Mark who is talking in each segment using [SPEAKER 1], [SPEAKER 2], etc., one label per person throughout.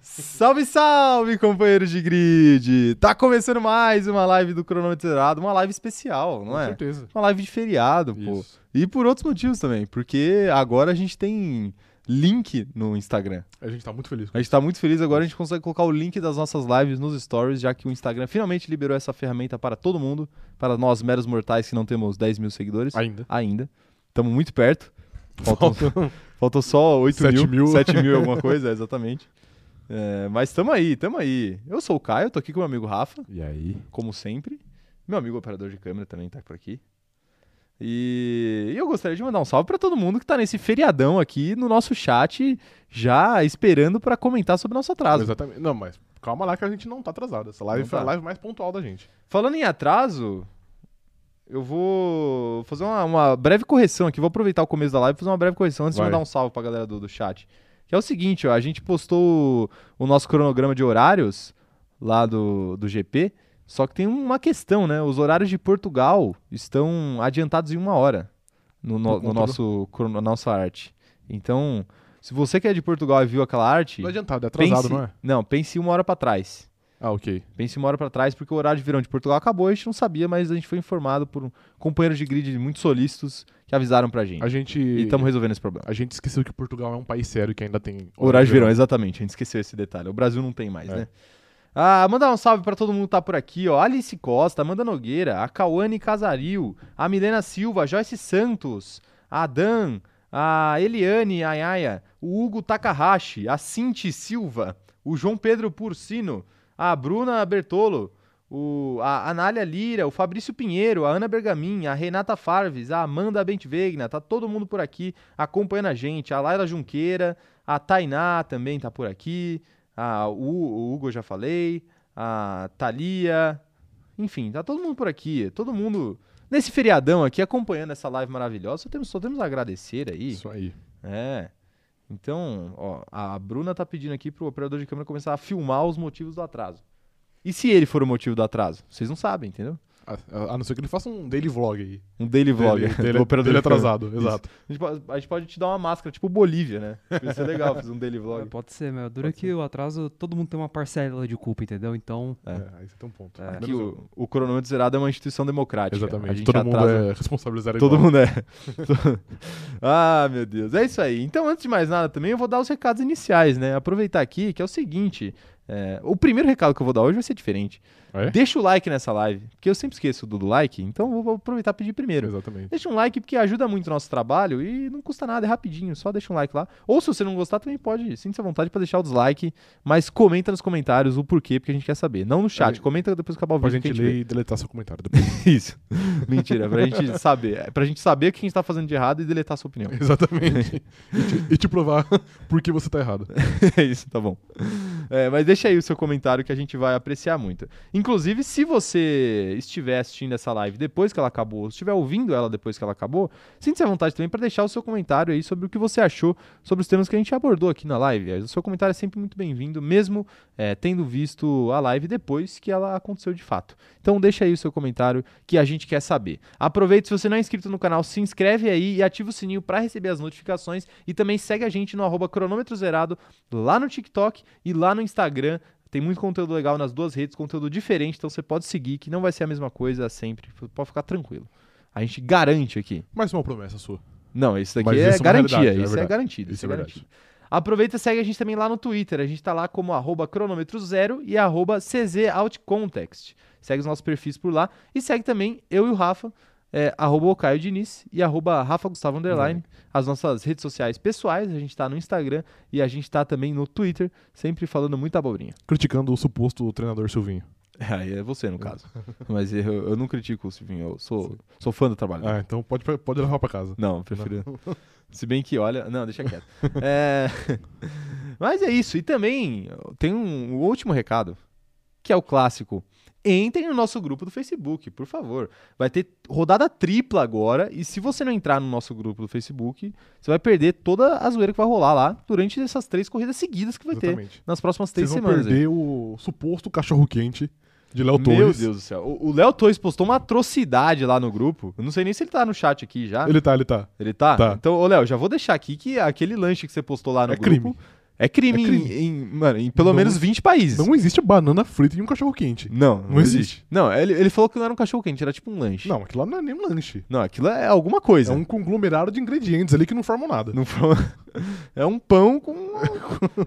[SPEAKER 1] Salve, salve, companheiros de grid! Tá começando mais uma live do Cronômetro Zerado, uma live especial, não
[SPEAKER 2] Com
[SPEAKER 1] é? Tipo,
[SPEAKER 2] certeza.
[SPEAKER 1] Uma live de feriado, pô.
[SPEAKER 2] Isso.
[SPEAKER 1] E por outros motivos também, porque agora a gente tem link no Instagram.
[SPEAKER 2] A gente tá muito feliz. com
[SPEAKER 1] A gente tá muito feliz agora, a gente consegue colocar o link das nossas lives nos stories, já que o Instagram finalmente liberou essa ferramenta para todo mundo, para nós meros mortais que não temos 10 mil seguidores
[SPEAKER 2] isso. Ainda.
[SPEAKER 1] ainda. Estamos muito perto. Faltam, faltam só 8
[SPEAKER 2] Sete
[SPEAKER 1] mil,
[SPEAKER 2] mil.
[SPEAKER 1] 7 mil e alguma coisa, é, exatamente. É, mas tamo aí, tamo aí. Eu sou o Caio, tô aqui com meu amigo Rafa,
[SPEAKER 2] E aí?
[SPEAKER 1] como sempre. Meu amigo operador de câmera também tá por aqui. E, e eu gostaria de mandar um salve pra todo mundo que tá nesse feriadão aqui no nosso chat, já esperando pra comentar sobre o nosso atraso.
[SPEAKER 2] Exatamente. Não, mas calma lá que a gente não tá atrasado. Essa live
[SPEAKER 1] Não
[SPEAKER 2] foi
[SPEAKER 1] tá.
[SPEAKER 2] a live mais pontual da gente.
[SPEAKER 1] Falando em atraso, eu vou fazer uma, uma breve correção aqui. Vou aproveitar o começo da live e fazer uma breve correção antes
[SPEAKER 2] Vai.
[SPEAKER 1] de mandar um salve pra galera do, do chat. Que é o seguinte, ó, a gente postou o, o nosso cronograma de horários lá do, do GP, só que tem uma questão, né? Os horários de Portugal estão adiantados em uma hora no, no- no
[SPEAKER 2] Por conta do-
[SPEAKER 1] nosso, crono- na nossa arte. Então, se você que é de Portugal e viu aquela arte,
[SPEAKER 2] Não é adiantado, é atrasado,
[SPEAKER 1] pense,
[SPEAKER 2] não é?
[SPEAKER 1] não, pense uma hora pra trás.
[SPEAKER 2] Ah, ok.
[SPEAKER 1] Pense uma hora pra trás, porque o horário de verão de Portugal acabou, a gente não sabia, mas a gente foi informado por um companheiro de grid muito solícitos que avisaram pra gente.
[SPEAKER 2] A gente.
[SPEAKER 1] E estamos resolvendo esse problema.
[SPEAKER 2] A gente esqueceu que Portugal é um país sério que ainda tem.
[SPEAKER 1] Horário de verão, exatamente, a gente esqueceu esse detalhe. O Brasil não tem mais,
[SPEAKER 2] É.
[SPEAKER 1] né? Ah, mandar um salve pra todo mundo que tá por aqui, ó. Alice Costa, Amanda Nogueira, a Cauane Casario, a Milena Silva, a Joyce Santos, a Dan, a Eliane Ayaya, o Hugo Takahashi, a Cinti Silva, o João Pedro Pursino, a Bruna Bertolo, o, a Anália Lira, o Fabrício Pinheiro, a Ana Bergamin, a Renata Farves, a Amanda Bentvegna, tá todo mundo por aqui acompanhando a gente, a Laila Junqueira, a Tainá também tá por aqui, a, o, o Hugo eu já falei, a Thalia, enfim, tá todo mundo por aqui, todo mundo nesse feriadão aqui acompanhando essa live maravilhosa, só temos, só temos a agradecer aí.
[SPEAKER 2] Isso aí.
[SPEAKER 1] É. Então, ó, a Bruna tá pedindo aqui pro operador de câmera começar a filmar os motivos do atraso. E se ele for o motivo do atraso? Vocês não sabem, entendeu?
[SPEAKER 2] A, a não ser que ele faça um daily vlog aí.
[SPEAKER 1] Um daily vlog
[SPEAKER 2] Dele-
[SPEAKER 1] do
[SPEAKER 2] dele-
[SPEAKER 1] operador
[SPEAKER 2] dele
[SPEAKER 1] de câmera.
[SPEAKER 2] atrasado, exato.
[SPEAKER 1] A gente, pode, a gente pode te dar uma máscara, tipo Bolívia, né? Isso é legal fazer um daily vlog.
[SPEAKER 3] É, pode ser, meu. Dura que o atraso, todo mundo tem uma parcela de culpa, entendeu? Então,
[SPEAKER 1] É.
[SPEAKER 2] É, aí você tem um ponto.
[SPEAKER 3] É.
[SPEAKER 1] Aqui o, o cronômetro zerado é uma instituição democrática.
[SPEAKER 2] Exatamente.
[SPEAKER 1] A gente
[SPEAKER 2] Todo mundo
[SPEAKER 1] atrasa
[SPEAKER 2] é responsabilizado
[SPEAKER 1] Todo
[SPEAKER 2] igual.
[SPEAKER 1] mundo é. To- ah, meu Deus. É isso aí. Então, antes de mais nada, também eu vou dar os recados iniciais, né? Aproveitar aqui que é o seguinte: é, o primeiro recado que eu vou dar hoje vai ser diferente.
[SPEAKER 2] É?
[SPEAKER 1] Deixa o like nessa live, porque eu sempre esqueço do do like, então eu vou aproveitar e pedir primeiro.
[SPEAKER 2] Exatamente.
[SPEAKER 1] Deixa um like porque ajuda muito o nosso trabalho e não custa nada, é rapidinho, só deixa um like lá. Ou se você não gostar, também pode, sinta-se à vontade pra deixar o dislike, mas comenta nos comentários o porquê, porque a gente quer saber. Não no
[SPEAKER 2] A
[SPEAKER 1] chat,
[SPEAKER 2] gente-
[SPEAKER 1] comenta depois que acabar o
[SPEAKER 2] É. Pra
[SPEAKER 1] vídeo. que
[SPEAKER 2] gente
[SPEAKER 1] a gente vê.
[SPEAKER 2] ler e deletar seu comentário depois.
[SPEAKER 1] Isso. Mentira, pra gente saber. É Pra gente saber o que a gente tá fazendo de errado e deletar a sua opinião.
[SPEAKER 2] Exatamente. e, te, e te provar por que você tá errado.
[SPEAKER 1] É isso, tá bom. É, mas deixa aí o seu comentário que a gente vai apreciar muito. Inclusive, se você estiver assistindo essa live depois que ela acabou, ou estiver ouvindo ela depois que ela acabou, sinta-se à vontade também para deixar o seu comentário aí sobre o que você achou sobre os temas que a gente abordou aqui na live. O seu comentário é sempre muito bem-vindo, mesmo é, tendo visto a live depois que ela aconteceu de fato. Então deixa aí o seu comentário que a gente quer saber. Aproveita, se você não é inscrito no canal, se inscreve aí e ativa o sininho para receber as notificações e também segue a gente no arroba cronômetro zerado lá no TikTok e lá no Instagram. Tem muito conteúdo legal nas duas redes, conteúdo diferente, então você pode seguir, que não vai ser a mesma coisa sempre. F- Pode ficar tranquilo. A gente garante aqui.
[SPEAKER 2] Mais uma promessa sua.
[SPEAKER 1] Não, isso daqui
[SPEAKER 2] Mas
[SPEAKER 1] é
[SPEAKER 2] isso é uma
[SPEAKER 1] garantia.
[SPEAKER 2] realidade, é
[SPEAKER 1] Isso é,
[SPEAKER 2] verdade.
[SPEAKER 1] garantido.
[SPEAKER 2] Isso
[SPEAKER 1] Isso é
[SPEAKER 2] é verdade.
[SPEAKER 1] garantido. Aproveita e segue a gente também lá no Twitter. A gente tá lá como arroba cronômetro zero e arroba czoutcontext. Segue os nossos perfis por lá. E segue também eu e o Rafa, é, arroba o Caio Diniz e arroba Rafa Gustavo Underline. As nossas redes sociais pessoais, a gente tá no Instagram e a gente tá também no Twitter, sempre falando muita abobrinha.
[SPEAKER 2] Criticando o suposto treinador Silvinho.
[SPEAKER 1] Aí é você, no caso. Mas eu, eu não critico o Silvinho, eu sou, sou fã do trabalho. dele.
[SPEAKER 2] Ah, então pode, pode levar pra casa.
[SPEAKER 1] Não, prefiro. Se bem que olha. Não, deixa quieto. É, Mas é isso. E também tem um, um último recado, que é o clássico. Entrem no nosso grupo do Facebook, por favor. Vai ter rodada tripla agora. E se você não entrar no nosso grupo do Facebook, você vai perder toda a zoeira que vai rolar lá durante essas três corridas seguidas que vai
[SPEAKER 2] Exatamente.
[SPEAKER 1] ter nas próximas três
[SPEAKER 2] Vocês vão
[SPEAKER 1] semanas. aí.
[SPEAKER 2] perder o suposto cachorro-quente de Léo Torres.
[SPEAKER 1] Meu Deus do céu. O o Léo Torres postou uma atrocidade lá no grupo. Eu não sei nem se ele tá no chat aqui já.
[SPEAKER 2] Ele tá, ele tá.
[SPEAKER 1] Ele tá?
[SPEAKER 2] Tá.
[SPEAKER 1] Então, ô Léo, já vou deixar aqui que aquele lanche que você postou lá no
[SPEAKER 2] É
[SPEAKER 1] grupo
[SPEAKER 2] crime.
[SPEAKER 1] É crime,
[SPEAKER 2] É crime.
[SPEAKER 1] Em, em- mano, em pelo
[SPEAKER 2] Não-
[SPEAKER 1] menos 20 países.
[SPEAKER 2] Não existe banana frita e um cachorro quente.
[SPEAKER 1] Não,
[SPEAKER 2] não existe.
[SPEAKER 1] Não, ele, ele falou que não era um cachorro quente, era tipo um lanche.
[SPEAKER 2] Não, aquilo lá não é nem um lanche.
[SPEAKER 1] Não, aquilo é alguma coisa.
[SPEAKER 2] É um conglomerado de ingredientes ali que não formam nada.
[SPEAKER 1] Não foi uma- É um pão com.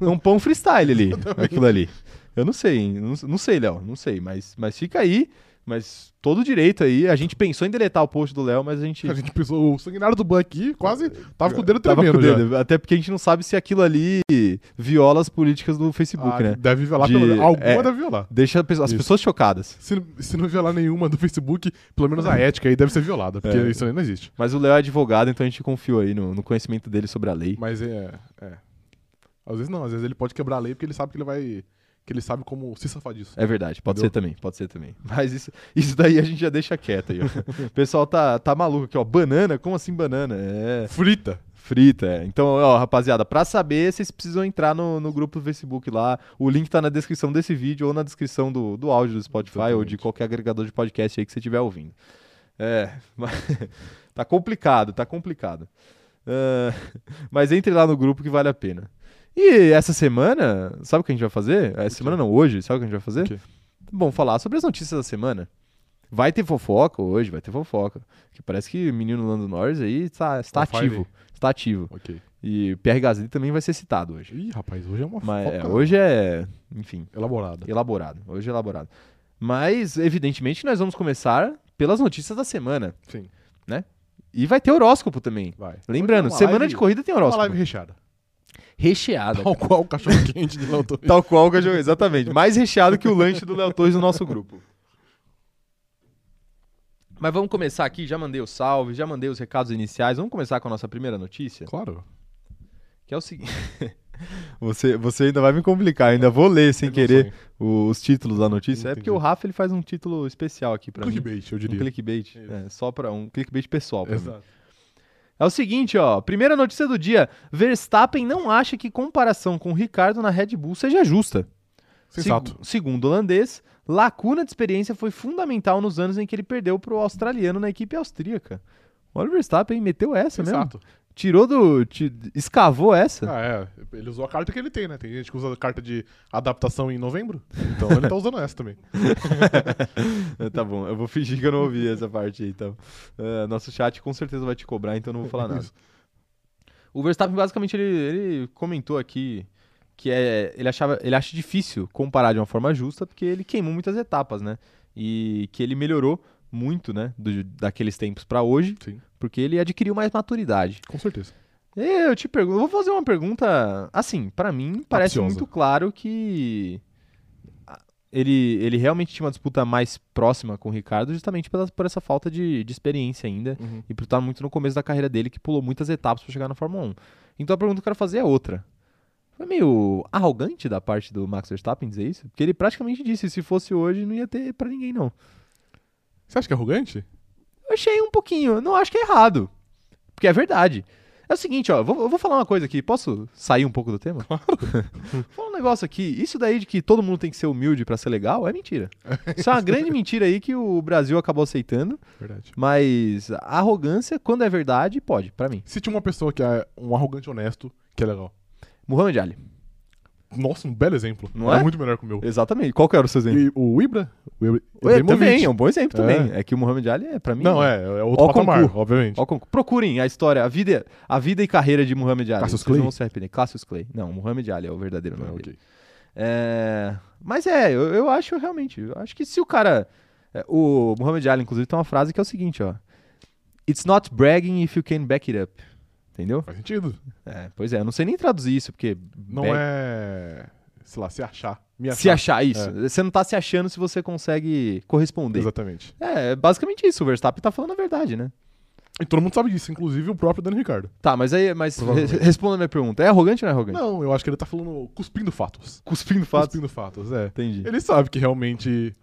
[SPEAKER 1] É um pão freestyle ali, aquilo ali. Eu não sei, hein? não, não sei, Léo, não sei, mas, mas fica aí. Mas todo direito aí. A gente pensou em deletar o post do Léo, mas a gente.
[SPEAKER 2] A gente pensou, o sanguinário do Ban aqui quase tava com o dedo
[SPEAKER 1] tava com o
[SPEAKER 2] tremendo já.
[SPEAKER 1] dedo, Até porque a gente não sabe se aquilo ali viola as políticas do Facebook,
[SPEAKER 2] Ah,
[SPEAKER 1] né?
[SPEAKER 2] Deve violar
[SPEAKER 1] De-
[SPEAKER 2] pelo Alguma
[SPEAKER 1] é.
[SPEAKER 2] deve violar.
[SPEAKER 1] Deixa a pessoa- as
[SPEAKER 2] Isso.
[SPEAKER 1] pessoas chocadas.
[SPEAKER 2] Se, se não violar nenhuma do Facebook, pelo menos a ética aí deve ser violada, porque
[SPEAKER 1] É.
[SPEAKER 2] isso aí não existe.
[SPEAKER 1] Mas o Léo é advogado, então a gente confiou aí no, no conhecimento dele sobre a lei.
[SPEAKER 2] Mas é, é. Às vezes não, às vezes ele pode quebrar a lei porque ele sabe que ele vai. que ele sabe como se safar disso.
[SPEAKER 1] É verdade, pode
[SPEAKER 2] Entendeu?
[SPEAKER 1] ser também, pode ser também. Mas isso, isso daí a gente já deixa quieto aí, ó. O pessoal tá, tá maluco aqui, ó. Banana? Como assim banana? É,
[SPEAKER 2] Frita.
[SPEAKER 1] frita, é. Então, ó, rapaziada, pra saber, vocês precisam entrar no, no grupo do Facebook lá. O link tá na descrição desse vídeo ou na descrição do, do áudio do Spotify ou de
[SPEAKER 2] Exatamente.
[SPEAKER 1] qualquer agregador de podcast aí que você estiver ouvindo. É, mas, tá complicado, tá complicado. Ah, mas entre lá no grupo que vale a pena. E essa semana, sabe o que a gente vai fazer? Essa semana não, hoje, sabe o que a gente vai fazer?
[SPEAKER 2] O quê?
[SPEAKER 1] Bom, falar sobre as notícias da semana. Vai ter fofoca hoje, vai ter fofoca. Que parece que o menino Lando Norris aí está, está
[SPEAKER 2] Profile.
[SPEAKER 1] ativo. Está ativo.
[SPEAKER 2] Ok.
[SPEAKER 1] E o Pierre Gasly também vai ser citado hoje.
[SPEAKER 2] Ih, rapaz, hoje é uma né?
[SPEAKER 1] Mas é,
[SPEAKER 2] foca
[SPEAKER 1] hoje é, enfim,
[SPEAKER 2] elaborada.
[SPEAKER 1] elaborado. Hoje é elaborado. Mas, evidentemente, nós vamos começar pelas notícias da semana.
[SPEAKER 2] Sim,
[SPEAKER 1] E vai ter horóscopo também.
[SPEAKER 2] vai.
[SPEAKER 1] Lembrando,
[SPEAKER 2] Hoje é uma
[SPEAKER 1] semana
[SPEAKER 2] live-
[SPEAKER 1] de corrida tem
[SPEAKER 2] Uma
[SPEAKER 1] horóscopo.
[SPEAKER 2] live recheada.
[SPEAKER 1] Recheada.
[SPEAKER 2] Tal qual o cachorro quente de Léo Torres.
[SPEAKER 1] Tal qual que eu joguei, exatamente. Mais recheado que o lanche do Léo Torres no nosso grupo. Mas vamos começar aqui, já mandei o salve, já mandei os recados iniciais. Vamos começar com a nossa primeira notícia,
[SPEAKER 2] Claro.
[SPEAKER 1] que é o seguinte. você, você ainda vai me complicar, ainda vou ler sem querer os títulos da notícia. É
[SPEAKER 2] Entendi.
[SPEAKER 1] porque o Rafa ele faz um título especial aqui pra mim.
[SPEAKER 2] Clickbait, eu
[SPEAKER 1] Um
[SPEAKER 2] diria.
[SPEAKER 1] clickbait.
[SPEAKER 2] Isso.
[SPEAKER 1] é, só para um clickbait pessoal. pra mim.
[SPEAKER 2] Exato.
[SPEAKER 1] É o seguinte, ó. Primeira notícia do dia: Verstappen não acha que comparação com o Ricardo na Red Bull seja justa.
[SPEAKER 2] Sensato.
[SPEAKER 1] Segu- segundo o holandês, lacuna de experiência foi fundamental nos anos em que ele perdeu para o australiano na equipe austríaca. Olha o Verstappen, meteu essa mesmo. Tá.
[SPEAKER 2] Sensato.
[SPEAKER 1] Tirou do. ti- escavou essa.
[SPEAKER 2] Ah, é. Ele usou a carta que ele tem, né? Tem gente que usa a carta de adaptação em novembro. Então ele tá usando essa também.
[SPEAKER 1] tá bom, eu vou fingir que eu não ouvi essa parte aí, então. Ah, nosso chat com certeza vai te cobrar, então eu não vou falar nada.
[SPEAKER 2] Isso.
[SPEAKER 1] O Verstappen, basicamente, ele, ele comentou aqui que é, ele, achava, ele acha difícil comparar de uma forma justa, porque ele queimou muitas etapas, né? E que ele melhorou muito, né? do- daqueles tempos para hoje,
[SPEAKER 2] Sim,
[SPEAKER 1] porque ele adquiriu mais maturidade.
[SPEAKER 2] com certeza.
[SPEAKER 1] Eu te pergunto, eu vou fazer uma pergunta, assim, pra mim parece
[SPEAKER 2] Capciosa.
[SPEAKER 1] muito claro que a- ele, ele realmente tinha uma disputa mais próxima com o Ricardo, justamente pela, por essa falta de, de experiência ainda e por estar muito no começo da carreira dele, que pulou muitas etapas pra chegar na Fórmula 1. Então a pergunta que eu quero fazer é outra. Foi meio arrogante da parte do Max Verstappen dizer isso, porque ele praticamente disse, se fosse hoje não ia ter pra ninguém não.
[SPEAKER 2] Você acha que é arrogante?
[SPEAKER 1] Eu achei um pouquinho, eu não acho que é errado. Porque é verdade. É o seguinte, ó, eu vou, eu vou falar uma coisa aqui. Posso sair um pouco do tema? Claro. falar um negócio aqui. Isso daí de que todo mundo tem que ser humilde pra ser legal é mentira. Isso é uma grande mentira aí que o Brasil acabou aceitando.
[SPEAKER 2] Verdade.
[SPEAKER 1] Mas a arrogância, quando é verdade, pode, pra mim.
[SPEAKER 2] Se tinha uma pessoa que é um arrogante honesto, que é legal.
[SPEAKER 1] Muhammad Ali.
[SPEAKER 2] Nossa, um belo exemplo.
[SPEAKER 1] Não
[SPEAKER 2] Era
[SPEAKER 1] é?
[SPEAKER 2] muito melhor que o meu.
[SPEAKER 1] Exatamente. Qual que era o seu exemplo?
[SPEAKER 2] E o Ibra? O Ibra
[SPEAKER 1] Ué,
[SPEAKER 2] Ibrahimovic.
[SPEAKER 1] também, é um bom exemplo
[SPEAKER 2] É.
[SPEAKER 1] também. É que o Muhammad Ali é, pra mim...
[SPEAKER 2] Não, é, é outro
[SPEAKER 1] Ó,
[SPEAKER 2] patamar,
[SPEAKER 1] concurso.
[SPEAKER 2] obviamente.
[SPEAKER 1] Ó, com- procurem a história, a vida, a vida e carreira de Muhammad Ali.
[SPEAKER 2] Cassius
[SPEAKER 1] Vocês
[SPEAKER 2] Clay?
[SPEAKER 1] não vão se arrepender. Cassius Clay. Não, Muhammad Ali é o verdadeiro nome
[SPEAKER 2] Não,
[SPEAKER 1] dele.
[SPEAKER 2] ok.
[SPEAKER 1] É, mas é, eu, eu acho realmente. Eu acho que se o cara. é, O Muhammad Ali, inclusive, tem uma frase que é o seguinte, ó. It's not bragging if you can back it up. Entendeu?
[SPEAKER 2] Faz sentido.
[SPEAKER 1] É, pois é, eu não sei nem traduzir isso, porque.
[SPEAKER 2] Não
[SPEAKER 1] bag-
[SPEAKER 2] é. Sei lá, se achar. Me achar.
[SPEAKER 1] Se achar isso. Você não tá se achando se você consegue corresponder.
[SPEAKER 2] Exatamente.
[SPEAKER 1] É, é basicamente isso. O Verstappen tá falando a verdade, né?
[SPEAKER 2] E todo mundo sabe disso, inclusive o próprio Dani Ricardo.
[SPEAKER 1] Tá, mas aí. Mas re-
[SPEAKER 2] Provavelmente.
[SPEAKER 1] responda a minha pergunta. É arrogante ou não é arrogante?
[SPEAKER 2] Não, eu acho que ele tá falando cuspindo fatos.
[SPEAKER 1] Cuspindo fatos.
[SPEAKER 2] Cuspindo fatos, é.
[SPEAKER 1] Entendi.
[SPEAKER 2] Ele sabe que realmente.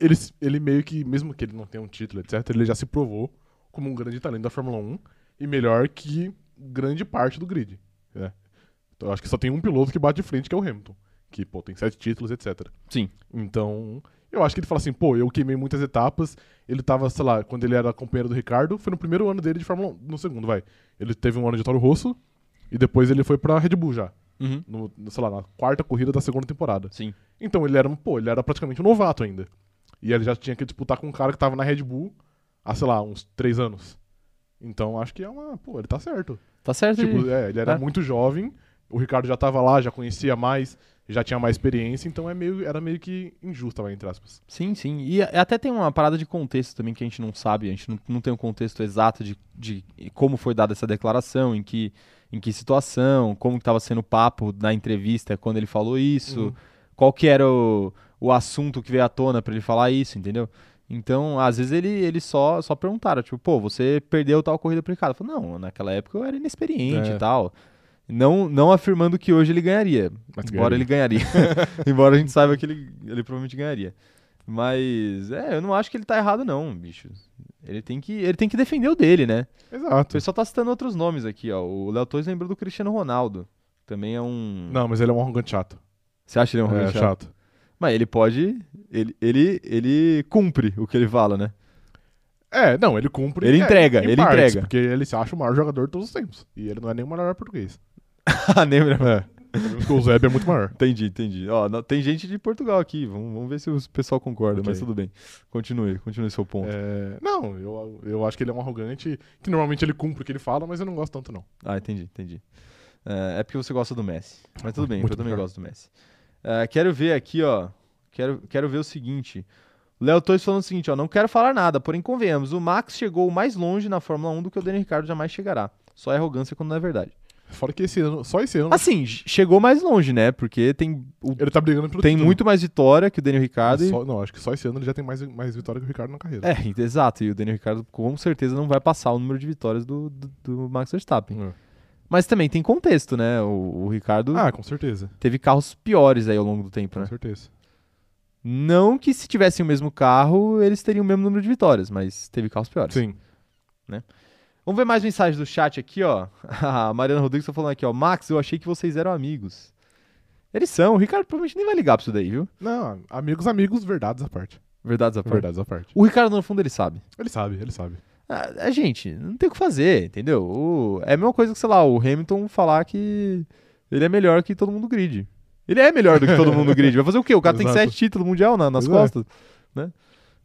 [SPEAKER 2] Ele, ele meio que, mesmo que ele não tenha um título, etc., ele já se provou como um grande talento da Fórmula 1 e melhor que grande parte do grid. Né? Então, eu acho que só tem um piloto que bate de frente, que é o Hamilton. Que, pô, tem sete títulos, etc.
[SPEAKER 1] Sim.
[SPEAKER 2] Então, eu acho que ele fala assim, pô, eu queimei muitas etapas. Ele tava, sei lá, quando ele era companheiro do Ricardo, foi no um primeiro ano dele de Fórmula 1. No segundo, vai. Ele teve um ano de Toro Rosso e depois ele foi pra Red Bull já.
[SPEAKER 1] Uhum.
[SPEAKER 2] no, no, sei lá, na quarta corrida da segunda temporada.
[SPEAKER 1] Sim.
[SPEAKER 2] Então ele era, um- pô, ele era praticamente um novato ainda. E ele já tinha que disputar com um cara que tava na Red Bull há, sei lá, uns três anos. Então acho que é uma. Pô, ele tá certo.
[SPEAKER 1] Tá certo?
[SPEAKER 2] Tipo,
[SPEAKER 1] ele-
[SPEAKER 2] é, ele era
[SPEAKER 1] É.
[SPEAKER 2] muito jovem, o Ricardo já tava lá, já conhecia mais, já tinha mais experiência, então é meio, era meio que injusta, vai, entre aspas.
[SPEAKER 1] Sim, sim. E a- até tem uma parada de contexto também que a gente não sabe, a gente não, não tem o contexto exato de, de como foi dada essa declaração, em que, em que situação, como que estava sendo o papo na entrevista quando ele falou isso,
[SPEAKER 2] Uhum.
[SPEAKER 1] qual que era o, o assunto que veio à tona pra ele falar isso, entendeu? Então, às vezes ele, ele só, só perguntaram, tipo, pô, você perdeu tal corrida pro Ricardo. Eu falei, não, naquela época eu era inexperiente
[SPEAKER 2] É.
[SPEAKER 1] e tal. Não, não afirmando que hoje ele ganharia.
[SPEAKER 2] Mas
[SPEAKER 1] embora
[SPEAKER 2] ganharia.
[SPEAKER 1] ele ganharia. embora a gente saiba que ele, ele provavelmente ganharia. Mas, é, eu não acho que ele tá errado, não, bicho. Ele tem que, ele tem que defender o dele, né? O
[SPEAKER 2] Exato.
[SPEAKER 1] pessoal tá citando outros nomes aqui, ó. O Léo Torres lembrou do Cristiano Ronaldo. Também é um.
[SPEAKER 2] Não, mas ele é um arrogante chato.
[SPEAKER 1] Você acha ele um
[SPEAKER 2] é,
[SPEAKER 1] é,
[SPEAKER 2] chato.
[SPEAKER 1] Mas ele pode. Ele, ele, ele cumpre o que ele fala, né?
[SPEAKER 2] É, não, ele cumpre.
[SPEAKER 1] Ele
[SPEAKER 2] é,
[SPEAKER 1] entrega,
[SPEAKER 2] em
[SPEAKER 1] ele
[SPEAKER 2] partes,
[SPEAKER 1] entrega.
[SPEAKER 2] Porque ele se acha o maior jogador de todos os tempos. E ele não é nem o maior português.
[SPEAKER 1] Ah, lembra?
[SPEAKER 2] É. Porque o Zeb é muito maior.
[SPEAKER 1] Entendi, entendi. Ó, no- tem gente de Portugal aqui. Vamos, vamos ver se o pessoal concorda,
[SPEAKER 2] Ok.
[SPEAKER 1] mas tudo bem. Continue, continue seu ponto.
[SPEAKER 2] É, não, eu, eu acho que ele é um arrogante que normalmente ele cumpre o que ele fala, mas eu não gosto tanto, não.
[SPEAKER 1] Ah, entendi, entendi. É, é porque você gosta do Messi. Mas tudo bem,
[SPEAKER 2] Ah, Muito
[SPEAKER 1] eu também
[SPEAKER 2] melhor.
[SPEAKER 1] gosto do Messi. É, quero ver aqui, ó. Quero, quero ver o seguinte. O Léo Torres falando o seguinte, ó. Não quero falar nada, porém convenhamos. O Max chegou mais longe na Fórmula 1 do que o Daniel Ricardo jamais chegará. Só é arrogância quando não é verdade.
[SPEAKER 2] Fora que esse ano, só esse ano,
[SPEAKER 1] Assim, j- chegou mais longe, né? Porque tem, o-
[SPEAKER 2] ele tá brigando pelo
[SPEAKER 1] tem
[SPEAKER 2] título.
[SPEAKER 1] muito mais vitória que o Daniel Ricardo. e-
[SPEAKER 2] Só- não, acho que só esse ano ele já tem mais, mais vitória que o Ricardo na carreira.
[SPEAKER 1] É, exato. E o Daniel Ricardo com certeza não vai passar o número de vitórias do, do, do Max Verstappen. Mas também tem contexto, né? O, o Ricardo
[SPEAKER 2] É. Ah, com certeza.
[SPEAKER 1] teve carros piores aí ao longo do tempo,
[SPEAKER 2] Com
[SPEAKER 1] né?
[SPEAKER 2] certeza.
[SPEAKER 1] Não que se tivessem o mesmo carro, eles teriam o mesmo número de vitórias, mas teve carros piores.
[SPEAKER 2] Sim.
[SPEAKER 1] Vamos ver mais mensagens do chat aqui, ó. A Mariana Rodrigues tá falando aqui, ó. Max, eu achei que vocês eram amigos. Eles são. O Ricardo provavelmente nem vai ligar pra isso daí, viu?
[SPEAKER 2] Não, amigos, amigos, verdades à parte.
[SPEAKER 1] Verdades à parte.
[SPEAKER 2] Verdades à parte.
[SPEAKER 1] O Ricardo, no fundo, ele sabe.
[SPEAKER 2] Ele sabe, ele sabe.
[SPEAKER 1] Ah, A, gente, não tem o que fazer, entendeu? O- é a mesma coisa que, sei lá, o Hamilton falar que ele é melhor que todo mundo do grid. Ele é melhor do que todo mundo do grid. Vai fazer o quê? O cara tem
[SPEAKER 2] Exato.
[SPEAKER 1] sete títulos mundial na- nas
[SPEAKER 2] Pois é.
[SPEAKER 1] costas, né?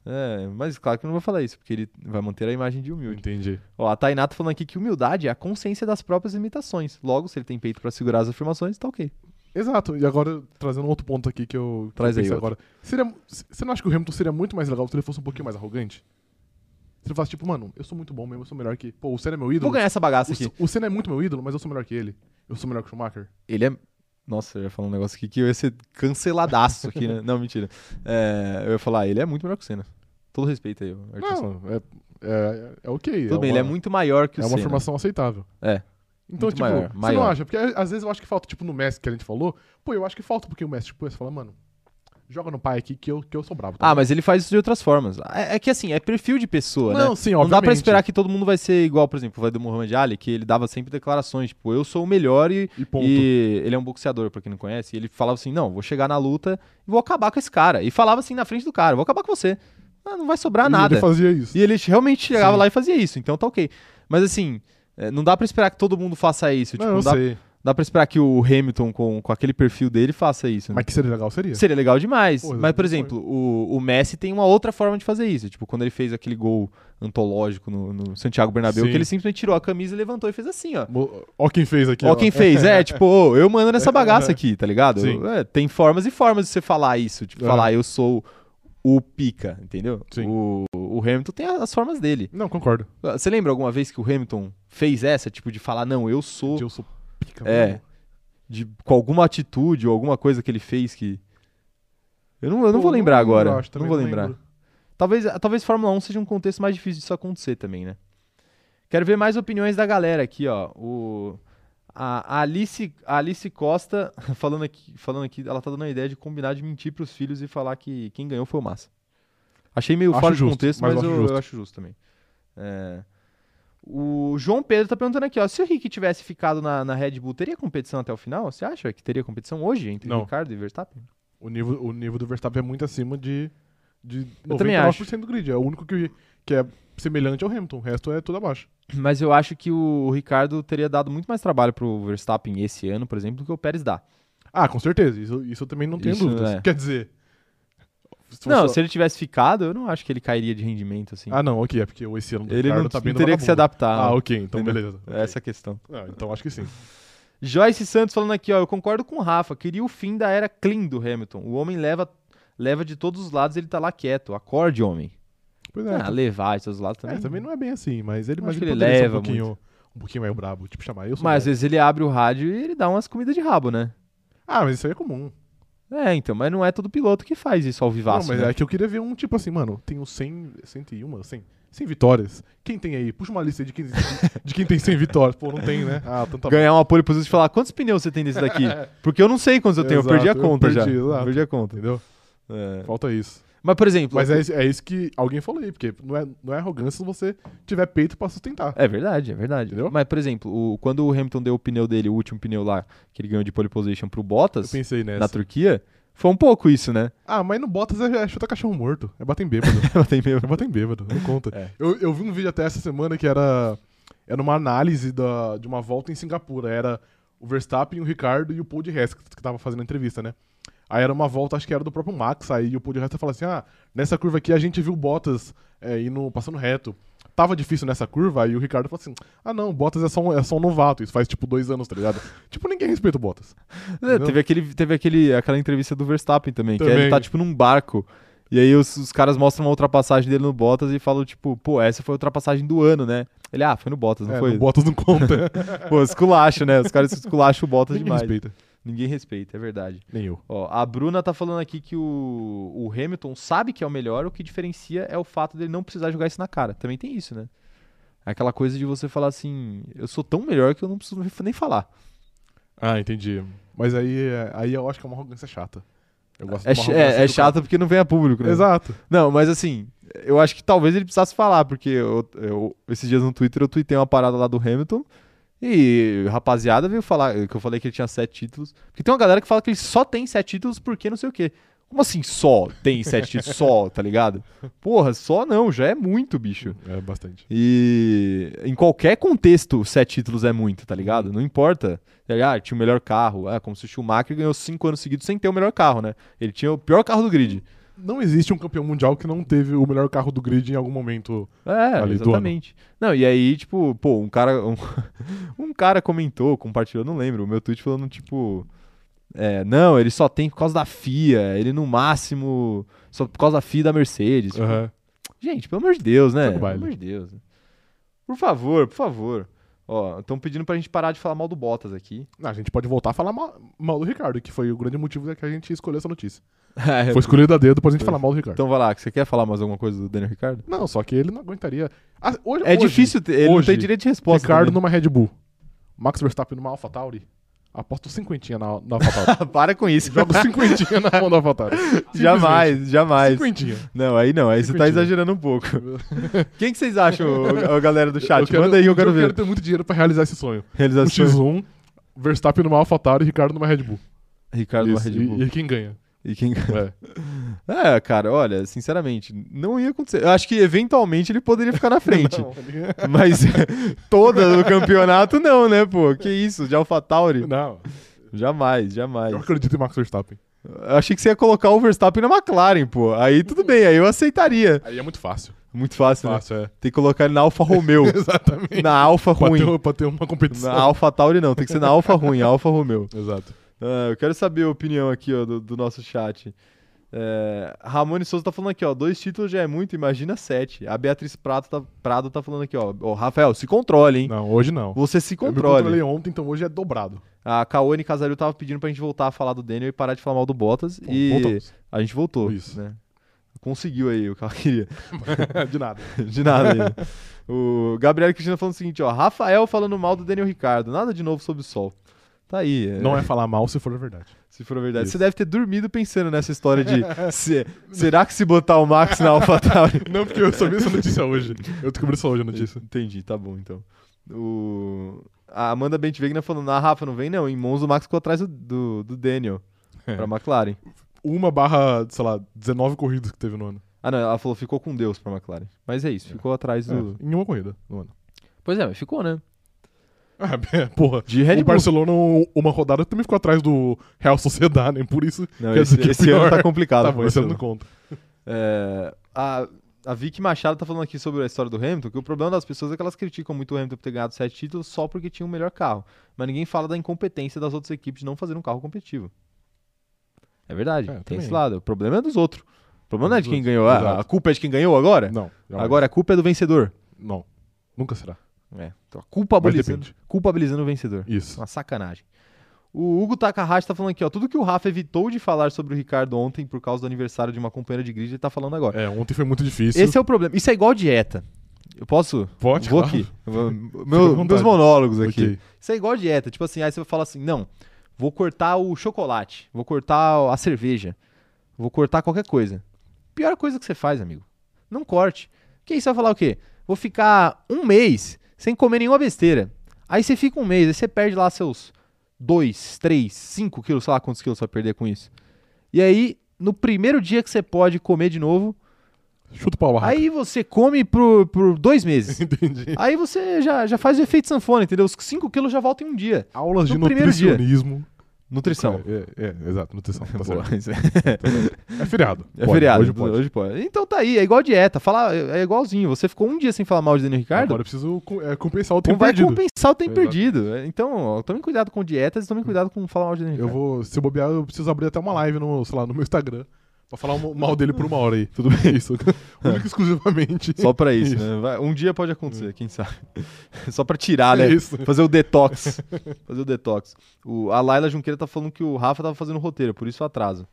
[SPEAKER 1] É, mas claro que eu não vou falar isso, porque ele vai manter a imagem de humilde.
[SPEAKER 2] entendi.
[SPEAKER 1] Ó, a Tainato falando aqui que humildade é a consciência das próprias limitações. Logo, se ele tem peito pra segurar as afirmações, tá ok.
[SPEAKER 2] Exato. E agora, trazendo um outro ponto aqui que eu, que
[SPEAKER 1] Traz
[SPEAKER 2] eu
[SPEAKER 1] aí
[SPEAKER 2] pensei
[SPEAKER 1] outro.
[SPEAKER 2] agora. Seria, c- você não acha que o Hamilton seria muito mais legal se ele fosse um pouquinho mais arrogante? Se ele fosse tipo, mano, eu sou muito bom mesmo, eu sou melhor que. Pô, o Senna é meu
[SPEAKER 1] Vou
[SPEAKER 2] ídolo.
[SPEAKER 1] ganhar essa bagaça
[SPEAKER 2] O,
[SPEAKER 1] aqui.
[SPEAKER 2] C- o Senna é muito meu ídolo, mas eu sou melhor que ele. Eu sou melhor que o Schumacher.
[SPEAKER 1] Ele é. Nossa, eu ia falar um negócio aqui que eu ia ser canceladaço aqui, né? Não, mentira. É, eu ia falar, ele é muito melhor que o Senna. Todo respeito aí, Ayrton Senna.
[SPEAKER 2] Não, é, é, é ok.
[SPEAKER 1] Tudo
[SPEAKER 2] é
[SPEAKER 1] bem, ele
[SPEAKER 2] uma,
[SPEAKER 1] é muito maior que o
[SPEAKER 2] É uma
[SPEAKER 1] Senna.
[SPEAKER 2] formação aceitável.
[SPEAKER 1] É.
[SPEAKER 2] Então,
[SPEAKER 1] Muito
[SPEAKER 2] tipo,
[SPEAKER 1] maior,
[SPEAKER 2] você não
[SPEAKER 1] maior.
[SPEAKER 2] acha? Porque às vezes eu acho que falta, tipo, no Messi que a gente falou. Pô, eu acho que falta um pouquinho o Messi. Tipo, você fala, mano, joga no pai aqui que eu, que eu sou bravo. tá?"
[SPEAKER 1] Ah, mas ele faz isso de outras formas. É, é que assim, é perfil de pessoa, né?
[SPEAKER 2] Não, sim,
[SPEAKER 1] Não
[SPEAKER 2] obviamente.
[SPEAKER 1] dá pra esperar que todo mundo vai ser igual, por exemplo, vai do Muhammad Ali, que ele dava sempre declarações, tipo, eu sou o melhor e,
[SPEAKER 2] E ponto.
[SPEAKER 1] e ele é um boxeador, pra quem não conhece, e ele falava assim, não, vou chegar na luta e vou acabar com esse cara. E falava assim na frente do cara, vou acabar com você. Ah, não vai sobrar
[SPEAKER 2] E
[SPEAKER 1] nada.
[SPEAKER 2] Ele fazia isso.
[SPEAKER 1] E ele realmente chegava
[SPEAKER 2] Sim.
[SPEAKER 1] lá e fazia isso, então tá ok. Mas assim, é, não dá pra esperar que todo mundo faça isso. Tipo,
[SPEAKER 2] não, eu
[SPEAKER 1] dá,
[SPEAKER 2] sei.
[SPEAKER 1] dá pra esperar que o Hamilton, com, com aquele perfil dele, faça isso. né?
[SPEAKER 2] Mas que seria legal, seria.
[SPEAKER 1] Seria legal demais.
[SPEAKER 2] Pô,
[SPEAKER 1] mas, por
[SPEAKER 2] foi.
[SPEAKER 1] exemplo, o, o Messi tem uma outra forma de fazer isso. Tipo, quando ele fez aquele gol antológico no, no Santiago Bernabéu,
[SPEAKER 2] Sim.
[SPEAKER 1] que ele simplesmente tirou a camisa e levantou e fez assim, ó.
[SPEAKER 2] Mo- Ó quem fez aqui.
[SPEAKER 1] ó quem fez, é, tipo, ô, eu mando nessa bagaça aqui, tá ligado?
[SPEAKER 2] Sim.
[SPEAKER 1] É, tem formas e formas de você falar isso, tipo,
[SPEAKER 2] É.
[SPEAKER 1] falar eu sou o pica, entendeu?
[SPEAKER 2] Sim.
[SPEAKER 1] O, o Hamilton tem as formas dele.
[SPEAKER 2] Não, concordo.
[SPEAKER 1] Ah, Você lembra alguma vez que o Hamilton fez essa, tipo, de falar, não, eu sou
[SPEAKER 2] Eu sou pica.
[SPEAKER 1] É.
[SPEAKER 2] mano.
[SPEAKER 1] de, com alguma atitude ou alguma coisa que ele fez que. Eu não, eu não
[SPEAKER 2] Pô,
[SPEAKER 1] vou lembrar
[SPEAKER 2] lembro,
[SPEAKER 1] agora.
[SPEAKER 2] acho,
[SPEAKER 1] não
[SPEAKER 2] também
[SPEAKER 1] vou lembrar.
[SPEAKER 2] lembro.
[SPEAKER 1] Talvez, talvez Fórmula 1 seja um contexto mais difícil disso acontecer também, né? Quero ver mais opiniões da galera aqui, ó. O, a a Alice, a Alice Costa falando aqui, falando aqui, ela tá dando a ideia de combinar de mentir pros filhos e falar que quem ganhou foi o Massa. Achei meio
[SPEAKER 2] Acho
[SPEAKER 1] fora de
[SPEAKER 2] justo,
[SPEAKER 1] contexto, mas,
[SPEAKER 2] mas eu
[SPEAKER 1] eu,
[SPEAKER 2] acho
[SPEAKER 1] eu
[SPEAKER 2] justo.
[SPEAKER 1] acho justo também. É, O João Pedro tá perguntando aqui, ó. Se o Rick tivesse ficado na, na Red Bull, teria competição até o final? Você acha que teria competição hoje entre
[SPEAKER 2] Não.
[SPEAKER 1] Ricardo e Verstappen?
[SPEAKER 2] O nível, o nível do Verstappen é muito acima de, de
[SPEAKER 1] Eu também acho.
[SPEAKER 2] 99% do grid. É o único que, que é semelhante ao Hamilton, o resto é tudo abaixo.
[SPEAKER 1] Mas eu acho que o Ricardo teria dado muito mais trabalho pro Verstappen esse ano, por exemplo, do que o Pérez dá.
[SPEAKER 2] Ah, com certeza, isso, isso eu também não tenho
[SPEAKER 1] Isso,
[SPEAKER 2] dúvidas.
[SPEAKER 1] é.
[SPEAKER 2] Quer dizer. se
[SPEAKER 1] não,
[SPEAKER 2] fosse-
[SPEAKER 1] se ele tivesse ficado, eu não acho que ele cairia de rendimento assim.
[SPEAKER 2] Ah, não, ok, é porque o esse ano do
[SPEAKER 1] ele
[SPEAKER 2] Ricardo
[SPEAKER 1] não,
[SPEAKER 2] tá
[SPEAKER 1] não
[SPEAKER 2] bem do
[SPEAKER 1] teria que se
[SPEAKER 2] vagabundo.
[SPEAKER 1] adaptar.
[SPEAKER 2] Ah, ok, então
[SPEAKER 1] Entendeu?
[SPEAKER 2] beleza.
[SPEAKER 1] É Essa a questão.
[SPEAKER 2] Ah, então acho que sim.
[SPEAKER 1] Joyce Santos falando aqui, ó, eu concordo com o Rafa, queria o fim da era clean do Hamilton. O homem leva leva de todos os lados, ele tá lá quieto. Acorde, homem.
[SPEAKER 2] Pois é,
[SPEAKER 1] Ah, levar de todos os lados também.
[SPEAKER 2] É, também não é bem assim, mas ele,
[SPEAKER 1] Acho
[SPEAKER 2] mas
[SPEAKER 1] que ele
[SPEAKER 2] poderia ser
[SPEAKER 1] leva
[SPEAKER 2] um pouquinho, um pouquinho mais brabo, tipo chamar eu sou
[SPEAKER 1] Mas às
[SPEAKER 2] brabo.
[SPEAKER 1] vezes ele abre o rádio e ele dá umas comidas de rabo, né?
[SPEAKER 2] Ah, mas isso aí é comum.
[SPEAKER 1] É, então, mas não é todo piloto que faz isso ao
[SPEAKER 2] Não,
[SPEAKER 1] vivaço.
[SPEAKER 2] mas
[SPEAKER 1] né?
[SPEAKER 2] é que eu queria ver um tipo assim, mano, tenho 100, 101, 100, 100 vitórias. Quem tem aí? Puxa uma lista aí de quem, de quem tem 100 vitórias. Pô, não tem, né? Ah, tanta
[SPEAKER 1] Ganhar uma pole position e falar quantos pneus você tem desse daqui? Porque eu não sei quantos eu tenho, eu perdi a
[SPEAKER 2] Exato, eu
[SPEAKER 1] conta já.
[SPEAKER 2] perdi, exato.
[SPEAKER 1] Perdi a conta.
[SPEAKER 2] entendeu?
[SPEAKER 1] É.
[SPEAKER 2] Falta isso.
[SPEAKER 1] Mas, por exemplo,
[SPEAKER 2] Mas é, isso- é isso que alguém falou aí, porque não é, não é arrogância se você tiver peito pra sustentar.
[SPEAKER 1] É verdade, é verdade.
[SPEAKER 2] Entendeu?
[SPEAKER 1] Mas, por exemplo, o- quando o Hamilton deu o pneu dele, o último pneu lá, que ele ganhou de pole position pro
[SPEAKER 2] Eu
[SPEAKER 1] Bottas,
[SPEAKER 2] pensei
[SPEAKER 1] na
[SPEAKER 2] nessa.
[SPEAKER 1] Turquia, foi um pouco isso, né?
[SPEAKER 2] Ah, mas no Bottas é, é chuta cachorro morto. É bater em bêbado.
[SPEAKER 1] Tem meio-
[SPEAKER 2] Eu botei em bêbado, não conta.
[SPEAKER 1] É.
[SPEAKER 2] Eu, eu vi um vídeo até essa semana que era, era uma análise da, de uma volta em Singapura. Era o Verstappen, o Ricardo e o Paul de Hess, que que tava fazendo a entrevista, né? Aí era uma volta, acho que era do próprio Max, aí o Paul de Hess falou assim, ah, nessa curva aqui a gente viu o Bottas é, indo, passando reto. Tava difícil nessa curva, aí o Ricardo falou assim, ah não, o Bottas é só, um, é só um novato, isso faz tipo dois anos, tá ligado? tipo, ninguém respeita o Bottas.
[SPEAKER 1] É, teve aquele, teve aquele, aquela entrevista do Verstappen também, que
[SPEAKER 2] Também.
[SPEAKER 1] ele tá, tipo, num barco. E aí os, os caras mostram uma ultrapassagem dele no Bottas e falam, tipo, pô, essa foi a ultrapassagem do ano, né? Ele, ah, foi no Bottas, não
[SPEAKER 2] É,
[SPEAKER 1] foi?
[SPEAKER 2] O Bottas não conta,
[SPEAKER 1] Pô, esculacho, né? Os caras esculacham o Bottas
[SPEAKER 2] ninguém
[SPEAKER 1] demais.
[SPEAKER 2] respeita.
[SPEAKER 1] Ninguém respeita, é verdade.
[SPEAKER 2] Nem eu.
[SPEAKER 1] Ó, a Bruna tá falando aqui que o, o Hamilton sabe que é o melhor, o que diferencia é o fato dele não precisar jogar isso na cara. Também tem isso, né? Aquela coisa de você falar assim, eu sou tão melhor que eu não preciso nem falar.
[SPEAKER 2] Ah, entendi. Mas aí, é- aí eu acho que é uma arrogância chata. Eu gosto
[SPEAKER 1] É,
[SPEAKER 2] de uma
[SPEAKER 1] ch-
[SPEAKER 2] arrogância
[SPEAKER 1] é, é
[SPEAKER 2] do
[SPEAKER 1] chato porque não vem a público,
[SPEAKER 2] cara.
[SPEAKER 1] né?
[SPEAKER 2] Exato.
[SPEAKER 1] Não, mas assim, eu acho que talvez ele precisasse falar, porque eu, eu- esses dias no Twitter eu tuitei uma parada lá do Hamilton e a rapaziada veio falar que eu falei que ele tinha sete títulos. Porque tem uma galera que fala que ele só tem sete títulos porque não sei o quê. Como assim só tem sete títulos? Só, tá ligado? Porra, só não, já é muito, bicho.
[SPEAKER 2] É bastante.
[SPEAKER 1] E em qualquer contexto, sete títulos é muito, tá ligado? Não importa. Ah, tinha o melhor carro. É como se o Schumacher ganhou cinco anos seguidos sem ter o melhor carro, né? Ele tinha o pior carro do grid.
[SPEAKER 2] Não existe um campeão mundial que não teve o melhor carro do grid em algum momento.
[SPEAKER 1] É,
[SPEAKER 2] Ali do
[SPEAKER 1] exatamente. Não, e aí, tipo, pô, um cara, um, um cara comentou, compartilhou, não lembro, o meu tweet falando, tipo, é, não, ele só tem por causa da FIA, ele no máximo, só por causa da FIA e da Mercedes. Tipo,
[SPEAKER 2] Aham.
[SPEAKER 1] Gente, pelo amor de Deus, né?
[SPEAKER 2] Segue o
[SPEAKER 1] Pelo
[SPEAKER 2] baile.
[SPEAKER 1] amor de Deus. Por favor, por favor. Ó, estão pedindo pra gente parar de falar mal do Bottas aqui.
[SPEAKER 2] Ah, A gente pode voltar a falar ma- mal, do Ricardo, que foi o grande motivo é que a gente escolheu essa notícia.
[SPEAKER 1] É,
[SPEAKER 2] Foi escolhido a dedo depois a gente
[SPEAKER 1] Foi.
[SPEAKER 2] falar mal do Ricardo.
[SPEAKER 1] Então vai lá, que você quer falar mais alguma coisa do Daniel Ricardo?
[SPEAKER 2] Não, só que ele não aguentaria. Ah, hoje,
[SPEAKER 1] É
[SPEAKER 2] hoje,
[SPEAKER 1] difícil, ter- ele não
[SPEAKER 2] hoje,
[SPEAKER 1] tem direito de resposta. né?
[SPEAKER 2] Ricardo
[SPEAKER 1] também.
[SPEAKER 2] numa Red Bull. Max Verstappen numa AlphaTauri. Aposto cinquentinha na, na AlphaTauri.
[SPEAKER 1] Para com isso.
[SPEAKER 2] Jogo cinquentinha na mão da AlphaTauri. Simplesmente.
[SPEAKER 1] Jamais, jamais.
[SPEAKER 2] Cinquentinha.
[SPEAKER 1] Não, aí não, aí você tá
[SPEAKER 2] Curtindo.
[SPEAKER 1] exagerando um pouco. Quem que vocês acham, ô- ô galera do chat?
[SPEAKER 2] Eu quero-
[SPEAKER 1] Manda aí, eu quero
[SPEAKER 2] Eu quero
[SPEAKER 1] ver.
[SPEAKER 2] ter muito dinheiro pra realizar esse sonho. Um
[SPEAKER 1] Realização.
[SPEAKER 2] X1, Verstappen numa AlphaTauri e Ricardo numa Red Bull.
[SPEAKER 1] Ricardo
[SPEAKER 2] Isso,
[SPEAKER 1] da Red Bull.
[SPEAKER 2] E, e quem ganha?
[SPEAKER 1] E quem...
[SPEAKER 2] É.
[SPEAKER 1] É, cara, olha, sinceramente, não ia acontecer. Eu acho que eventualmente ele poderia ficar na frente. Mas toda do campeonato, não, né, pô? Que isso, de AlphaTauri?
[SPEAKER 2] Não,
[SPEAKER 1] Jamais, jamais.
[SPEAKER 2] eu acredito em Max Verstappen.
[SPEAKER 1] Eu achei que você ia colocar o Verstappen na McLaren, pô. Aí tudo bem, aí eu aceitaria.
[SPEAKER 2] Aí é muito fácil.
[SPEAKER 1] Muito fácil, né?
[SPEAKER 2] Fácil, é.
[SPEAKER 1] Tem que colocar ele na Alfa Romeo.
[SPEAKER 2] Exatamente.
[SPEAKER 1] na Alfa
[SPEAKER 2] Pra
[SPEAKER 1] ruim.
[SPEAKER 2] ter, pra ter uma competição.
[SPEAKER 1] Na Alfa Tauri não, tem que ser na Alfa ruim, Alfa Romeo.
[SPEAKER 2] Exato.
[SPEAKER 1] Ah, eu quero saber a opinião aqui ó, do, do nosso chat. É, Ramone Souza tá falando aqui, ó. Dois títulos já é muito, imagina sete. A Beatriz Prado tá, Prado tá falando aqui, ó. Ô, Rafael, se controle, hein?
[SPEAKER 2] Não, hoje não.
[SPEAKER 1] Você se
[SPEAKER 2] Eu me
[SPEAKER 1] controle.
[SPEAKER 2] controlei ontem, então hoje é dobrado.
[SPEAKER 1] A Kaone Casario tava pedindo pra gente voltar a falar do Daniel e parar de falar mal do Bottas.
[SPEAKER 2] Bom,
[SPEAKER 1] e
[SPEAKER 2] voltamos.
[SPEAKER 1] a gente voltou.
[SPEAKER 2] Isso.
[SPEAKER 1] né? Conseguiu aí o que ela queria.
[SPEAKER 2] De nada.
[SPEAKER 1] De nada. Ainda. o Gabriel Cristina falando o seguinte, ó. Rafael falando mal do Daniel Ricardo. Nada de novo sob o sol. Tá aí. é-
[SPEAKER 2] Não é falar mal se for a verdade.
[SPEAKER 1] Se for a verdade.
[SPEAKER 2] Isso.
[SPEAKER 1] Você deve ter dormido pensando nessa história de se- será que se botar o Max na AlphaTauri?
[SPEAKER 2] Não, porque eu só vi essa notícia hoje. Eu descobri só hoje a notícia.
[SPEAKER 1] Entendi, tá bom então. O... A Amanda Bentvegna falando, ah, Rafa, não vem não. Em Monza o Max ficou atrás do, do, do Daniel
[SPEAKER 2] É.
[SPEAKER 1] pra McLaren.
[SPEAKER 2] Uma barra, sei lá, 19 corridas que teve no ano.
[SPEAKER 1] Ah, não, ela falou ficou com Deus pra McLaren. Mas é isso,
[SPEAKER 2] É.
[SPEAKER 1] ficou atrás do.
[SPEAKER 2] É, em uma corrida no ano.
[SPEAKER 1] Pois é, mas ficou, né?
[SPEAKER 2] Ah, porra.
[SPEAKER 1] De Red Bull.
[SPEAKER 2] o Barcelona, um- uma rodada também ficou atrás do Real Sociedad, nem por isso.
[SPEAKER 1] Não,
[SPEAKER 2] quer
[SPEAKER 1] esse,
[SPEAKER 2] dizer que
[SPEAKER 1] esse ano
[SPEAKER 2] pior.
[SPEAKER 1] tá complicado.
[SPEAKER 2] tá
[SPEAKER 1] pro
[SPEAKER 2] bom, esse ano
[SPEAKER 1] Barcelona.
[SPEAKER 2] não conta.
[SPEAKER 1] É, a, a Vicky Machado tá falando aqui sobre a história do Hamilton, que o problema das pessoas é que elas criticam muito o Hamilton por ter ganhado sete títulos só porque tinha o melhor carro. Mas ninguém fala da incompetência das outras equipes de não fazer um carro competitivo. É verdade,
[SPEAKER 2] É,
[SPEAKER 1] tem
[SPEAKER 2] também.
[SPEAKER 1] esse lado. O problema é dos outros. O problema não é de
[SPEAKER 2] Dos
[SPEAKER 1] quem
[SPEAKER 2] outros,
[SPEAKER 1] ganhou. Ah, A,
[SPEAKER 2] exato.
[SPEAKER 1] culpa é de quem ganhou agora?
[SPEAKER 2] Não. jamais.
[SPEAKER 1] agora a culpa é do vencedor.
[SPEAKER 2] Não. Nunca será.
[SPEAKER 1] É, então, culpabilizando,
[SPEAKER 2] depende.
[SPEAKER 1] culpabilizando o vencedor.
[SPEAKER 2] Isso.
[SPEAKER 1] Uma sacanagem. O Hugo Takahashi tá falando aqui, ó. Tudo que o Rafa evitou de falar sobre o Ricardo ontem por causa do aniversário de uma companheira de grid, ele tá falando agora.
[SPEAKER 2] É, ontem foi muito difícil.
[SPEAKER 1] Esse é o problema. Isso é igual dieta. Eu posso?
[SPEAKER 2] Pode,
[SPEAKER 1] Vou
[SPEAKER 2] claro.
[SPEAKER 1] aqui. Eu vou-
[SPEAKER 2] à
[SPEAKER 1] Meu,
[SPEAKER 2] vontade.
[SPEAKER 1] meus monólogos aqui.
[SPEAKER 2] Ok.
[SPEAKER 1] Isso é igual dieta. Tipo assim, aí você fala assim: não, vou cortar o chocolate, vou cortar a cerveja, vou cortar qualquer coisa. Pior coisa que você faz, amigo. Não corte. Porque aí você vai falar o quê? Vou ficar um mês sem comer nenhuma besteira. Aí você fica um mês, aí você perde lá seus 2, 3, 5 quilos, sei lá quantos quilos você vai perder com isso. E aí, no primeiro dia que você pode comer de novo,
[SPEAKER 2] Chuta o pau barraca.
[SPEAKER 1] Aí você come por, por dois meses.
[SPEAKER 2] Entendi.
[SPEAKER 1] Aí você já, já faz o efeito sanfona, entendeu? Os 5 quilos já voltam em um dia.
[SPEAKER 2] Aulas de
[SPEAKER 1] No primeiro dia.
[SPEAKER 2] nutricionismo.
[SPEAKER 1] Nutrição.
[SPEAKER 2] É, é, é, exato, nutrição. tá
[SPEAKER 1] Boa.
[SPEAKER 2] certo. É feriado.
[SPEAKER 1] É
[SPEAKER 2] Pode,
[SPEAKER 1] feriado.
[SPEAKER 2] Hoje pode.
[SPEAKER 1] Então tá aí, é igual dieta. Falar, é igualzinho. Você ficou um dia sem falar mal de Daniel Ricardo,
[SPEAKER 2] Agora eu preciso co- é, compensar o
[SPEAKER 1] não
[SPEAKER 2] tempo
[SPEAKER 1] Então vai
[SPEAKER 2] perdido.
[SPEAKER 1] compensar o tempo
[SPEAKER 2] Exato.
[SPEAKER 1] perdido. É, Então, ó, tomem cuidado com dietas e tomem cuidado com falar mal de Daniel
[SPEAKER 2] Eu
[SPEAKER 1] Ricardo.
[SPEAKER 2] vou, se eu bobear, eu preciso abrir até uma live no, sei lá, no meu Instagram pra falar um- mal dele por uma hora aí. Tudo bem? Isso. Único e exclusivamente.
[SPEAKER 1] Só pra isso,
[SPEAKER 2] Isso. Hum.
[SPEAKER 1] né? Vai- um dia pode acontecer, quem sabe. Só pra tirar, né?
[SPEAKER 2] É Isso.
[SPEAKER 1] Fazer o detox. Fazer o detox. O, a Laila Junqueira tá falando que o Rafa tava fazendo o roteiro, por isso o atraso.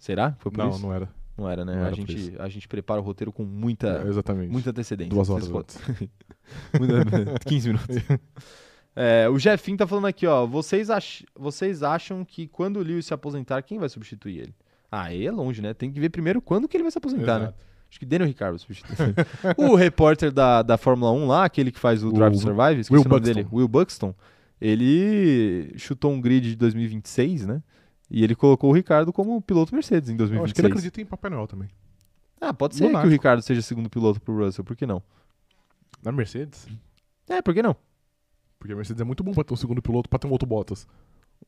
[SPEAKER 1] Será? Foi por
[SPEAKER 2] Não,
[SPEAKER 1] isso?
[SPEAKER 2] não era.
[SPEAKER 1] Não era, né?
[SPEAKER 2] Não
[SPEAKER 1] a,
[SPEAKER 2] era por
[SPEAKER 1] gente, a gente prepara o roteiro com muita,
[SPEAKER 2] É, exatamente.
[SPEAKER 1] muita antecedência.
[SPEAKER 2] Duas horas
[SPEAKER 1] Vocês podem- Muita- 15 minutos. É, o Jefim tá falando aqui, ó. Vocês, ach- vocês acham que quando o Lewis se aposentar, quem vai substituir ele? Ah, aí é longe, né? Tem que ver primeiro quando que ele vai se aposentar, né?
[SPEAKER 2] Exato.
[SPEAKER 1] Acho que Daniel Ricardo substitui. o repórter da, da Fórmula 1 lá, aquele que faz o Drive to
[SPEAKER 2] O
[SPEAKER 1] Survive, esqueci
[SPEAKER 2] Will
[SPEAKER 1] o nome
[SPEAKER 2] Buxton.
[SPEAKER 1] dele, Will Buxton, ele chutou um grid de 2026, né? E ele colocou o Ricardo como piloto Mercedes em
[SPEAKER 2] Eu
[SPEAKER 1] 2026.
[SPEAKER 2] acho que ele acredita em Papai Noel também.
[SPEAKER 1] Ah, pode ser que
[SPEAKER 2] Lunático.
[SPEAKER 1] o Ricardo seja segundo piloto pro Russell, por que não?
[SPEAKER 2] Na Mercedes?
[SPEAKER 1] É, por que não?
[SPEAKER 2] Porque a Mercedes é muito bom pra ter um segundo piloto, pra ter um outro Bottas.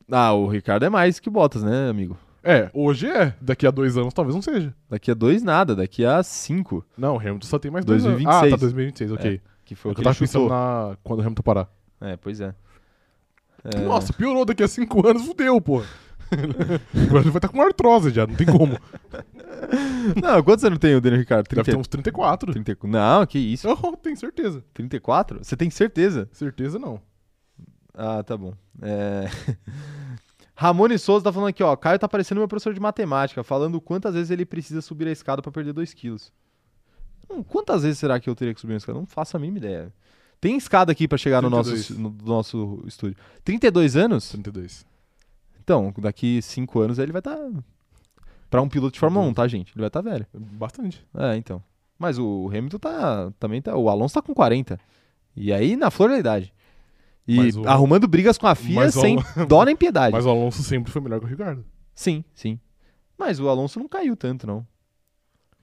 [SPEAKER 1] Ah, o Ricardo é mais que o Bottas, né, amigo?
[SPEAKER 2] É, hoje é. Daqui a dois anos talvez não seja.
[SPEAKER 1] Daqui a dois nada, daqui a cinco,
[SPEAKER 2] Não, o Hamilton só tem mais dois anos.
[SPEAKER 1] 2026.
[SPEAKER 2] Ah, tá, 2026, ok.
[SPEAKER 1] que foi o
[SPEAKER 2] É eu
[SPEAKER 1] que
[SPEAKER 2] tava
[SPEAKER 1] É, ele chutou.
[SPEAKER 2] pensando na... quando o Hamilton parar.
[SPEAKER 1] É, pois é. É,
[SPEAKER 2] Nossa, piorou daqui a cinco anos, fudeu, pô. Agora ele vai estar com artrose já, não tem como.
[SPEAKER 1] Não, quantos anos tem o Daniel Ricardo?
[SPEAKER 2] Deve
[SPEAKER 1] 30...
[SPEAKER 2] ter uns 34.
[SPEAKER 1] 30... Não, que isso.
[SPEAKER 2] Eu tenho certeza.
[SPEAKER 1] 34? Você tem certeza?
[SPEAKER 2] Certeza não.
[SPEAKER 1] Ah, tá bom. É... Ramone Souza tá falando aqui, ó. Caio tá parecendo meu professor de matemática, falando quantas vezes ele precisa subir a escada pra perder 2 quilos. Hum, quantas vezes será que eu teria que subir a escada? Não faço a mínima ideia. Tem escada aqui pra chegar no nosso,
[SPEAKER 2] 32.
[SPEAKER 1] no nosso estúdio. 32 anos?
[SPEAKER 2] 32.
[SPEAKER 1] Então, daqui 5 anos ele vai estar. Tá... Pra um piloto de Fórmula 1, tá, gente? Ele vai estar tá velho.
[SPEAKER 2] Bastante.
[SPEAKER 1] É, então. Mas o Hamilton tá. Também tá. O Alonso tá com 40. E aí, na flor da idade. E
[SPEAKER 2] Mas o-
[SPEAKER 1] arrumando brigas com a FIA
[SPEAKER 2] Mas o
[SPEAKER 1] sem dó nem piedade.
[SPEAKER 2] Mas o Alonso sempre foi melhor que o Ricardo.
[SPEAKER 1] Sim, sim. Mas o Alonso não caiu tanto, não.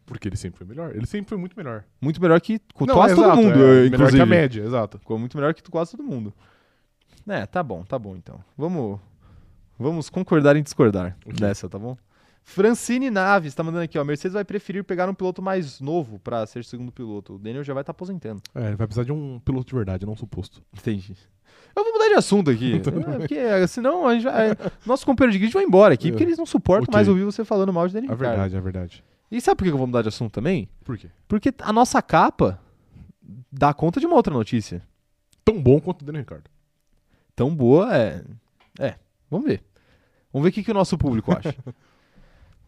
[SPEAKER 2] Porque ele sempre foi melhor. Ele sempre foi muito melhor.
[SPEAKER 1] Muito melhor que
[SPEAKER 2] Não,
[SPEAKER 1] quase todo
[SPEAKER 2] exato,
[SPEAKER 1] mundo,
[SPEAKER 2] é
[SPEAKER 1] eu-
[SPEAKER 2] Melhor que
[SPEAKER 1] inclusive.
[SPEAKER 2] a média, exato.
[SPEAKER 1] Ficou muito melhor que quase todo mundo. É, tá bom, tá bom então. Vamos, vamos concordar em discordar dessa, tá bom? Francine Naves tá mandando aqui, ó. Mercedes vai preferir pegar um piloto mais novo pra ser segundo piloto. O Daniel já vai estar aposentando.
[SPEAKER 2] É, ele vai precisar de um piloto de verdade, não suposto.
[SPEAKER 1] Entendi. Eu vou mudar de assunto aqui.
[SPEAKER 2] Tá
[SPEAKER 1] é, porque é, senão a gente vai, é, nosso companheiro de grid vai embora aqui,
[SPEAKER 2] É.
[SPEAKER 1] porque eles não suportam
[SPEAKER 2] Ok.
[SPEAKER 1] mais ouvir você falando mal de Daniel.
[SPEAKER 2] É
[SPEAKER 1] Ricciardo.
[SPEAKER 2] verdade, é verdade.
[SPEAKER 1] E sabe por que eu vou mudar de assunto também?
[SPEAKER 2] Por quê?
[SPEAKER 1] Porque a nossa capa dá conta de uma outra notícia.
[SPEAKER 2] Tão bom quanto o Daniel Ricardo.
[SPEAKER 1] Tão boa é. É, vamos ver. Vamos ver o que, que o nosso público acha.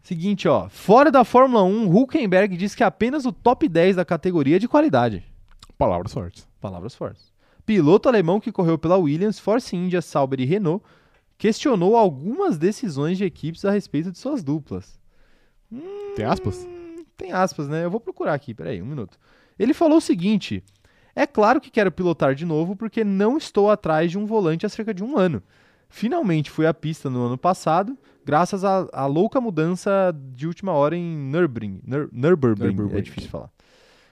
[SPEAKER 1] Seguinte, ó. Fora da Fórmula 1, Huckenberg diz que é apenas o top 10 da categoria é de qualidade.
[SPEAKER 2] Palavras fortes.
[SPEAKER 1] Palavras fortes. Piloto alemão que correu pela Williams, Force India, Sauber e Renault questionou algumas decisões de equipes a respeito de suas duplas.
[SPEAKER 2] Tem aspas?
[SPEAKER 1] Tem aspas, né? Eu vou procurar aqui, peraí, um minuto. Ele falou o seguinte: é claro que quero pilotar de novo porque não estou atrás de um volante há cerca de um ano. Finalmente fui à pista no ano passado, graças à, à louca mudança de última hora em Nürburgring. Nür- Nürburgring, é
[SPEAKER 2] Nürburgring.
[SPEAKER 1] difícil falar.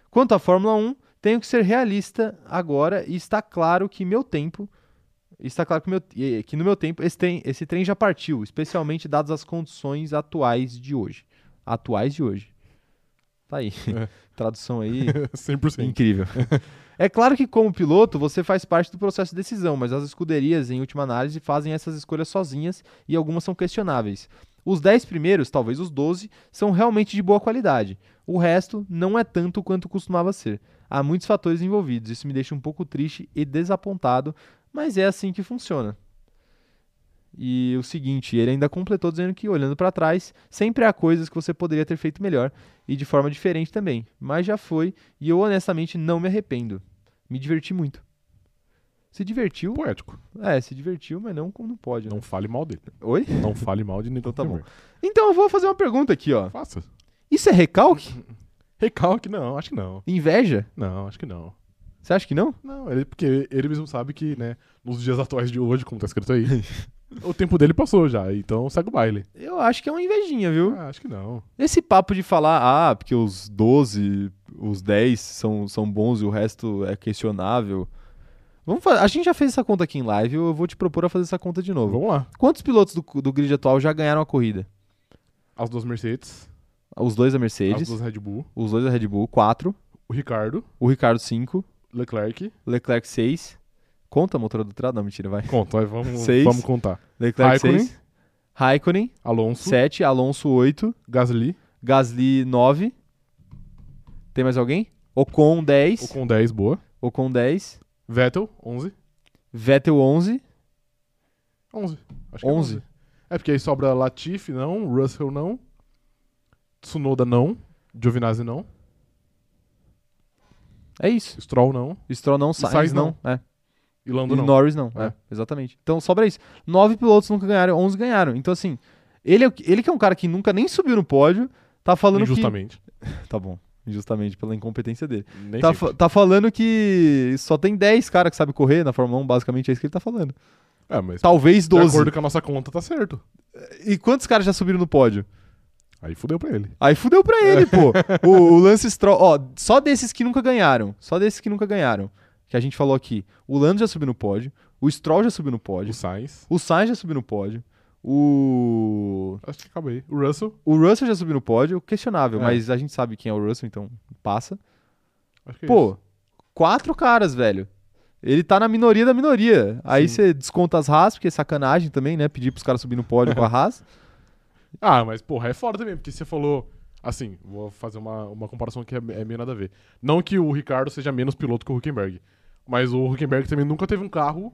[SPEAKER 1] Quanto à Fórmula 1, tenho que ser realista agora e está claro que meu tempo está claro que, meu- eh, que no meu tempo esse, tem- esse trem já partiu, especialmente dadas as condições atuais de hoje. Atuais de hoje. Tá aí. Tradução aí
[SPEAKER 2] 100%.
[SPEAKER 1] Incrível. é claro que, como piloto, você faz parte do processo de decisão, mas as escuderias, em última análise, fazem essas escolhas sozinhas e algumas são questionáveis. Os 10 primeiros, talvez os 12, são realmente de boa qualidade. O resto não é tanto quanto costumava ser. Há muitos fatores envolvidos, isso me deixa um pouco triste e desapontado, mas é assim que funciona. E o seguinte, ele ainda completou dizendo que, olhando para trás, sempre há coisas que você poderia ter feito melhor e de forma diferente também, mas já foi e eu honestamente não me arrependo. Me diverti muito. Se divertiu?
[SPEAKER 2] Poético.
[SPEAKER 1] É, se divertiu, mas não como não pode. né?
[SPEAKER 2] Não fale mal dele.
[SPEAKER 1] Oi?
[SPEAKER 2] Não fale mal de Nintendo.
[SPEAKER 1] Então tá bom. Então eu vou fazer uma pergunta aqui, ó.
[SPEAKER 2] Faça.
[SPEAKER 1] Isso é recalque?
[SPEAKER 2] Recalque, não, acho que não.
[SPEAKER 1] Inveja?
[SPEAKER 2] Não, acho que não.
[SPEAKER 1] Você acha que não?
[SPEAKER 2] Não, ele, porque ele mesmo sabe que, né, nos dias atuais de hoje, como tá escrito aí, o tempo dele passou já, então segue o baile.
[SPEAKER 1] Eu acho que é uma invejinha, viu?
[SPEAKER 2] Ah, acho que não.
[SPEAKER 1] Esse papo de falar, ah, porque os 12, os 10 são, são bons e o resto é questionável. Vamos fa- A gente já fez essa conta aqui em live, eu vou te propor a fazer essa conta de novo.
[SPEAKER 2] Então Vamos lá.
[SPEAKER 1] Quantos pilotos do, do grid atual já ganharam a corrida?
[SPEAKER 2] As duas Mercedes,
[SPEAKER 1] Os dois da
[SPEAKER 2] as
[SPEAKER 1] Mercedes,
[SPEAKER 2] duas Red Bull,
[SPEAKER 1] os dois da Red Bull, 4.
[SPEAKER 2] o Ricardo,
[SPEAKER 1] O Ricardo, 5.
[SPEAKER 2] Leclerc.
[SPEAKER 1] Leclerc 6. Conta motor adulterado? Não, mentira, vai.
[SPEAKER 2] Conta, vai, vamos,
[SPEAKER 1] Seis.
[SPEAKER 2] vamos contar.
[SPEAKER 1] Leclerc
[SPEAKER 2] Raikkonen.
[SPEAKER 1] 6. Raikkonen,
[SPEAKER 2] Alonso,
[SPEAKER 1] 7. Alonso, 8.
[SPEAKER 2] Gasly,
[SPEAKER 1] Gasly, 9. Tem mais alguém? Ocon, 10.
[SPEAKER 2] o com 10, boa.
[SPEAKER 1] Ocon, 10.
[SPEAKER 2] Vettel, 11.
[SPEAKER 1] Vettel, 11.
[SPEAKER 2] 11. Acho que
[SPEAKER 1] 11.
[SPEAKER 2] É, 11. É, porque aí sobra Latifi, não, Russell, não, Tsunoda, não, Giovinazzi, não,
[SPEAKER 1] É isso.
[SPEAKER 2] Stroll, não,
[SPEAKER 1] Stroll não, Sainz,
[SPEAKER 2] Sainz
[SPEAKER 1] não. É.
[SPEAKER 2] e Lando,
[SPEAKER 1] E
[SPEAKER 2] não.
[SPEAKER 1] Norris não. É.
[SPEAKER 2] É.
[SPEAKER 1] exatamente. Então sobra isso. Nove pilotos nunca ganharam, 11 ganharam. Então assim, ele, é o que- ele que é um cara que nunca nem subiu no pódio, tá falando
[SPEAKER 2] Injustamente.
[SPEAKER 1] que... Tá bom. Injustamente, pela incompetência dele.
[SPEAKER 2] Nem
[SPEAKER 1] Tá,
[SPEAKER 2] sempre.
[SPEAKER 1] fa- tá falando que só tem 10 cara que sabe correr na Fórmula 1, basicamente é isso que ele tá falando.
[SPEAKER 2] É, mas
[SPEAKER 1] Talvez
[SPEAKER 2] de
[SPEAKER 1] 12.
[SPEAKER 2] acordo com a nossa conta, tá certo.
[SPEAKER 1] E quantos caras já subiram no pódio?
[SPEAKER 2] Aí fudeu pra ele.
[SPEAKER 1] Aí fudeu pra ele, pô. O, o Lance Stroll, ó, só desses que nunca ganharam, só desses que nunca ganharam, que a gente falou aqui, o Lando já subiu no pódio, o Stroll já subiu no
[SPEAKER 2] O
[SPEAKER 1] pódio,
[SPEAKER 2] Sainz.
[SPEAKER 1] o Sainz já subiu no pódio, o
[SPEAKER 2] Acho que acabei. O Russell.
[SPEAKER 1] o Russell já subiu no pódio, questionável,
[SPEAKER 2] É.
[SPEAKER 1] mas a gente sabe quem é o Russell, então passa.
[SPEAKER 2] Acho que é
[SPEAKER 1] Pô,
[SPEAKER 2] isso.
[SPEAKER 1] quatro caras, velho. Ele tá na minoria da minoria. Aí
[SPEAKER 2] Sim.
[SPEAKER 1] você desconta as Haas, porque é sacanagem também, né? Pedir pros caras subir no pódio com a Haas.
[SPEAKER 2] Ah, mas porra, é foda também, porque você falou. Assim, vou fazer uma, uma comparação que é, é meio nada a ver. Não que o Ricardo seja menos piloto que o Huckenberg. Mas o Huckenberg também nunca teve um carro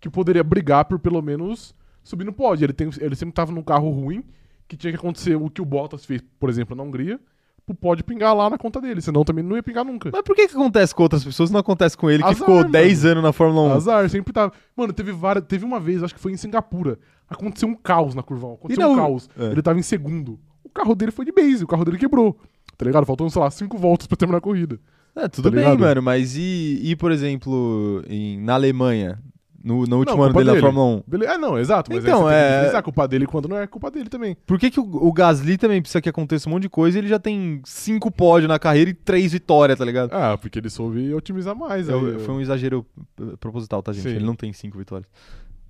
[SPEAKER 2] que poderia brigar por pelo menos subir no pódio. Ele, tem, ele sempre tava num carro ruim, que tinha que acontecer o que o Bottas fez, por exemplo, na Hungria, pro pódio pingar lá na conta dele. Senão também não ia pingar nunca.
[SPEAKER 1] Mas por que que acontece com outras pessoas e não acontece com ele, que
[SPEAKER 2] Azar,
[SPEAKER 1] ficou
[SPEAKER 2] mano.
[SPEAKER 1] 10 anos na Fórmula 1?
[SPEAKER 2] Azar, sempre tava. Mano, teve várias. Teve uma vez, acho que foi em Singapura. Aconteceu um caos na curva. Aconteceu
[SPEAKER 1] E
[SPEAKER 2] um
[SPEAKER 1] na U-
[SPEAKER 2] caos.
[SPEAKER 1] É.
[SPEAKER 2] Ele tava em segundo. O carro dele foi de base, o carro dele quebrou. Tá ligado? Faltando, sei lá, cinco voltas pra terminar a corrida.
[SPEAKER 1] É, tudo
[SPEAKER 2] Tá
[SPEAKER 1] bem,
[SPEAKER 2] ligado?
[SPEAKER 1] mano, mas e, e, por exemplo, em- na Alemanha, no, no último
[SPEAKER 2] Não,
[SPEAKER 1] ano
[SPEAKER 2] culpa
[SPEAKER 1] dele, na
[SPEAKER 2] dele.
[SPEAKER 1] Fórmula 1?
[SPEAKER 2] Beleza? É, não, exato. Mas
[SPEAKER 1] Então,
[SPEAKER 2] aí você tem
[SPEAKER 1] é-
[SPEAKER 2] que analisar a culpa dele quando não é culpa dele também.
[SPEAKER 1] Por que, que o, o Gasly também precisa que aconteça um monte de coisa e ele já tem cinco pódios na carreira e três vitórias, tá ligado?
[SPEAKER 2] Ah, porque ele soube otimizar mais.
[SPEAKER 1] Eu-
[SPEAKER 2] aí,
[SPEAKER 1] Foi um exagero eh, proposital, tá, gente?
[SPEAKER 2] Sim.
[SPEAKER 1] Ele não tem cinco vitórias.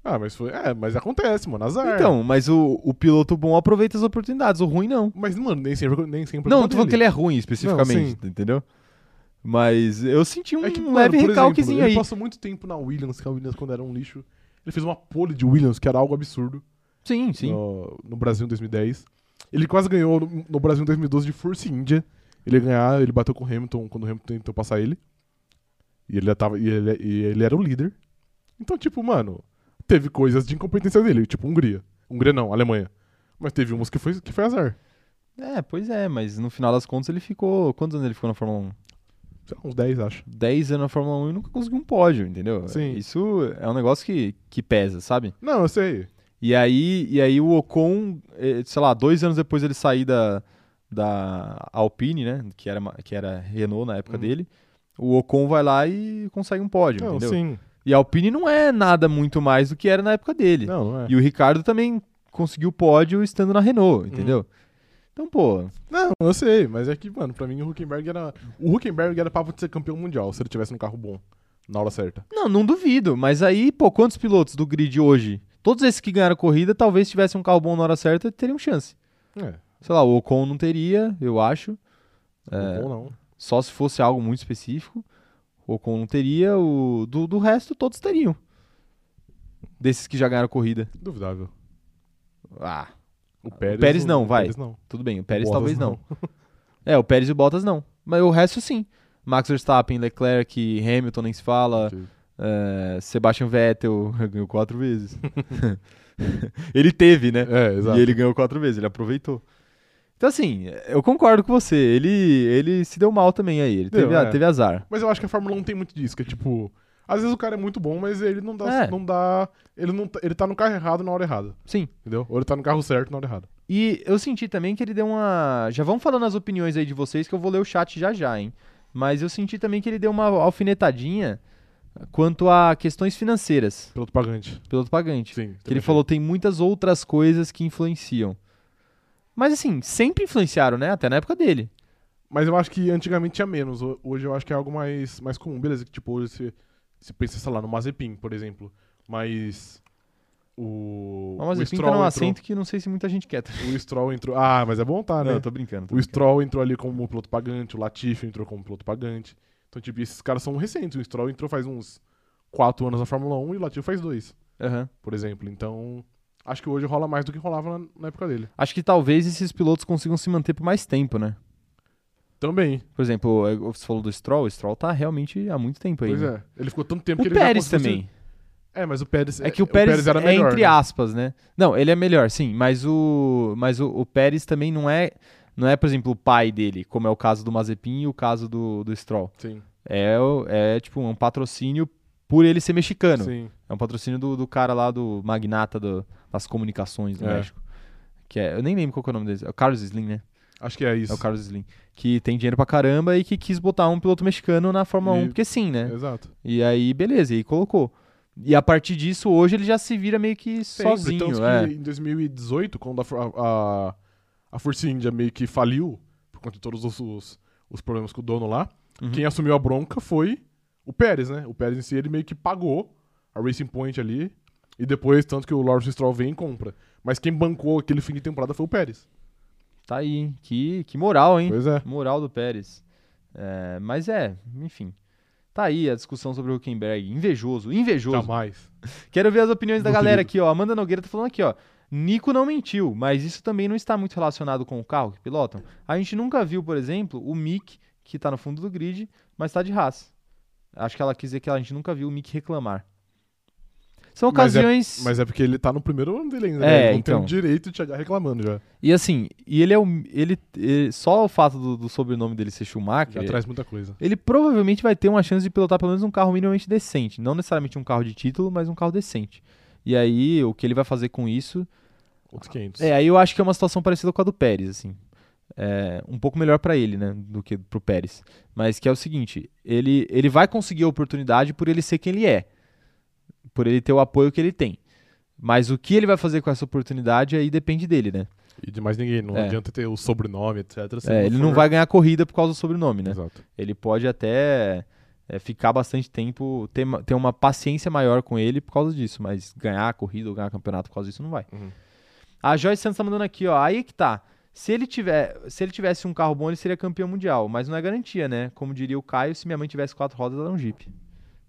[SPEAKER 2] Ah, mas foi. É, mas acontece, mano. Azar.
[SPEAKER 1] Então, mas o, o piloto bom aproveita as oportunidades, o ruim não.
[SPEAKER 2] Mas, mano, nem sempre. Nem sempre
[SPEAKER 1] Não,
[SPEAKER 2] culpa
[SPEAKER 1] não tô falando que
[SPEAKER 2] dele.
[SPEAKER 1] ele é ruim especificamente,
[SPEAKER 2] Não,
[SPEAKER 1] entendeu? Mas eu senti um
[SPEAKER 2] É que, mano,
[SPEAKER 1] leve
[SPEAKER 2] por
[SPEAKER 1] recalquezinho
[SPEAKER 2] exemplo,
[SPEAKER 1] aí.
[SPEAKER 2] Ele passou muito tempo na Williams, que a Williams, quando era um lixo. Ele fez uma pole de Williams, que era algo absurdo.
[SPEAKER 1] Sim, sim.
[SPEAKER 2] No, no Brasil em 2010. Ele quase ganhou no, no Brasil em 2012 de Force India. Ele ia ganhar, ele bateu com o Hamilton quando o Hamilton tentou passar ele. E ele, já tava, e ele, e ele era o líder. Então, tipo, mano, teve coisas de incompetência dele, tipo Hungria. Hungria não, Alemanha. Mas teve umas que foi, que foi azar.
[SPEAKER 1] É, pois é, mas no final das contas ele ficou. Quantos anos ele ficou na Fórmula 1?
[SPEAKER 2] Sei lá, uns 10, acho.
[SPEAKER 1] 10 anos na Fórmula 1 e nunca conseguiu um pódio, entendeu?
[SPEAKER 2] Sim.
[SPEAKER 1] Isso é um negócio que, que pesa, sabe?
[SPEAKER 2] Não, eu sei.
[SPEAKER 1] E aí, e aí o Ocon, eh, sei lá, dois anos depois ele sair da, da Alpine, né? Que era, uma- que era Renault na época
[SPEAKER 2] Uhum.
[SPEAKER 1] dele. O Ocon vai lá e consegue um pódio,
[SPEAKER 2] Não,
[SPEAKER 1] entendeu?
[SPEAKER 2] sim.
[SPEAKER 1] E a Alpine não é nada muito mais do que era na época dele.
[SPEAKER 2] Não, não é.
[SPEAKER 1] E o Ricardo também conseguiu o pódio estando na
[SPEAKER 2] Uhum.
[SPEAKER 1] Renault, entendeu? Então, pô,
[SPEAKER 2] Não, eu sei, mas é que, mano, pra mim o Huckenberg era. O Huckenberg era papo de ser campeão mundial se ele tivesse um carro bom. Na hora certa.
[SPEAKER 1] não, não duvido. Mas aí, pô, quantos pilotos do grid hoje? Todos esses que ganharam a corrida, talvez tivessem um carro bom na hora certa, teriam chance.
[SPEAKER 2] É,
[SPEAKER 1] Sei lá, o Ocon não teria, eu acho. É.
[SPEAKER 2] ou não.
[SPEAKER 1] Só se fosse algo muito específico. O Ocon não teria, o do, do resto todos teriam. Desses que já ganharam a corrida.
[SPEAKER 2] Duvidável.
[SPEAKER 1] Ah,
[SPEAKER 2] O Pérez,
[SPEAKER 1] Pérez não, vai.
[SPEAKER 2] O Pérez não.
[SPEAKER 1] tudo bem, o Pérez
[SPEAKER 2] Bottas
[SPEAKER 1] talvez não. É, o Pérez e o Bottas não. Mas o resto sim. Max Verstappen, Leclerc, Hamilton nem se fala.
[SPEAKER 2] Ok.
[SPEAKER 1] É, Sebastian Vettel ganhou quatro vezes. ele teve, né?
[SPEAKER 2] É, exato.
[SPEAKER 1] E ele ganhou quatro vezes, ele aproveitou. Então, assim, eu concordo com você. Ele, ele se deu mal também aí. Ele
[SPEAKER 2] Deu,
[SPEAKER 1] teve, a-
[SPEAKER 2] é.
[SPEAKER 1] teve azar.
[SPEAKER 2] Mas eu acho que a Fórmula 1 tem muito disso, que é tipo. Às vezes o cara é muito bom, mas ele não dá.
[SPEAKER 1] É.
[SPEAKER 2] Não dá ele, não, tá- ele tá no carro errado na hora errada.
[SPEAKER 1] Sim.
[SPEAKER 2] Entendeu? Ou ele tá no carro certo na hora errada.
[SPEAKER 1] E eu senti também que ele deu uma. Já vão falando as opiniões aí de vocês que eu vou ler o chat já já, hein? Mas eu senti também que ele deu uma alfinetadinha quanto a questões financeiras,
[SPEAKER 2] Piloto pagante.
[SPEAKER 1] piloto pagante.
[SPEAKER 2] Sim.
[SPEAKER 1] que ele falou tem muitas outras coisas que influenciam. Mas assim, sempre influenciaram, né? Até na época dele.
[SPEAKER 2] Mas eu acho que antigamente tinha menos. Ho- Hoje eu acho que é algo mais, mais comum. Beleza, que tipo, hoje você, você pensa, sei lá, no Mazepin, por exemplo. Mas. O.
[SPEAKER 1] Mas
[SPEAKER 2] o
[SPEAKER 1] o Pinto
[SPEAKER 2] Stroll
[SPEAKER 1] era um
[SPEAKER 2] entrou-
[SPEAKER 1] assento que não sei se muita gente quer.
[SPEAKER 2] O Stroll entrou. Ah, mas é bom tá, né?
[SPEAKER 1] Não, eu tô brincando. tô
[SPEAKER 2] O Stroll entrou ali como piloto pagante, o Latifi entrou como piloto pagante. Então, tipo, esses caras são recentes. O Stroll entrou faz uns 4 anos na Fórmula 1 e o Latifi faz dois
[SPEAKER 1] brincando. Aham.
[SPEAKER 2] por exemplo. Então, acho que hoje rola mais do que rolava na, na época dele.
[SPEAKER 1] Acho que talvez esses pilotos consigam se manter por mais tempo, né?
[SPEAKER 2] Também.
[SPEAKER 1] Por exemplo, eh, você falou do Stroll, o Stroll tá realmente há muito tempo aí.
[SPEAKER 2] Pois
[SPEAKER 1] né?
[SPEAKER 2] é. Ele ficou tanto tempo
[SPEAKER 1] O
[SPEAKER 2] que ele já
[SPEAKER 1] Pérez
[SPEAKER 2] conseguiu
[SPEAKER 1] também.
[SPEAKER 2] ser- É, mas o Pérez.
[SPEAKER 1] É que o Pérez,
[SPEAKER 2] era
[SPEAKER 1] é
[SPEAKER 2] melhor,
[SPEAKER 1] entre
[SPEAKER 2] né?
[SPEAKER 1] aspas, né? Não, ele é melhor, sim. Mas o, mas o, o Pérez também não é, não é, por exemplo, o pai dele, como é o caso do Mazepin e o caso do, do Stroll.
[SPEAKER 2] Sim.
[SPEAKER 1] É, o- é tipo um patrocínio por ele ser mexicano.
[SPEAKER 2] Sim.
[SPEAKER 1] É um patrocínio do, do cara lá do magnata do- das comunicações do
[SPEAKER 2] É.
[SPEAKER 1] México. Que é, eu nem lembro qual que é o nome dele. É o Carlos Slim, né?
[SPEAKER 2] Acho que é isso.
[SPEAKER 1] É o Carlos Slim. Que tem dinheiro pra caramba e que quis botar um piloto mexicano na Fórmula
[SPEAKER 2] E-
[SPEAKER 1] 1, porque sim, né?
[SPEAKER 2] Exato.
[SPEAKER 1] E aí, beleza, e aí colocou. E a partir disso, hoje ele já se vira meio que sozinho,
[SPEAKER 2] Tanto então, que
[SPEAKER 1] é.
[SPEAKER 2] em 2018, quando a, Fo- a, a, a Force India meio que faliu, por conta de todos os, os, os problemas com o dono lá,
[SPEAKER 1] Uhum.
[SPEAKER 2] quem assumiu a bronca foi o Pérez, né? O Pérez em si, ele meio que pagou a Racing Point ali, e depois, tanto que o Lawrence Stroll vem e compra. Mas quem bancou aquele fim de temporada foi o Pérez.
[SPEAKER 1] Tá aí, hein? Que, que moral, hein?
[SPEAKER 2] Pois é.
[SPEAKER 1] Moral do Pérez. É, mas é, enfim. Tá aí a discussão sobre o Huckenberg. Invejoso, invejoso.
[SPEAKER 2] Jamais.
[SPEAKER 1] Quero ver as opiniões da
[SPEAKER 2] Meu
[SPEAKER 1] galera
[SPEAKER 2] querido.
[SPEAKER 1] aqui, ó. Amanda Nogueira tá falando aqui, ó. Nico não mentiu, mas isso também não está muito relacionado com o carro que pilotam. A gente nunca viu, por exemplo, o Mick, que tá no fundo do grid, mas tá de Haas. Acho que ela quis dizer que a gente nunca viu o Mick reclamar. São
[SPEAKER 2] Mas é-
[SPEAKER 1] ocasiões.
[SPEAKER 2] Mas é porque ele tá no primeiro ano dele ainda,
[SPEAKER 1] É,
[SPEAKER 2] né? Ele não
[SPEAKER 1] então.
[SPEAKER 2] tem o direito de chegar reclamando já.
[SPEAKER 1] E assim, e ele é o. Ele, ele- só o fato do, do sobrenome dele ser Schumacher.
[SPEAKER 2] Já traz muita coisa.
[SPEAKER 1] Ele provavelmente vai ter uma chance de pilotar pelo menos um carro minimamente decente. Não necessariamente um carro de título, mas um carro decente. E aí, o que ele vai fazer com isso
[SPEAKER 2] Outros 500.
[SPEAKER 1] É, aí eu acho que é uma situação parecida com a do Pérez, assim. É, um pouco melhor pra ele, né, do que pro Pérez. Mas que é o seguinte, ele, ele vai conseguir a oportunidade por ele ser quem ele é. Por ele ter o apoio que ele tem. Mas o que ele vai fazer com essa oportunidade aí depende dele, né?
[SPEAKER 2] E de mais ninguém. Não
[SPEAKER 1] É.
[SPEAKER 2] adianta ter o sobrenome, etc. se
[SPEAKER 1] É, ele não
[SPEAKER 2] for-
[SPEAKER 1] vai ganhar corrida por causa do sobrenome, né?
[SPEAKER 2] Exato.
[SPEAKER 1] Ele pode até é, ficar bastante tempo, ter, ma- ter uma paciência maior com ele por causa disso, mas ganhar a corrida ou ganhar campeonato por causa disso não vai.
[SPEAKER 2] Uhum.
[SPEAKER 1] A Joyce Santos tá mandando aqui, ó. Aí que tá. Se ele, tiver, se ele tivesse um carro bom, ele seria campeão mundial, mas não é garantia, né? Como diria o Caio, se minha mãe tivesse quatro rodas, ela era um Jeep.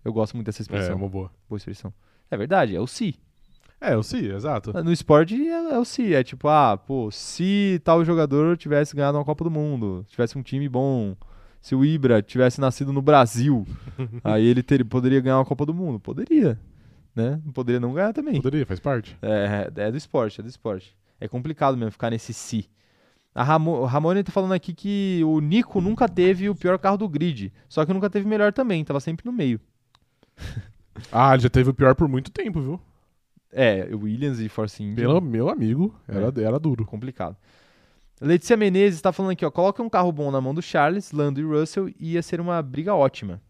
[SPEAKER 1] Eu gosto muito dessa
[SPEAKER 2] É,
[SPEAKER 1] expressão.
[SPEAKER 2] uma boa.
[SPEAKER 1] Boa expressão. É verdade, é o se.
[SPEAKER 2] É, eu sei, exato.
[SPEAKER 1] No esporte é, é o se. É tipo, ah, pô, se tal jogador tivesse ganhado uma Copa do Mundo, tivesse um time bom, se o Ibra tivesse nascido no Brasil, aí ele ter- poderia ganhar uma Copa do Mundo. Poderia, né? Poderia não ganhar também.
[SPEAKER 2] Poderia, faz parte.
[SPEAKER 1] É, é do esporte, é do esporte. É complicado mesmo ficar nesse si. A Ramo, o Ramone tá falando aqui que o Nico nunca teve o pior carro do grid, só que nunca teve o melhor também, tava sempre no meio.
[SPEAKER 2] Ah, ele já teve o pior por muito tempo, viu?
[SPEAKER 1] É, o Williams e Force India.
[SPEAKER 2] Pelo meu amigo, era, era duro.
[SPEAKER 1] Complicado. Letícia Menezes tá falando aqui, ó. Coloca um carro bom na mão do Charles, Lando e Russell, e ia ser uma briga ótima.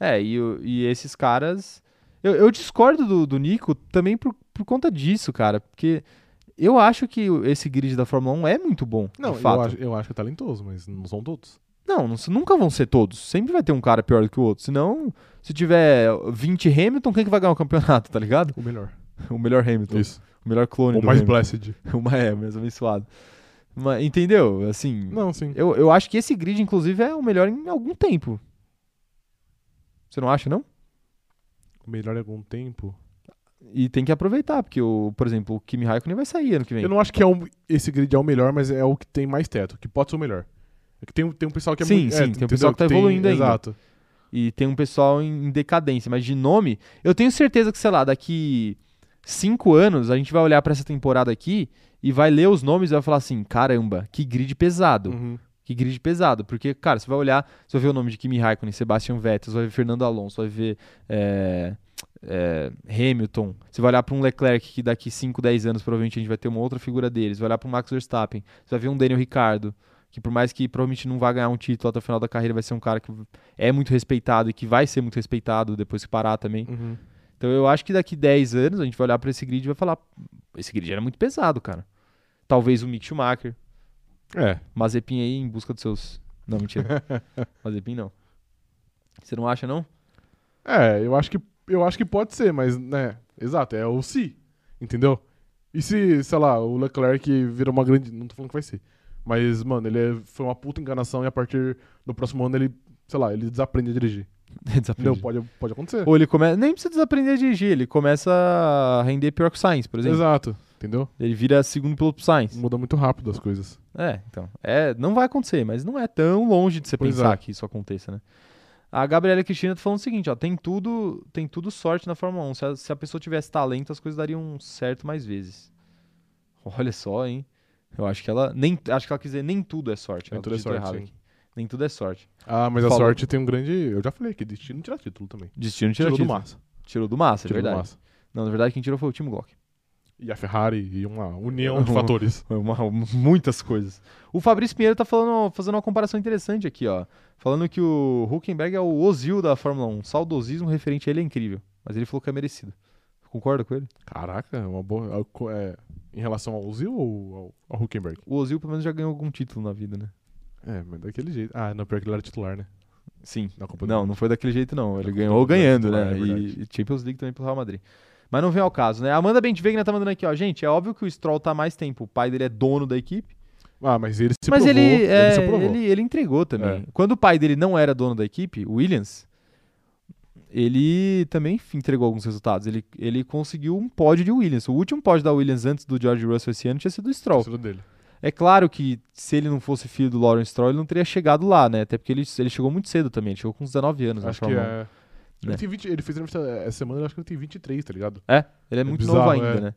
[SPEAKER 1] É, e, o- e esses caras. Eu, eu discordo do, do Nico também por, por conta disso, cara. Porque Eu acho que o- esse grid da Fórmula 1 é muito bom. de
[SPEAKER 2] Não,
[SPEAKER 1] fato.
[SPEAKER 2] eu acho, eu acho que é talentoso, mas não são todos.
[SPEAKER 1] Não, não- nunca vão ser todos. Sempre vai ter um cara pior do que o outro. Senão, se tiver 20 Hamilton, quem que vai ganhar o campeonato, tá ligado?
[SPEAKER 2] O melhor.
[SPEAKER 1] O melhor Hamilton.
[SPEAKER 2] Isso.
[SPEAKER 1] O melhor clone
[SPEAKER 2] O
[SPEAKER 1] do
[SPEAKER 2] mais
[SPEAKER 1] Hamilton.
[SPEAKER 2] blessed.
[SPEAKER 1] O mais é, o mais abençoado. Mas, entendeu? Assim,
[SPEAKER 2] Não, sim.
[SPEAKER 1] eu, eu acho que esse grid, inclusive, é o melhor em algum tempo. Você não acha, não?
[SPEAKER 2] O melhor é algum tempo.
[SPEAKER 1] E tem que aproveitar, porque, o, por exemplo, o Kimi Raikkonen vai sair ano que vem.
[SPEAKER 2] Eu não acho que é um, esse grid é o melhor, mas é o que tem mais teto, que pode ser o melhor. É que tem, um- tem um pessoal que é
[SPEAKER 1] Sim,
[SPEAKER 2] muito. é,
[SPEAKER 1] sim, tem um pessoal
[SPEAKER 2] entendeu?
[SPEAKER 1] que tá evoluindo ainda.
[SPEAKER 2] Exato.
[SPEAKER 1] E tem um pessoal em em decadência, mas de nome, eu tenho certeza que, sei lá, daqui cinco anos a gente vai olhar pra essa temporada aqui e vai ler os nomes e vai falar assim: caramba, que grid pesado.
[SPEAKER 2] Uhum.
[SPEAKER 1] Que grid pesado. Porque, cara, você vai olhar, você vai ver o nome de Kimi Raikkonen, Sebastian Vettel, você vai ver Fernando Alonso, você vai ver é, é, Hamilton, você vai olhar pra um Leclerc que daqui 5, 10 anos provavelmente a gente vai ter uma outra figura deles, você vai olhar pra um Max Verstappen, você vai ver um Daniel Ricciardo, que por mais que provavelmente não vá ganhar um título até o final da carreira, vai ser um cara que é muito respeitado e que vai ser muito respeitado depois que parar também.
[SPEAKER 2] Uhum.
[SPEAKER 1] Então eu acho que daqui 10 anos a gente vai olhar pra esse grid e vai falar, esse grid era muito pesado, cara. Talvez o Mick Schumacher,
[SPEAKER 2] É.
[SPEAKER 1] Mazepin aí em busca dos seus. Não, mentira. Mazepin não. Você não acha, não?
[SPEAKER 2] É, eu acho que eu acho que pode ser, mas né, exato, é o se, entendeu? E se, sei lá, o Leclerc vira uma grande, não tô falando que vai ser, mas mano, ele é- foi uma puta enganação e a partir do próximo ano ele, sei lá, ele desaprende a dirigir. Entendeu?
[SPEAKER 1] Desaprendi.
[SPEAKER 2] Pode pode acontecer.
[SPEAKER 1] Ou ele começa. Nem precisa desaprender a dirigir, ele começa a render pior que o Sainz, por exemplo.
[SPEAKER 2] Exato, entendeu?
[SPEAKER 1] Ele vira segundo piloto pro Sainz.
[SPEAKER 2] Muda muito rápido as coisas.
[SPEAKER 1] É, então. É, não vai acontecer, mas não é tão longe de você
[SPEAKER 2] Pois
[SPEAKER 1] pensar
[SPEAKER 2] é.
[SPEAKER 1] que isso aconteça, né? A Gabriela Cristina tá falando o seguinte, ó, tem tudo, tem tudo sorte na Fórmula 1. Se a, se a pessoa tivesse talento, as coisas dariam certo mais vezes. Olha só, hein? Eu acho que ela nem acho que ela quis dizer nem tudo é sorte,
[SPEAKER 2] Nem
[SPEAKER 1] ela
[SPEAKER 2] tudo é
[SPEAKER 1] digitou
[SPEAKER 2] sorte,
[SPEAKER 1] errado
[SPEAKER 2] sim.
[SPEAKER 1] aqui. Nem tudo é sorte.
[SPEAKER 2] Ah, mas a
[SPEAKER 1] Falou.
[SPEAKER 2] sorte tem um grande, eu já falei aqui, destino tira título também.
[SPEAKER 1] Destino tirou,
[SPEAKER 2] Tirou do
[SPEAKER 1] título.
[SPEAKER 2] massa.
[SPEAKER 1] Tirou do massa,
[SPEAKER 2] Tirou
[SPEAKER 1] é
[SPEAKER 2] do
[SPEAKER 1] verdade.
[SPEAKER 2] massa.
[SPEAKER 1] Não, na verdade quem tirou foi o Timo Glock.
[SPEAKER 2] E a Ferrari e uma união de fatores.
[SPEAKER 1] É Uma- muitas coisas. O Fabrício Pinheiro tá falando, fazendo uma comparação interessante aqui, ó. Falando que o Huckenberg é o Ozil da Fórmula 1. Saudosismo referente a ele é incrível. Mas ele falou que é merecido. Concorda com ele?
[SPEAKER 2] Caraca, é uma boa é, em relação ao Zil ou ao, ao Huckenberg?
[SPEAKER 1] O Ozil pelo menos já ganhou algum título na vida, né?
[SPEAKER 2] É, mas daquele jeito. Ah, não, pior que ele era titular, né?
[SPEAKER 1] Sim.
[SPEAKER 2] Na Copa do
[SPEAKER 1] Não, não foi daquele jeito, não. Ele
[SPEAKER 2] Não,
[SPEAKER 1] ganhou
[SPEAKER 2] não,
[SPEAKER 1] ganhando,
[SPEAKER 2] não, é
[SPEAKER 1] né?
[SPEAKER 2] verdade.
[SPEAKER 1] E e Champions League também pelo Real Madrid. Mas não vem ao caso, né? A Amanda Bentvegna tá mandando aqui, ó. Gente, é óbvio que o Stroll tá há mais tempo. O pai dele é dono da equipe.
[SPEAKER 2] Ah, mas ele se
[SPEAKER 1] Mas
[SPEAKER 2] provou.
[SPEAKER 1] ele,
[SPEAKER 2] Ele,
[SPEAKER 1] é,
[SPEAKER 2] se provou.
[SPEAKER 1] ele- ele entregou também.
[SPEAKER 2] É.
[SPEAKER 1] Quando o pai dele não era dono da equipe, o Williams, ele também f- entregou alguns resultados. Ele, ele conseguiu um pódio de Williams. O último pódio da Williams antes do George Russell esse ano tinha sido do Stroll.
[SPEAKER 2] Torcedor dele.
[SPEAKER 1] É claro que se ele não fosse filho do Lawrence Stroll, ele não teria chegado lá, né? Até porque ele, ele chegou muito cedo também. Ele chegou com uns 19 anos na
[SPEAKER 2] Acho que
[SPEAKER 1] Fórmula 1.
[SPEAKER 2] é... Ele,
[SPEAKER 1] É.
[SPEAKER 2] tem 20, ele fez entrevista essa semana, eu acho que ele tem 23, tá ligado?
[SPEAKER 1] Ele é,
[SPEAKER 2] É
[SPEAKER 1] muito novo
[SPEAKER 2] bizarro,
[SPEAKER 1] ainda,
[SPEAKER 2] é.
[SPEAKER 1] né?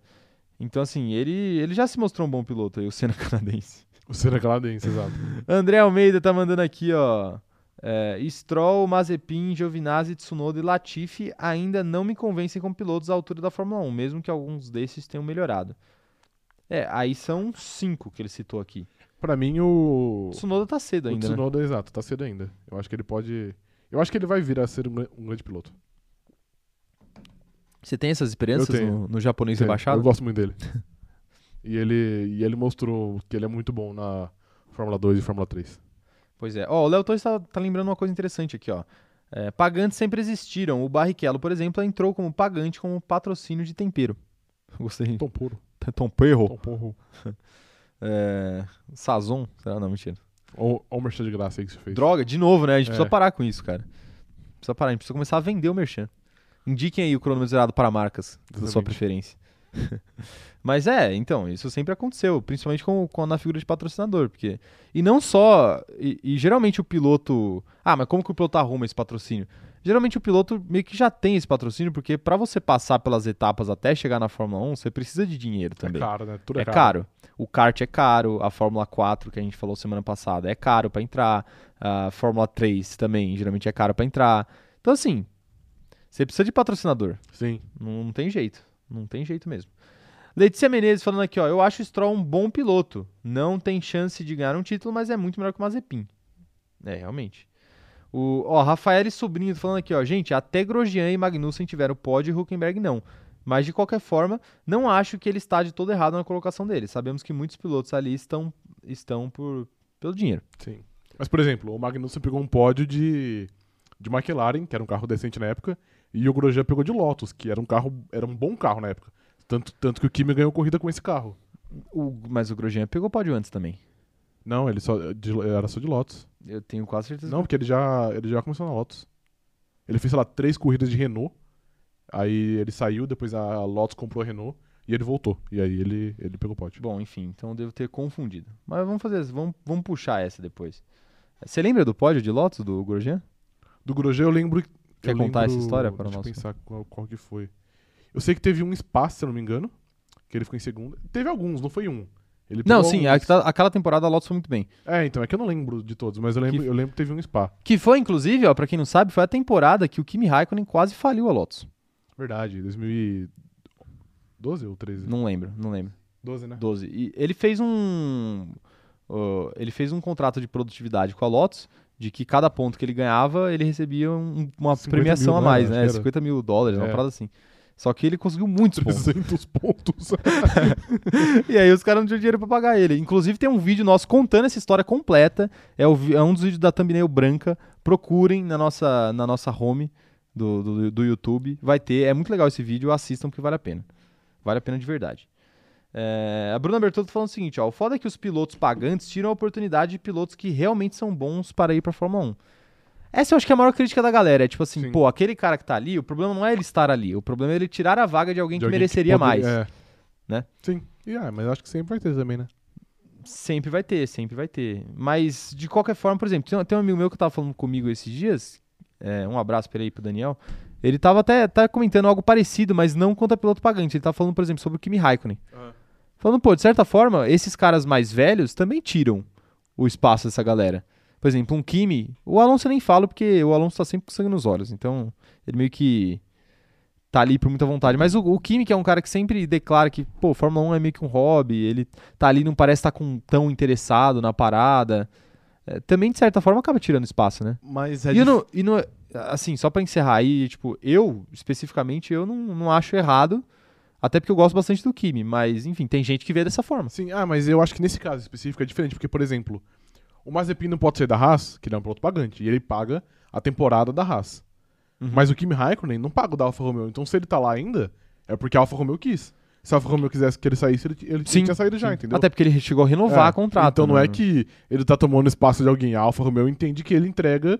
[SPEAKER 1] Então, assim, ele, ele já se mostrou um bom piloto aí, o Senna canadense.
[SPEAKER 2] O Senna canadense, exato.
[SPEAKER 1] André Almeida tá mandando aqui, ó. É, Stroll, Mazepin, Giovinazzi, Tsunoda e Latifi ainda não me convencem como pilotos à altura da Fórmula 1, mesmo que alguns desses tenham melhorado. É, aí são cinco que ele citou aqui.
[SPEAKER 2] Pra mim, o.
[SPEAKER 1] O Tsunoda tá cedo
[SPEAKER 2] O
[SPEAKER 1] ainda, né?
[SPEAKER 2] Tsunoda, exato, tá cedo ainda. Eu acho que ele pode. Eu acho que ele vai vir a ser um, gran- um grande piloto.
[SPEAKER 1] Você tem essas experiências
[SPEAKER 2] Eu tenho.
[SPEAKER 1] no, no japonês
[SPEAKER 2] Sério,
[SPEAKER 1] rebaixado?
[SPEAKER 2] É, Eu gosto muito dele. e, ele, e ele mostrou que ele é muito bom na Fórmula 2 e Fórmula 3.
[SPEAKER 1] Pois é. Ó, o Léo Torres tá, tá lembrando uma coisa interessante aqui, ó. É, pagantes sempre existiram. O Barrichello, por exemplo, entrou como pagante como patrocínio de tempero. Gostei.
[SPEAKER 2] Tom puro.
[SPEAKER 1] Tom Perro.
[SPEAKER 2] Tom porro.
[SPEAKER 1] É, Sazon? Será? Não, mentira.
[SPEAKER 2] Olha o merchan de graça aí que você fez.
[SPEAKER 1] Droga, de novo, né? A gente
[SPEAKER 2] É.
[SPEAKER 1] precisa parar com isso, cara. Precisa parar, a gente precisa começar a vender o merchan. Indiquem aí o cronômetro zerado para marcas da sua
[SPEAKER 2] Exatamente.
[SPEAKER 1] preferência. Mas é, então, isso sempre aconteceu, principalmente com, com- na figura de patrocinador, porque e não só e, e geralmente o piloto, ah, mas como que o piloto arruma esse patrocínio? Geralmente o piloto meio que já tem esse patrocínio, porque para você passar pelas etapas até chegar na Fórmula 1, você precisa de dinheiro
[SPEAKER 2] É
[SPEAKER 1] também.
[SPEAKER 2] caro, né? Tudo
[SPEAKER 1] É caro. O kart é caro, a Fórmula 4 que a gente falou semana passada é caro pra entrar, a Fórmula 3 também geralmente é caro pra entrar. Então assim, você precisa de patrocinador,
[SPEAKER 2] Sim.
[SPEAKER 1] não, não tem jeito, não tem jeito mesmo. Letícia Menezes falando aqui, ó, eu acho o Stroll um bom piloto, não tem chance de ganhar um título, mas é muito melhor que o Mazepin. É, realmente. O, ó, Rafael e Sobrinho falando aqui, ó, gente, até Grosjean e Magnussen tiveram pódio e Huckenberg não. Mas de qualquer forma, não acho que ele está de todo errado na colocação dele. Sabemos que muitos pilotos ali estão, estão por, pelo dinheiro.
[SPEAKER 2] Sim. Mas, por exemplo, o Magnussen pegou um pódio de, de McLaren, que era um carro decente na época, e o Grosjean pegou de Lotus, que era um carro, era um bom carro na época. Tanto, tanto que o Kimi ganhou corrida com esse carro.
[SPEAKER 1] O- mas o Grosjean pegou pódio antes também.
[SPEAKER 2] Não, ele só de- era só de Lotus.
[SPEAKER 1] Eu tenho quase certeza.
[SPEAKER 2] Não, porque ele já, ele já começou na Lotus. Ele fez, sei lá, três corridas de Renault. Aí ele saiu, depois a Lotus comprou a Renault e ele voltou. E aí ele, ele pegou o pódio.
[SPEAKER 1] Bom, enfim, então eu devo ter confundido. Mas vamos fazer, vamos, vamos puxar essa depois. Você lembra do pódio de Lotus do Grosjean?
[SPEAKER 2] Do Grosjean eu lembro.
[SPEAKER 1] Quer
[SPEAKER 2] eu
[SPEAKER 1] contar essa
[SPEAKER 2] lembro-
[SPEAKER 1] história para o
[SPEAKER 2] deixa eu
[SPEAKER 1] nosso-
[SPEAKER 2] pensar qual, qual que foi. Eu sei que teve um espaço, se eu não me engano, que ele ficou em segundo. Teve alguns, não foi um. Ele
[SPEAKER 1] Não,
[SPEAKER 2] pegou
[SPEAKER 1] sim, tá-
[SPEAKER 2] alguns.
[SPEAKER 1] aquela aquela temporada a Lotus foi muito bem.
[SPEAKER 2] É, então, é que eu não lembro de todos, mas eu lembro
[SPEAKER 1] Que-
[SPEAKER 2] eu lembro que teve um spa.
[SPEAKER 1] Que foi, inclusive, ó, pra quem não sabe, foi a temporada que o Kimi Raikkonen quase faliu a Lotus.
[SPEAKER 2] Verdade, 2012 ou 13?
[SPEAKER 1] Não lembro, não lembro.
[SPEAKER 2] 12, né?
[SPEAKER 1] 12. E ele fez um. ó, ele fez um contrato de produtividade com a Lotus, de que cada ponto que ele ganhava, ele recebia um- uma
[SPEAKER 2] 50
[SPEAKER 1] premiação
[SPEAKER 2] mil
[SPEAKER 1] a mais,
[SPEAKER 2] dólares,
[SPEAKER 1] né?
[SPEAKER 2] era.
[SPEAKER 1] 50 mil dólares, uma
[SPEAKER 2] É.
[SPEAKER 1] parada assim. Só que ele conseguiu muitos pontos.
[SPEAKER 2] 300 pontos.
[SPEAKER 1] E aí os caras não tinham dinheiro pra pagar ele. Inclusive tem um vídeo nosso contando essa história completa. É, o vi- é um dos vídeos da thumbnail branca. Procurem na nossa, na nossa home do, do, do YouTube. Vai ter. É muito legal esse vídeo. Assistam porque vale a pena. Vale a pena de verdade. É, a Bruna Bertotto falando o seguinte, ó, o foda é que os pilotos pagantes tiram a oportunidade de pilotos que realmente são bons para ir pra Fórmula 1. Essa eu acho que é a maior crítica da galera, é tipo assim,
[SPEAKER 2] Sim.
[SPEAKER 1] pô, aquele cara que tá ali, o problema não é ele estar ali, o problema é ele tirar a vaga de alguém
[SPEAKER 2] De
[SPEAKER 1] que
[SPEAKER 2] alguém
[SPEAKER 1] mereceria
[SPEAKER 2] poderia-
[SPEAKER 1] mais.
[SPEAKER 2] é.
[SPEAKER 1] né?
[SPEAKER 2] Sim. E, ah, mas acho que sempre vai ter também, né?
[SPEAKER 1] Sempre vai ter, sempre vai ter. Mas, de qualquer forma, por exemplo, tem, um- tem um amigo meu que tava falando comigo esses dias, é, um abraço pra ele aí pro Daniel. Ele tava até tá comentando algo parecido, mas não contra piloto pagante. Ele tava falando, por exemplo, sobre o Kimi Raikkonen. Falando, pô, de certa forma, esses caras mais velhos também tiram o espaço dessa galera. Por exemplo, um Kimi, o Alonso eu nem falo, porque o Alonso tá sempre com sangue nos olhos. Então, ele meio que tá ali por muita vontade. Mas o, o Kimi, que é um cara que sempre declara que, pô, Fórmula 1 é meio que um hobby, ele tá ali, não parece estar com, tão interessado na parada. É, também, de certa forma, acaba tirando espaço, né?
[SPEAKER 2] Mas é
[SPEAKER 1] e, eu não, e não- assim, só pra encerrar aí, tipo, eu, especificamente, eu não, não acho errado, até porque eu gosto bastante do Kimi, mas, enfim, tem gente que vê dessa forma.
[SPEAKER 2] Sim, ah, mas eu acho que nesse caso específico é diferente, porque, por exemplo, o Mazepin não pode ser da Haas, que ele é um piloto pagante, e ele paga a temporada da Haas.
[SPEAKER 1] Uhum.
[SPEAKER 2] Mas o Kimi Raikkonen não paga o da Alfa Romeo, então se ele tá lá ainda, é porque a Alfa Romeo quis. Se a Alfa Romeo quisesse que ele saísse, ele, ele- ele tinha saído já,
[SPEAKER 1] sim.
[SPEAKER 2] entendeu?
[SPEAKER 1] Até porque ele chegou a
[SPEAKER 2] É,
[SPEAKER 1] renovar o contrato.
[SPEAKER 2] Então não
[SPEAKER 1] né?
[SPEAKER 2] é que ele tá tomando espaço de alguém. A Alfa Romeo entende que ele entrega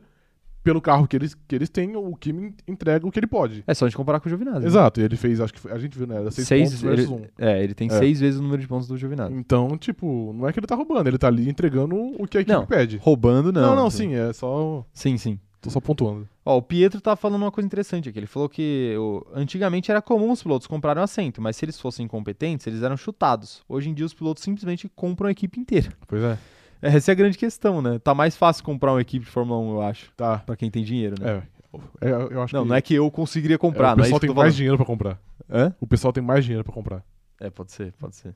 [SPEAKER 2] pelo carro que eles, que eles têm, o Kimi entrega o que ele pode.
[SPEAKER 1] É só a gente comparar com o Giovinazzi. né?
[SPEAKER 2] Exato, e ele fez, acho que foi- a gente viu, né? Era seis,
[SPEAKER 1] Seis-
[SPEAKER 2] pontos versus um.
[SPEAKER 1] ele, é, ele tem
[SPEAKER 2] É.
[SPEAKER 1] seis vezes o número de pontos do Giovinazzi.
[SPEAKER 2] Então, tipo, não é que ele tá roubando, ele tá ali entregando o que a equipe
[SPEAKER 1] Não.
[SPEAKER 2] pede.
[SPEAKER 1] Roubando, não.
[SPEAKER 2] Não, não, sim, é só.
[SPEAKER 1] Sim, sim.
[SPEAKER 2] Tô só pontuando.
[SPEAKER 1] Ó, o Pietro tá falando uma coisa interessante aqui. Ele falou que o- antigamente era comum os pilotos comprarem um assento, mas se eles fossem incompetentes, eles eram chutados. Hoje em dia os pilotos simplesmente compram a equipe inteira.
[SPEAKER 2] Pois é.
[SPEAKER 1] Essa é a grande questão, né? Tá mais fácil comprar uma equipe de Fórmula 1, eu acho,
[SPEAKER 2] Tá.
[SPEAKER 1] pra quem tem dinheiro, né?
[SPEAKER 2] É. é, eu acho
[SPEAKER 1] não,
[SPEAKER 2] que
[SPEAKER 1] não é que eu conseguiria comprar,
[SPEAKER 2] o
[SPEAKER 1] não é
[SPEAKER 2] pessoal
[SPEAKER 1] isso que
[SPEAKER 2] tem
[SPEAKER 1] eu tô
[SPEAKER 2] mais
[SPEAKER 1] falando.
[SPEAKER 2] dinheiro pra comprar.
[SPEAKER 1] Hã?
[SPEAKER 2] O pessoal tem mais dinheiro pra comprar.
[SPEAKER 1] É, pode ser, pode ser.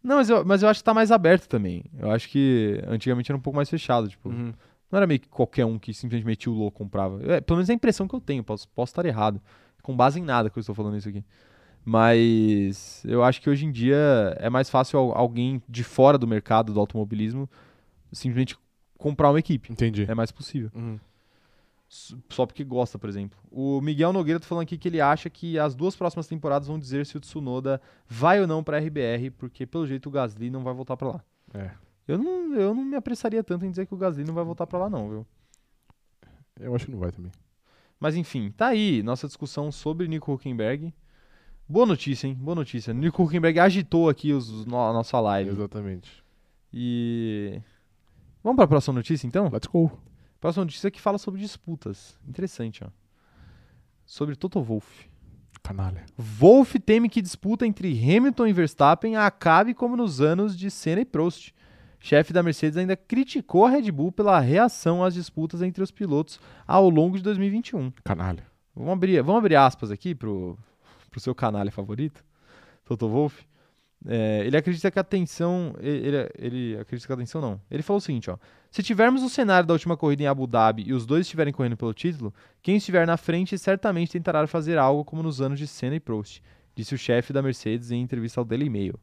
[SPEAKER 1] Não, mas eu, mas eu acho que tá mais aberto também. Eu acho que antigamente era um pouco mais fechado, tipo, não era meio que qualquer um que simplesmente metia o louco comprava. É, pelo menos é a impressão que eu tenho, posso, posso estar errado. Com base em nada que eu estou falando isso aqui. Mas eu acho que hoje em dia é mais fácil al- alguém de fora do mercado do automobilismo simplesmente comprar uma equipe.
[SPEAKER 2] Entendi.
[SPEAKER 1] É mais possível.
[SPEAKER 2] Uhum.
[SPEAKER 1] S- Só porque gosta, por exemplo. O Miguel Nogueira tá falando aqui que ele acha que as duas próximas temporadas vão dizer se o Tsunoda vai ou não pra RBR, porque pelo jeito o Gasly não vai voltar pra lá.
[SPEAKER 2] É.
[SPEAKER 1] Eu não, eu não me apressaria tanto em dizer que o Gasly não vai voltar pra lá, não, viu?
[SPEAKER 2] Eu acho que não vai também.
[SPEAKER 1] Mas enfim, tá aí nossa discussão sobre Nico Huckenberg. Boa notícia, hein? Boa notícia. Nico Huckenberg agitou aqui os, no- a nossa live.
[SPEAKER 2] Exatamente.
[SPEAKER 1] E. Vamos pra próxima notícia então?
[SPEAKER 2] Let's go.
[SPEAKER 1] Próxima notícia que fala sobre disputas. Interessante, ó. Sobre Toto Wolff.
[SPEAKER 2] Canalha.
[SPEAKER 1] Wolff teme que disputa entre Hamilton e Verstappen acabe como nos anos de Senna e Prost. Chefe da Mercedes ainda criticou a Red Bull pela reação às disputas entre os pilotos ao longo de 2021.
[SPEAKER 2] Canalha.
[SPEAKER 1] Vamos abrir, vamos abrir aspas aqui pro, pro seu canalha favorito, Toto Wolff. É, ele acredita que a tensão. Ele, ele- ele acredita que a tensão não. Ele falou o seguinte: ó. Se tivermos o cenário da última corrida em Abu Dhabi e os dois estiverem correndo pelo título, quem estiver na frente certamente tentará fazer algo como nos anos de Senna e Prost. disse o chefe da Mercedes em entrevista ao Daily Mail.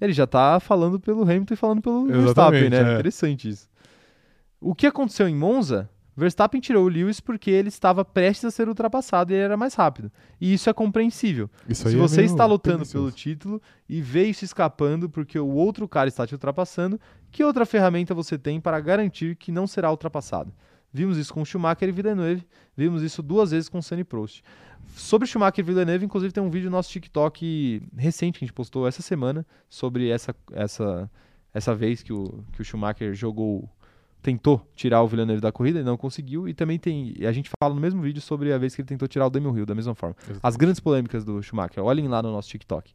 [SPEAKER 1] Ele já tá falando pelo Hamilton e falando pelo Verstappen,
[SPEAKER 2] Exatamente,
[SPEAKER 1] né?
[SPEAKER 2] é.
[SPEAKER 1] Interessante isso. O que aconteceu em Monza? Verstappen tirou o Lewis porque ele estava prestes a ser ultrapassado e ele era mais rápido. E isso é compreensível.
[SPEAKER 2] Isso
[SPEAKER 1] Se
[SPEAKER 2] é
[SPEAKER 1] você
[SPEAKER 2] meio
[SPEAKER 1] está lutando pelo
[SPEAKER 2] tendencioso.
[SPEAKER 1] título e veio se escapando porque o outro cara está te ultrapassando, que outra ferramenta você tem para garantir que não será ultrapassado? Vimos isso com Schumacher e Villeneuve, vimos isso duas vezes com Senna e Prost. Sobre Schumacher e Villeneuve, inclusive tem um vídeo no nosso TikTok recente que a gente postou essa semana sobre essa, essa, essa vez que o, que o Schumacher jogou, tentou tirar o Villeneuve da corrida e não conseguiu. E também tem, e a gente fala no mesmo vídeo sobre a vez que ele tentou tirar o Daniel Hill da mesma forma. As grandes polêmicas do Schumacher. Olhem lá no nosso TikTok.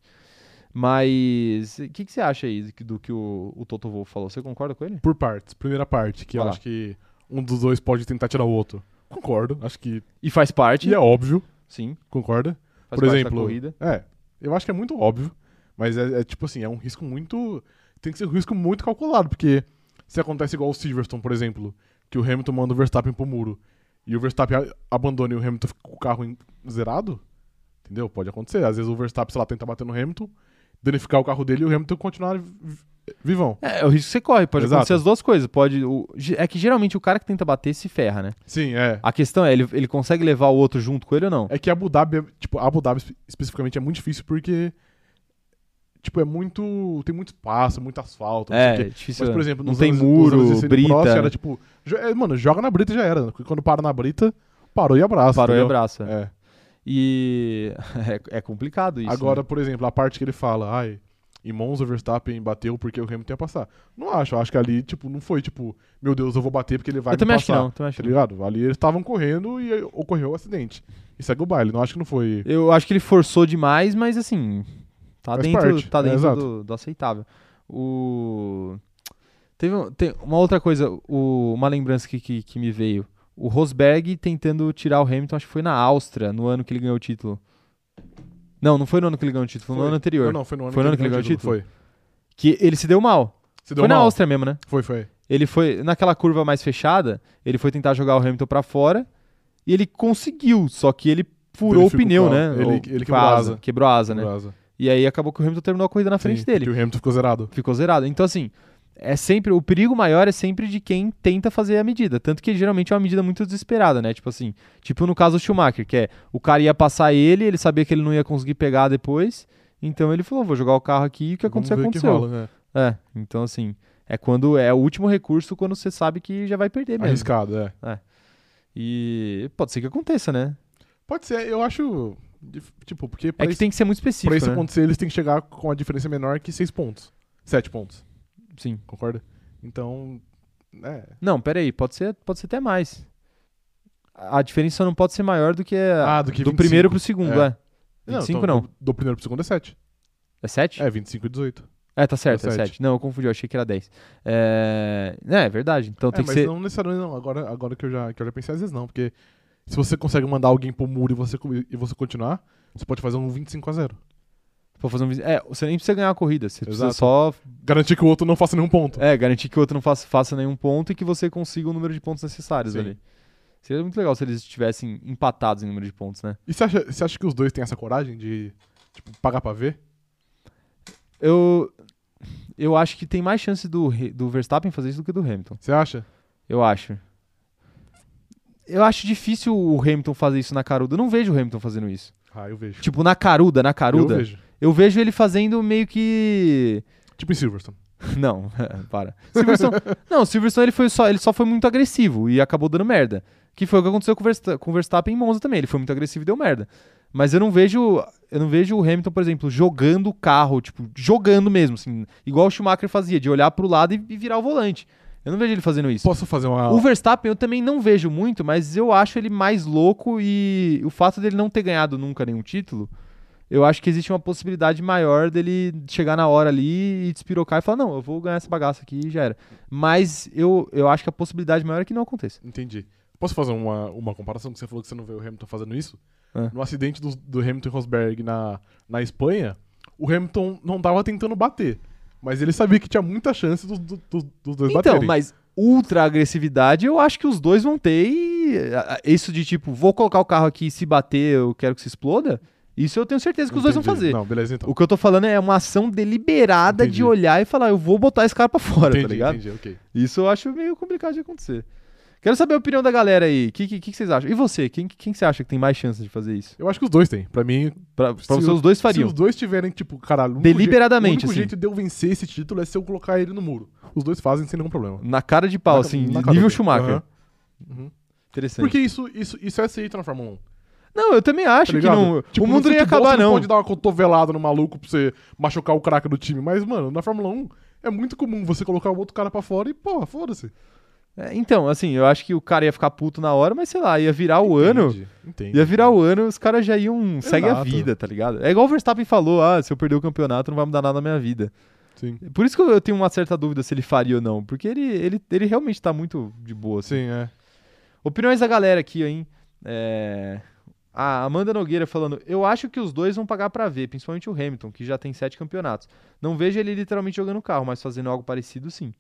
[SPEAKER 1] Mas o que, que você acha aí do- do que o, o Toto Wolff falou? Você concorda com ele?
[SPEAKER 2] Por partes. Primeira parte, que
[SPEAKER 1] Vai
[SPEAKER 2] eu
[SPEAKER 1] lá.
[SPEAKER 2] acho que um dos dois pode tentar tirar o outro. Concordo, acho que.
[SPEAKER 1] E faz parte.
[SPEAKER 2] E é óbvio,
[SPEAKER 1] Sim,
[SPEAKER 2] concorda?
[SPEAKER 1] faz
[SPEAKER 2] Por
[SPEAKER 1] parte
[SPEAKER 2] exemplo,
[SPEAKER 1] da corrida.
[SPEAKER 2] É, eu acho que é muito óbvio, mas é, é tipo assim, é um risco muito. Tem que ser um risco muito calculado, porque se acontece igual o Silverstone, por exemplo, que o Hamilton manda o Verstappen pro muro e o Verstappen a- abandona e o Hamilton fica com o carro em- zerado, entendeu? Pode acontecer. Às vezes o Verstappen, sei lá, tenta bater no Hamilton, danificar o carro dele e o Hamilton continuar vi- vivão.
[SPEAKER 1] É, é o risco que você corre. Pode
[SPEAKER 2] Exato.
[SPEAKER 1] acontecer as duas coisas. Pode, o- ge- é que geralmente o cara que tenta bater se ferra, né?
[SPEAKER 2] Sim, é.
[SPEAKER 1] A questão é, ele, ele consegue levar o outro junto com ele ou não?
[SPEAKER 2] É que Abu Dhabi, é- tipo, Abu Dhabi espe- especificamente é muito difícil porque. Tipo, é muito. Tem muito espaço, muito asfalto. não sei o quê.
[SPEAKER 1] É, difícil.
[SPEAKER 2] Mas, por exemplo,
[SPEAKER 1] não
[SPEAKER 2] nos
[SPEAKER 1] tem
[SPEAKER 2] anos- nos anos
[SPEAKER 1] muro,
[SPEAKER 2] 60 do
[SPEAKER 1] brita, né?
[SPEAKER 2] Prost, era tipo, jo- é, mano, joga na brita e já era. Quando para na brita, parou e abraça.
[SPEAKER 1] parou e
[SPEAKER 2] entendeu?
[SPEAKER 1] abraça.
[SPEAKER 2] É.
[SPEAKER 1] E é, é complicado isso.
[SPEAKER 2] Agora,
[SPEAKER 1] né?
[SPEAKER 2] por exemplo, a parte que ele fala, ai, em Monza o Verstappen bateu porque o Hamilton ia passar. Não acho, eu acho que ali, tipo, não foi tipo, meu Deus, eu vou bater porque ele vai
[SPEAKER 1] eu
[SPEAKER 2] me
[SPEAKER 1] também acho que
[SPEAKER 2] passar.
[SPEAKER 1] não. Também acho
[SPEAKER 2] Tá
[SPEAKER 1] que não.
[SPEAKER 2] ligado? Ali eles estavam correndo e aí ocorreu o acidente. E segue o baile. Não acho que não foi.
[SPEAKER 1] Eu acho que ele forçou demais, mas assim, tá
[SPEAKER 2] Faz
[SPEAKER 1] dentro,
[SPEAKER 2] parte,
[SPEAKER 1] tá
[SPEAKER 2] é,
[SPEAKER 1] dentro
[SPEAKER 2] exato.
[SPEAKER 1] do, do aceitável. O... Teve um- tem uma outra coisa, o- uma lembrança que, que, que me veio. O Rosberg tentando tirar o Hamilton, acho que foi na Áustria, no ano que ele ganhou o título. Não, não foi no ano que ele ganhou o título, foi, no ano anterior.
[SPEAKER 2] Não, não, foi no ano,
[SPEAKER 1] Foi no ano que ele ganhou o
[SPEAKER 2] Foi.
[SPEAKER 1] Que ele se deu mal.
[SPEAKER 2] Se deu
[SPEAKER 1] foi na
[SPEAKER 2] mal.
[SPEAKER 1] Áustria mesmo, né?
[SPEAKER 2] Foi, foi.
[SPEAKER 1] Ele foi, naquela curva mais fechada, ele foi tentar jogar o Hamilton pra fora e ele conseguiu, só que ele furou
[SPEAKER 2] Ele
[SPEAKER 1] o
[SPEAKER 2] ficou
[SPEAKER 1] pneu,
[SPEAKER 2] com a-
[SPEAKER 1] né?
[SPEAKER 2] ele-
[SPEAKER 1] Ou-
[SPEAKER 2] ele quebrou
[SPEAKER 1] com
[SPEAKER 2] a
[SPEAKER 1] a
[SPEAKER 2] asa.
[SPEAKER 1] Quebrou a asa, né?
[SPEAKER 2] Brasa.
[SPEAKER 1] E aí acabou que o Hamilton terminou a corrida na frente
[SPEAKER 2] Sim,
[SPEAKER 1] dele.
[SPEAKER 2] porque o Hamilton ficou zerado.
[SPEAKER 1] Ficou zerado. Então, assim, é sempre. O perigo maior é sempre de quem tenta fazer a medida. Tanto que geralmente é uma medida muito desesperada, né? Tipo assim, tipo no caso do Schumacher, que é o cara ia passar ele, ele sabia que ele não ia conseguir pegar depois. Então ele falou: vou jogar o carro aqui e o que
[SPEAKER 2] Vamos
[SPEAKER 1] aconteceu
[SPEAKER 2] ver o que
[SPEAKER 1] aconteceu.
[SPEAKER 2] rola, é.
[SPEAKER 1] é, então assim, é quando é o último recurso quando você sabe que já vai perder mesmo.
[SPEAKER 2] Arriscado, é.
[SPEAKER 1] E pode ser que aconteça, né?
[SPEAKER 2] Pode ser, eu acho. dif- Tipo, porque pra,
[SPEAKER 1] é que
[SPEAKER 2] isso,
[SPEAKER 1] tem que ser muito específico.
[SPEAKER 2] pra isso
[SPEAKER 1] né?
[SPEAKER 2] acontecer, eles têm que chegar com a diferença menor que 6 pontos. 7 pontos,
[SPEAKER 1] Sim.
[SPEAKER 2] concorda? Então. É.
[SPEAKER 1] Não, peraí, pode ser, pode ser até mais. A a diferença não pode ser maior do que a,
[SPEAKER 2] Ah, do que
[SPEAKER 1] do
[SPEAKER 2] 25.
[SPEAKER 1] primeiro pro segundo,
[SPEAKER 2] É.
[SPEAKER 1] é. 25
[SPEAKER 2] então,
[SPEAKER 1] não.
[SPEAKER 2] Do, do primeiro pro segundo é 7.
[SPEAKER 1] É 7? É,
[SPEAKER 2] É, 25 e 18.
[SPEAKER 1] tá certo,
[SPEAKER 2] Tá
[SPEAKER 1] é
[SPEAKER 2] sete.
[SPEAKER 1] 7. Não, eu confundi, eu achei que era 10. É, é, é verdade. Então
[SPEAKER 2] é,
[SPEAKER 1] tem que
[SPEAKER 2] mas
[SPEAKER 1] ser.
[SPEAKER 2] não necessariamente não. Agora, agora que, eu já, que eu já pensei, às vezes não, porque se você consegue mandar alguém pro muro e você, co- e você continuar, você pode fazer um 25 a 0.
[SPEAKER 1] pra fazer um vis- É, você nem precisa ganhar a corrida. Você precisa
[SPEAKER 2] Exato. Tá.
[SPEAKER 1] só
[SPEAKER 2] Garantir que o outro não faça nenhum ponto.
[SPEAKER 1] é, garantir que o outro não faça, faça nenhum ponto e que você consiga o número de pontos necessários
[SPEAKER 2] Sim.
[SPEAKER 1] ali. Seria muito legal se eles estivessem empatados em número de pontos, né?
[SPEAKER 2] E você acha, você acha que os dois têm essa coragem de, tipo, pagar pra ver?
[SPEAKER 1] Eu. Eu acho que tem mais chance do, Re- do Verstappen fazer isso do que do Hamilton.
[SPEAKER 2] Você acha?
[SPEAKER 1] Eu acho. Eu acho difícil o Hamilton fazer isso na caruda. Eu não vejo o Hamilton fazendo isso.
[SPEAKER 2] Ah, eu vejo.
[SPEAKER 1] Tipo, na caruda, na caruda.
[SPEAKER 2] Eu vejo.
[SPEAKER 1] eu vejo ele fazendo meio que.
[SPEAKER 2] Tipo em Silverstone.
[SPEAKER 1] Não, para. Silverstone... não, o Silverstone ele, foi só, ele só foi muito agressivo e acabou dando merda. Que foi o que aconteceu com o Versta- com o Verstappen em Monza também. Ele foi muito agressivo e deu merda. Mas eu não vejo. Eu não vejo o Hamilton, por exemplo, jogando o carro, tipo, jogando mesmo, assim, igual o Schumacher fazia, de olhar pro lado e, e virar o volante. Eu não vejo ele fazendo isso.
[SPEAKER 2] Posso fazer uma.
[SPEAKER 1] O Verstappen eu também não vejo muito, mas eu acho ele mais louco e o fato dele não ter ganhado nunca nenhum título, eu acho que existe uma possibilidade maior dele chegar na hora ali e despirocar e falar: não, eu vou ganhar essa bagaça aqui e já era. Mas eu, eu acho que a possibilidade maior é que não aconteça.
[SPEAKER 2] Entendi. Posso fazer uma, uma comparação que você falou que você não vê o Hamilton fazendo isso?
[SPEAKER 1] Ah.
[SPEAKER 2] No acidente do, do Hamilton e Rosberg na, na Espanha, o Hamilton não tava tentando bater. Mas ele sabia que tinha muita chance dos, dos- dos- dos dois
[SPEAKER 1] Então,
[SPEAKER 2] baterem.
[SPEAKER 1] mas ultra agressividade eu acho que os dois vão ter e a- a- isso de tipo, vou colocar o carro aqui e se bater eu quero que se exploda. Isso eu tenho certeza que os dois vão
[SPEAKER 2] Entendi.
[SPEAKER 1] fazer.
[SPEAKER 2] Não, beleza então.
[SPEAKER 1] O que eu tô falando é uma ação deliberada de
[SPEAKER 2] Entendi.
[SPEAKER 1] olhar e falar, eu vou botar esse cara pra fora, tá
[SPEAKER 2] entendi,
[SPEAKER 1] ligado?
[SPEAKER 2] entendi, ok.
[SPEAKER 1] Isso eu acho meio complicado de acontecer. Quero saber a opinião da galera aí. O que, que, que vocês acham? E você? Quem, quem você acha que tem mais chances de fazer isso?
[SPEAKER 2] Eu acho que os dois têm. Pra mim,
[SPEAKER 1] Pra,
[SPEAKER 2] Se
[SPEAKER 1] pra você,
[SPEAKER 2] os-
[SPEAKER 1] os dois
[SPEAKER 2] se
[SPEAKER 1] fariam.
[SPEAKER 2] os dois tiverem, tipo, caralho, o único
[SPEAKER 1] Deliberadamente,
[SPEAKER 2] jeito- O único
[SPEAKER 1] assim.
[SPEAKER 2] jeito de eu vencer esse título é se eu colocar ele no muro. Os dois fazem sem nenhum problema.
[SPEAKER 1] Na cara de pau,
[SPEAKER 2] Na-
[SPEAKER 1] assim,
[SPEAKER 2] na cara
[SPEAKER 1] nível
[SPEAKER 2] dele.
[SPEAKER 1] Schumacher.
[SPEAKER 2] Aham. Uhum.
[SPEAKER 1] Interessante.
[SPEAKER 2] Porque isso, isso, isso é aceito na Fórmula 1.
[SPEAKER 1] Não, eu também acho
[SPEAKER 2] Tá
[SPEAKER 1] que
[SPEAKER 2] ligado?
[SPEAKER 1] não.
[SPEAKER 2] Tipo,
[SPEAKER 1] o
[SPEAKER 2] no
[SPEAKER 1] mundo não ia
[SPEAKER 2] futebol,
[SPEAKER 1] acabar,
[SPEAKER 2] você
[SPEAKER 1] não.
[SPEAKER 2] pode dar uma cotovelada no maluco pra você machucar o craque do time. Mas, mano, na Fórmula 1 é muito comum você colocar o outro cara pra fora e, porra, foda-se.
[SPEAKER 1] É, então, assim, eu acho que o cara ia ficar puto na hora, mas sei lá, ia virar o ano.
[SPEAKER 2] Entendi, Entendi.
[SPEAKER 1] Ia virar o ano, os caras já iam. Segue a
[SPEAKER 2] Exato.
[SPEAKER 1] vida, tá ligado? É igual o Verstappen falou: ah, se eu perder o campeonato, não vai mudar nada na minha vida.
[SPEAKER 2] Sim.
[SPEAKER 1] Por isso que eu eu tenho uma certa dúvida se ele faria ou não. Porque ele, ele, ele realmente tá muito de boa, assim.
[SPEAKER 2] Sim, é.
[SPEAKER 1] Opiniões da galera aqui, hein? É, A Amanda Nogueira falando: Eu acho que os dois vão pagar pra ver, principalmente o Hamilton, que já tem sete campeonatos. Não vejo ele literalmente jogando o carro, mas fazendo algo parecido, sim.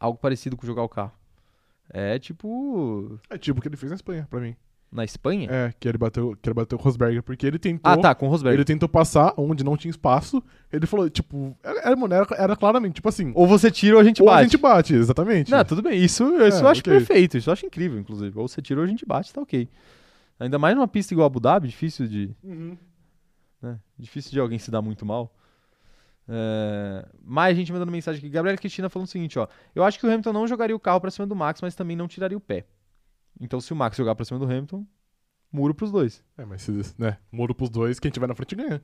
[SPEAKER 1] Algo parecido com jogar o carro. É tipo.
[SPEAKER 2] É tipo o que ele fez na Espanha, pra mim.
[SPEAKER 1] Na Espanha?
[SPEAKER 2] É, que ele bateu, que ele bateu o Rosberg, porque ele tentou.
[SPEAKER 1] ah, tá, com o Rosberg.
[SPEAKER 2] Ele tentou passar onde não tinha espaço. Ele falou, tipo, era, era, mano, era, era claramente, tipo assim,
[SPEAKER 1] Ou você tira ou a gente
[SPEAKER 2] ou
[SPEAKER 1] bate.
[SPEAKER 2] a gente bate, exatamente.
[SPEAKER 1] Não, tudo bem. Isso, isso eu
[SPEAKER 2] É,
[SPEAKER 1] acho
[SPEAKER 2] ok.
[SPEAKER 1] perfeito. Isso eu acho incrível, inclusive. Ou você tira ou a gente bate, tá ok. Ainda mais numa pista igual a Abu Dhabi, difícil de,
[SPEAKER 2] Uhum.
[SPEAKER 1] né? Difícil de alguém se dar muito mal. É, Mas a gente mandando mensagem aqui. Gabriela Cristina falando o seguinte, ó. Eu acho que o Hamilton não jogaria o carro pra cima do Max, mas também não tiraria o pé. Então, se o Max jogar pra cima do Hamilton, muro pros dois.
[SPEAKER 2] É, mas, se- né, muro pros dois, quem tiver na frente ganha.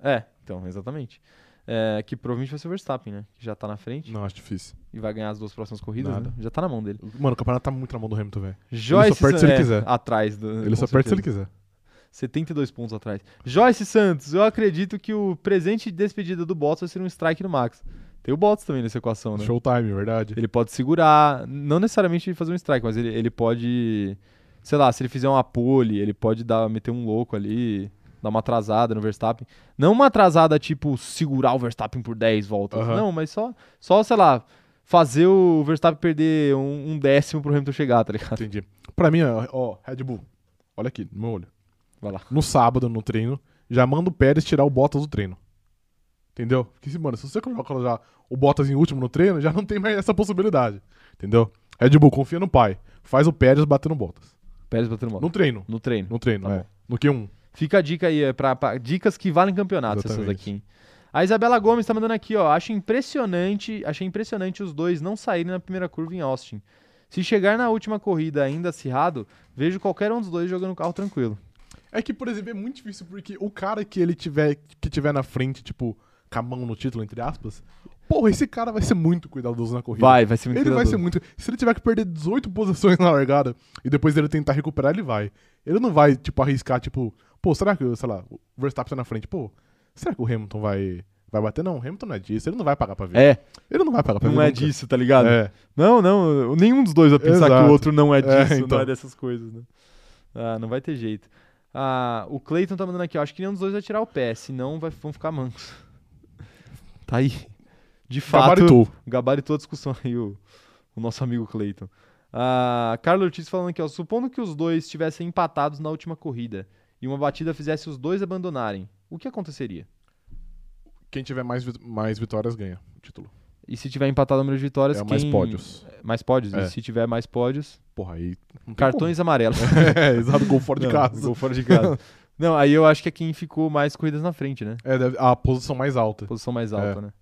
[SPEAKER 1] É, então, exatamente. É, que provavelmente vai ser o Verstappen, né? Que já tá na frente
[SPEAKER 2] Não, acho difícil.
[SPEAKER 1] e vai ganhar as duas próximas corridas,
[SPEAKER 2] Nada.
[SPEAKER 1] né? Já tá na mão dele.
[SPEAKER 2] Mano, o campeonato tá muito na mão do Hamilton, velho.
[SPEAKER 1] Joyce
[SPEAKER 2] perde se ele
[SPEAKER 1] é,
[SPEAKER 2] quiser.
[SPEAKER 1] Atrás do,
[SPEAKER 2] Ele
[SPEAKER 1] com
[SPEAKER 2] só perde se ele
[SPEAKER 1] certeza.
[SPEAKER 2] quiser.
[SPEAKER 1] 72 pontos atrás. Joyce Santos, eu acredito que o presente de despedida do Bottas vai ser um strike no Max. Tem o Bottas também nessa equação, né?
[SPEAKER 2] Showtime, verdade.
[SPEAKER 1] Ele pode segurar, não necessariamente fazer um strike, mas ele, ele pode, sei lá, se ele fizer uma pole, ele pode dar, meter um louco ali, dar uma atrasada no Verstappen. Não uma atrasada tipo segurar o Verstappen por 10 voltas,
[SPEAKER 2] Aham.
[SPEAKER 1] não, mas só, só, sei lá, fazer o Verstappen perder um, um décimo pro Hamilton chegar, tá ligado?
[SPEAKER 2] Entendi. Pra mim, ó, ó, Red Bull, olha aqui, no meu olho.
[SPEAKER 1] Vai lá.
[SPEAKER 2] No sábado, no treino, já manda o Pérez tirar o Bottas do treino. Entendeu? Porque, se, mano, se você coloca já o Bottas em último no treino, já não tem mais essa possibilidade. Entendeu? Red Bull, confia no pai. Faz o Pérez bater no Bottas.
[SPEAKER 1] Pérez batendo bola.
[SPEAKER 2] No treino.
[SPEAKER 1] No treino.
[SPEAKER 2] No treino,
[SPEAKER 1] Tá
[SPEAKER 2] é. No Q1.
[SPEAKER 1] Fica a dica aí, é pra, pra- dicas que valem campeonato essas
[SPEAKER 2] Exatamente.
[SPEAKER 1] daqui. hein? A Isabela Gomes tá mandando aqui, ó. Acho impressionante, achei impressionante os dois não saírem na primeira curva em Austin. Se chegar na última corrida ainda acirrado, vejo qualquer um dos dois jogando o carro tranquilo.
[SPEAKER 2] É que, por exemplo, é muito difícil, porque o cara que ele tiver, que tiver na frente, tipo, com a mão no título, entre aspas, porra, esse cara vai ser muito cuidadoso na corrida.
[SPEAKER 1] Vai, vai ser muito
[SPEAKER 2] Ele vai
[SPEAKER 1] cuidadoso.
[SPEAKER 2] ser muito. Se ele tiver que perder 18 posições na largada e depois ele tentar recuperar, ele vai. Ele não vai, tipo, arriscar, tipo, pô, será que, sei lá, o Verstappen tá na frente, pô, será que o Hamilton vai, vai bater? Não, o Hamilton não é disso, ele não vai pagar pra ver.
[SPEAKER 1] É,
[SPEAKER 2] Ele não vai pagar pra ver.
[SPEAKER 1] não é
[SPEAKER 2] nunca.
[SPEAKER 1] disso, tá ligado?
[SPEAKER 2] É.
[SPEAKER 1] Não, não, nenhum dos dois vai pensar que
[SPEAKER 2] Exato.
[SPEAKER 1] o outro não é disso,
[SPEAKER 2] É, então.
[SPEAKER 1] não é dessas coisas, né? Ah, não vai ter jeito. Ah, o Clayton tá mandando aqui, ó, acho que nenhum dos dois vai tirar o pé, senão vai, vão ficar mancos. Tá aí. De fato,
[SPEAKER 2] Gabaritou.
[SPEAKER 1] gabaritou a discussão aí o, o nosso amigo Cleiton. Ah, Carlos Ortiz falando aqui, ó, supondo que os dois estivessem empatados na última corrida e uma batida fizesse os dois abandonarem, o que aconteceria?
[SPEAKER 2] Quem tiver mais, vit- mais vitórias ganha o título.
[SPEAKER 1] E se tiver empatado o número de vitórias,
[SPEAKER 2] É
[SPEAKER 1] quem...
[SPEAKER 2] mais pódios.
[SPEAKER 1] Mais pódios,
[SPEAKER 2] É.
[SPEAKER 1] e se tiver mais pódios,
[SPEAKER 2] Porra, aí. não tem
[SPEAKER 1] cartões amarelos.
[SPEAKER 2] como. é, exato, gol fora de
[SPEAKER 1] Não,
[SPEAKER 2] casa.
[SPEAKER 1] Gol fora de casa. Não, aí eu acho que é quem ficou mais corridas na frente, né?
[SPEAKER 2] É, deve- a posição mais alta.
[SPEAKER 1] Posição mais
[SPEAKER 2] É.
[SPEAKER 1] alta, né?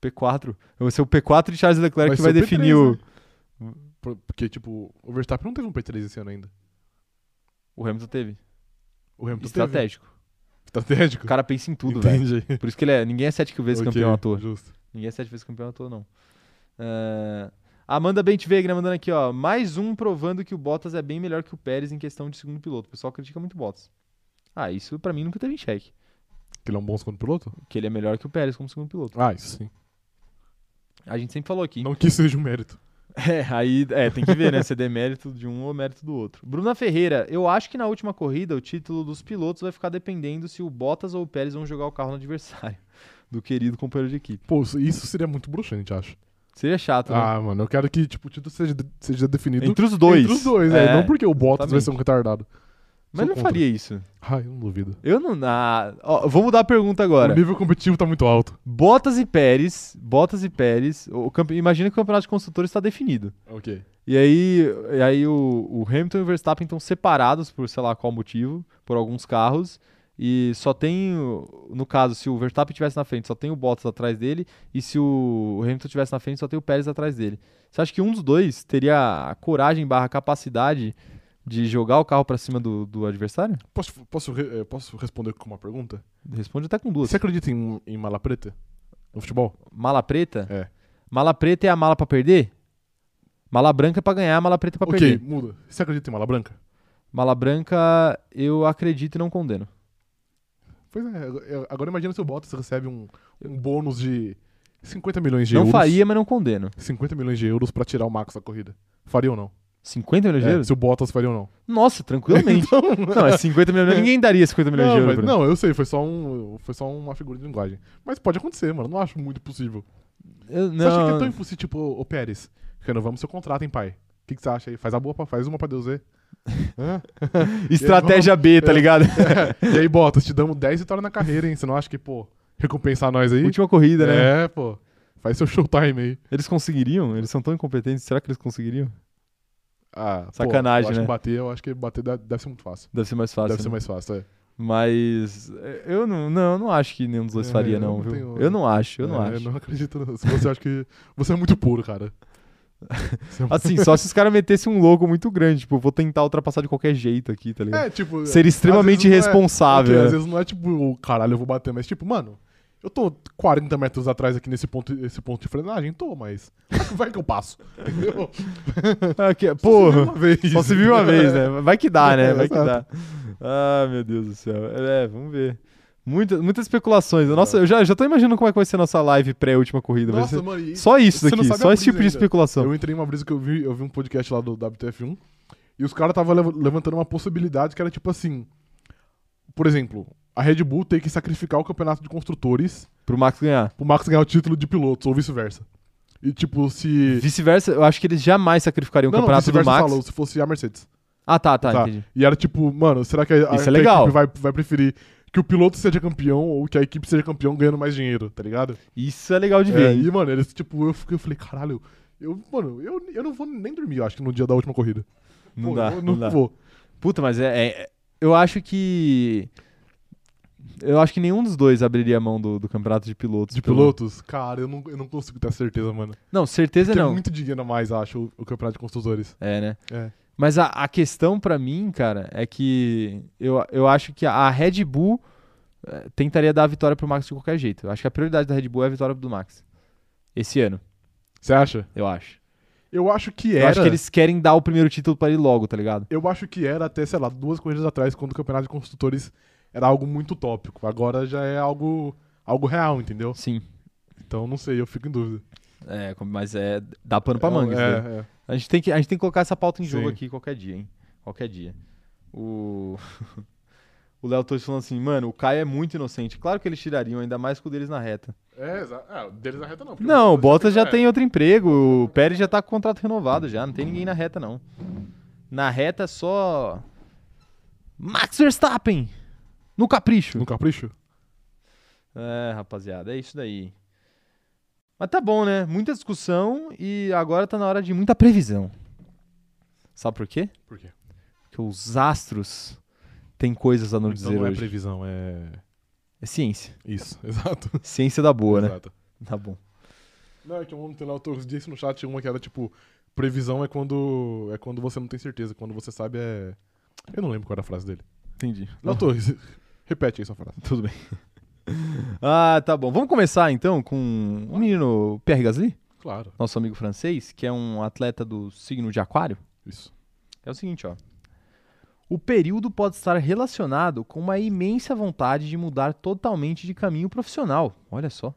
[SPEAKER 1] P4. Vai ser o P4 de Charles Leclerc que
[SPEAKER 2] ser
[SPEAKER 1] vai
[SPEAKER 2] o P3,
[SPEAKER 1] definir o...
[SPEAKER 2] né? Por- Porque, tipo, o Verstappen não teve um P3 esse ano ainda.
[SPEAKER 1] O Hamilton teve.
[SPEAKER 2] O Hamilton teve.
[SPEAKER 1] Estratégico.
[SPEAKER 2] Estratégico.
[SPEAKER 1] O cara pensa em tudo, velho.
[SPEAKER 2] Entendi.
[SPEAKER 1] Por isso que ele é. Ninguém é sete vezes
[SPEAKER 2] Ok,
[SPEAKER 1] campeão à toa.
[SPEAKER 2] Justo.
[SPEAKER 1] Ninguém é sete vezes campeão à toa, não. É, Amanda Bentvegna mandando aqui, ó. Mais um provando que o Bottas é bem melhor que o Pérez em questão de segundo piloto. O pessoal critica muito o Bottas. Ah, isso pra mim nunca teve em xeque.
[SPEAKER 2] Que ele é um bom segundo piloto?
[SPEAKER 1] Que ele é melhor que o Pérez como segundo piloto.
[SPEAKER 2] Ah, isso sim.
[SPEAKER 1] A gente sempre falou aqui.
[SPEAKER 2] Não que isso seja um mérito.
[SPEAKER 1] É, aí é, tem que ver, né? Se é demérito de um ou mérito do outro. Bruna Ferreira, eu acho que na última corrida o título dos pilotos vai ficar dependendo se o Bottas ou o Pérez vão jogar o carro no adversário do querido companheiro de equipe.
[SPEAKER 2] Pô, isso- isso seria muito bruxante, acho.
[SPEAKER 1] Seria chato, né?
[SPEAKER 2] Ah, mano, eu quero que, tipo, o título seja, seja definido
[SPEAKER 1] Entre os dois.
[SPEAKER 2] Entre os dois, é. Não porque o Bottas vai
[SPEAKER 1] exatamente.
[SPEAKER 2] ser um retardado.
[SPEAKER 1] Mas não
[SPEAKER 2] Sou contra.
[SPEAKER 1] faria isso.
[SPEAKER 2] Ai, eu não duvido.
[SPEAKER 1] Eu não. Ah, ó, vou mudar a pergunta
[SPEAKER 2] O
[SPEAKER 1] agora.
[SPEAKER 2] nível competitivo tá muito alto.
[SPEAKER 1] Bottas e Pérez. Bottas e Pérez. O campe- Imagina que o campeonato de construtores está definido.
[SPEAKER 2] Ok.
[SPEAKER 1] E aí, e aí o, o Hamilton e o Verstappen estão separados por sei lá qual motivo, por alguns carros. E só tem, o- no caso, se o Verstappen estivesse na frente, só tem o Bottas atrás dele. E se o Hamilton estivesse na frente, só tem o Pérez atrás dele. Você acha que um dos dois teria a coragem barra capacidade de jogar o carro para cima do, do adversário?
[SPEAKER 2] Posso, posso, re- eh, posso responder com uma pergunta?
[SPEAKER 1] Responde até com duas.
[SPEAKER 2] Você acredita em, em mala preta? No futebol?
[SPEAKER 1] Mala preta?
[SPEAKER 2] É.
[SPEAKER 1] Mala preta é a mala para perder? Mala branca é pra ganhar, mala preta é pra
[SPEAKER 2] ok,
[SPEAKER 1] perder.
[SPEAKER 2] muda. Você acredita em mala branca?
[SPEAKER 1] Mala branca, eu acredito e não condeno.
[SPEAKER 2] Pois é, agora- agora imagina se o Bottas recebe um, um bônus de 50 milhões de
[SPEAKER 1] não
[SPEAKER 2] euros.
[SPEAKER 1] faria, mas não condeno.
[SPEAKER 2] 50 milhões de euros pra tirar o Max da corrida. Faria ou não?
[SPEAKER 1] 50 milhões de
[SPEAKER 2] É,
[SPEAKER 1] euros?
[SPEAKER 2] se o Bottas faria ou não.
[SPEAKER 1] Nossa, tranquilamente. Não, é 50 milhões de euros. Ninguém daria 50 milhões
[SPEAKER 2] não,
[SPEAKER 1] de euros.
[SPEAKER 2] mas-
[SPEAKER 1] pra-
[SPEAKER 2] não, eu sei, foi só, um, foi só uma figura de linguagem. Mas pode acontecer, mano. Não acho muito possível.
[SPEAKER 1] Eu-
[SPEAKER 2] Você acha que é
[SPEAKER 1] não.
[SPEAKER 2] tão impossível, tipo, ô ô, Pérez, renovamos seu contrato, hein, pai? O que, que você acha aí? Faz a boa, pra- faz uma pra Deus ver. Hã?
[SPEAKER 1] Estratégia B, tá
[SPEAKER 2] É.
[SPEAKER 1] ligado?
[SPEAKER 2] e aí, Bottas, te damos 10 vitórias na carreira, hein? Você não acha que, pô, recompensar nós aí?
[SPEAKER 1] Última corrida, né?
[SPEAKER 2] É, pô. Faz seu showtime aí.
[SPEAKER 1] Eles conseguiriam? Eles são tão incompetentes. Será que eles conseguiriam?
[SPEAKER 2] Ah, pô,
[SPEAKER 1] Sacanagem,
[SPEAKER 2] eu acho
[SPEAKER 1] né?
[SPEAKER 2] Que bater, eu acho que bater dá- deve ser muito fácil.
[SPEAKER 1] Deve ser mais fácil.
[SPEAKER 2] deve ser
[SPEAKER 1] né?
[SPEAKER 2] mais fácil, é.
[SPEAKER 1] Mas é, eu não, não, eu não acho que nenhum dos dois
[SPEAKER 2] É,
[SPEAKER 1] faria,
[SPEAKER 2] eu
[SPEAKER 1] não,
[SPEAKER 2] não
[SPEAKER 1] viu?
[SPEAKER 2] tenho-
[SPEAKER 1] Eu não acho, eu não
[SPEAKER 2] É,
[SPEAKER 1] acho.
[SPEAKER 2] Eu não acredito não. Se Você acha que... Você é muito puro, cara. Você é muito-
[SPEAKER 1] Assim, só se os caras metessem um logo muito grande, tipo, eu vou tentar ultrapassar de qualquer jeito aqui, tá ligado?
[SPEAKER 2] É, tipo...
[SPEAKER 1] Ser extremamente
[SPEAKER 2] às vezes não é-
[SPEAKER 1] irresponsável.
[SPEAKER 2] Ok, às
[SPEAKER 1] né?
[SPEAKER 2] vezes não é tipo, "Ô, caralho, eu vou bater, mas tipo, mano, eu tô 40 metros atrás aqui nesse ponto, esse ponto de frenagem, tô, mas vai que- vai que eu passo. Entendeu? é.
[SPEAKER 1] Ah, que-
[SPEAKER 2] Só se viu
[SPEAKER 1] Porra.
[SPEAKER 2] uma vez.
[SPEAKER 1] Só se viu uma vez, né? Vai que dá, né?
[SPEAKER 2] É,
[SPEAKER 1] Vai que dá.
[SPEAKER 2] exato.
[SPEAKER 1] Ah, meu Deus do céu. É, vamos ver. Muita, muitas especulações. Nossa, eu já, já tô imaginando como é que vai ser a nossa live pré-última corrida. Vai
[SPEAKER 2] Nossa,
[SPEAKER 1] ser
[SPEAKER 2] mano, e
[SPEAKER 1] é só isso
[SPEAKER 2] você não
[SPEAKER 1] daqui,
[SPEAKER 2] sabe
[SPEAKER 1] só
[SPEAKER 2] a
[SPEAKER 1] esse tipo de
[SPEAKER 2] brisa ainda.
[SPEAKER 1] especulação.
[SPEAKER 2] eu entrei em uma brisa que eu vi, eu vi um podcast lá do WTF1 e os caras estavam levantando uma possibilidade que era tipo assim, por exemplo, a Red Bull ter que sacrificar o campeonato de construtores
[SPEAKER 1] Pro Max ganhar.
[SPEAKER 2] pro Max ganhar o título de pilotos, ou vice-versa. E tipo, se...
[SPEAKER 1] Vice-versa, eu acho que eles jamais sacrificariam o campeonato do
[SPEAKER 2] vice-versa
[SPEAKER 1] Max.
[SPEAKER 2] falou, se fosse a Mercedes.
[SPEAKER 1] Ah, tá, tá,
[SPEAKER 2] Tá.
[SPEAKER 1] entendi.
[SPEAKER 2] E era tipo, mano, será que a, a-
[SPEAKER 1] Isso é
[SPEAKER 2] que a
[SPEAKER 1] legal.
[SPEAKER 2] equipe vai, vai preferir que o piloto seja campeão ou que a equipe seja campeão ganhando mais dinheiro, tá ligado?
[SPEAKER 1] Isso é legal de ver.
[SPEAKER 2] É,
[SPEAKER 1] hein?
[SPEAKER 2] e, mano, eles, tipo, eu, fiquei, eu falei, caralho, eu, mano, eu, eu não vou nem dormir, eu acho que no dia da última corrida.
[SPEAKER 1] não
[SPEAKER 2] Pô,
[SPEAKER 1] dá,
[SPEAKER 2] eu
[SPEAKER 1] não,
[SPEAKER 2] não
[SPEAKER 1] dá.
[SPEAKER 2] vou.
[SPEAKER 1] Puta, mas é, é- Eu acho que. Eu acho que nenhum dos dois abriria a mão do, do campeonato de pilotos.
[SPEAKER 2] De
[SPEAKER 1] pelo-
[SPEAKER 2] pilotos, cara, eu não, eu não consigo ter certeza, mano.
[SPEAKER 1] Não, certeza
[SPEAKER 2] Tem
[SPEAKER 1] é não.
[SPEAKER 2] é muito dinheiro a mais, acho, o, o campeonato de construtores.
[SPEAKER 1] É, né?
[SPEAKER 2] É.
[SPEAKER 1] Mas a, a questão pra mim, cara, é que eu, eu acho que a Red Bull eh, tentaria dar a vitória pro Max de qualquer jeito. Eu acho que a prioridade da Red Bull é a vitória do Max. Esse ano,
[SPEAKER 2] Você acha?
[SPEAKER 1] eu acho.
[SPEAKER 2] Eu acho que
[SPEAKER 1] Eu
[SPEAKER 2] era.
[SPEAKER 1] acho que eles querem dar o primeiro título pra ele logo, tá ligado?
[SPEAKER 2] eu acho que era até, sei lá, duas corridas atrás, quando o campeonato de construtores era algo muito tópico. Agora já é algo, algo real, entendeu?
[SPEAKER 1] Sim.
[SPEAKER 2] Então não sei, eu fico em dúvida.
[SPEAKER 1] É, com- mas é dá pano pra né?
[SPEAKER 2] É,
[SPEAKER 1] manga. isso daí.
[SPEAKER 2] é, é.
[SPEAKER 1] A, gente tem que, a gente tem que colocar essa pauta em jogo
[SPEAKER 2] Sim.
[SPEAKER 1] aqui qualquer dia, hein? Qualquer dia. O. O Léo Torres falando assim, mano, o Caio é muito inocente. Claro que eles tirariam, ainda mais com o deles na reta.
[SPEAKER 2] É, exa- ah, o deles na reta não. porque
[SPEAKER 1] Não, o Bottas já
[SPEAKER 2] é.
[SPEAKER 1] tem outro emprego, o Pérez já tá com o contrato renovado já, não tem ninguém na reta não. Na reta é só Max Verstappen no capricho.
[SPEAKER 2] No capricho?
[SPEAKER 1] É, rapaziada, é isso daí. Mas tá bom, né? Muita discussão e agora tá na hora de muita previsão. Sabe por quê?
[SPEAKER 2] Por quê?
[SPEAKER 1] Porque os astros têm coisas a nos
[SPEAKER 2] Então
[SPEAKER 1] dizer
[SPEAKER 2] não é
[SPEAKER 1] hoje.
[SPEAKER 2] previsão, é.
[SPEAKER 1] É ciência.
[SPEAKER 2] Isso, exato.
[SPEAKER 1] Ciência da boa, né?
[SPEAKER 2] exato.
[SPEAKER 1] Tá bom.
[SPEAKER 2] Não, é que ontem lá eu tô- disse no chat uma que era tipo: previsão é quando é quando você não tem certeza, quando você sabe é. Eu não lembro qual era a frase dele.
[SPEAKER 1] Entendi.
[SPEAKER 2] Léo Torres, repete aí sua frase.
[SPEAKER 1] Tudo bem. Ah, tá bom. Vamos começar então com o menino Pierre Gasly,
[SPEAKER 2] Claro,
[SPEAKER 1] nosso amigo francês, que é um atleta do signo de Aquário.
[SPEAKER 2] isso.
[SPEAKER 1] É o seguinte, ó. O período pode estar relacionado com uma imensa vontade de mudar totalmente de caminho profissional. Olha só.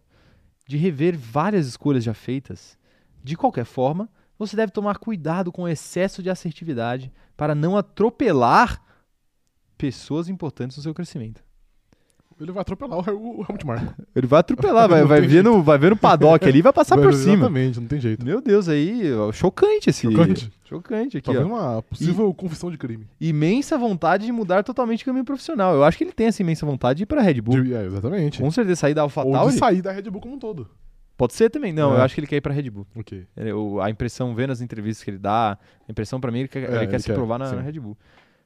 [SPEAKER 1] De rever várias escolhas já feitas. De qualquer forma, você deve tomar cuidado com o excesso de assertividade para não atropelar pessoas importantes no seu crescimento.
[SPEAKER 2] Ele vai atropelar o, o Helmut Marko.
[SPEAKER 1] Ele vai atropelar, vai,
[SPEAKER 2] Não
[SPEAKER 1] vai,
[SPEAKER 2] tem
[SPEAKER 1] ver no, vai ver no paddock ali e vai passar
[SPEAKER 2] Vai-
[SPEAKER 1] por cima.
[SPEAKER 2] Exatamente, não tem jeito.
[SPEAKER 1] Meu Deus, aí, ó, chocante esse.
[SPEAKER 2] Chocante. Tá
[SPEAKER 1] Chocante aqui, ó.
[SPEAKER 2] Talvez uma possível confissão de crime.
[SPEAKER 1] Imensa vontade de mudar totalmente o caminho profissional. Eu acho que ele tem essa imensa vontade de ir pra Red Bull.
[SPEAKER 2] De- é, exatamente.
[SPEAKER 1] Com certeza, sair da
[SPEAKER 2] Ou
[SPEAKER 1] AlphaTauri.
[SPEAKER 2] de sair da Red Bull como um todo.
[SPEAKER 1] Pode ser também. Não,
[SPEAKER 2] É.
[SPEAKER 1] eu acho que ele quer ir pra Red Bull.
[SPEAKER 2] Ok.
[SPEAKER 1] Ele- o- a impressão, vendo as entrevistas que ele dá, a impressão pra mim, é ele quer, ele
[SPEAKER 2] É, ele
[SPEAKER 1] quer se
[SPEAKER 2] quer,
[SPEAKER 1] provar na,
[SPEAKER 2] sim.
[SPEAKER 1] na Red Bull.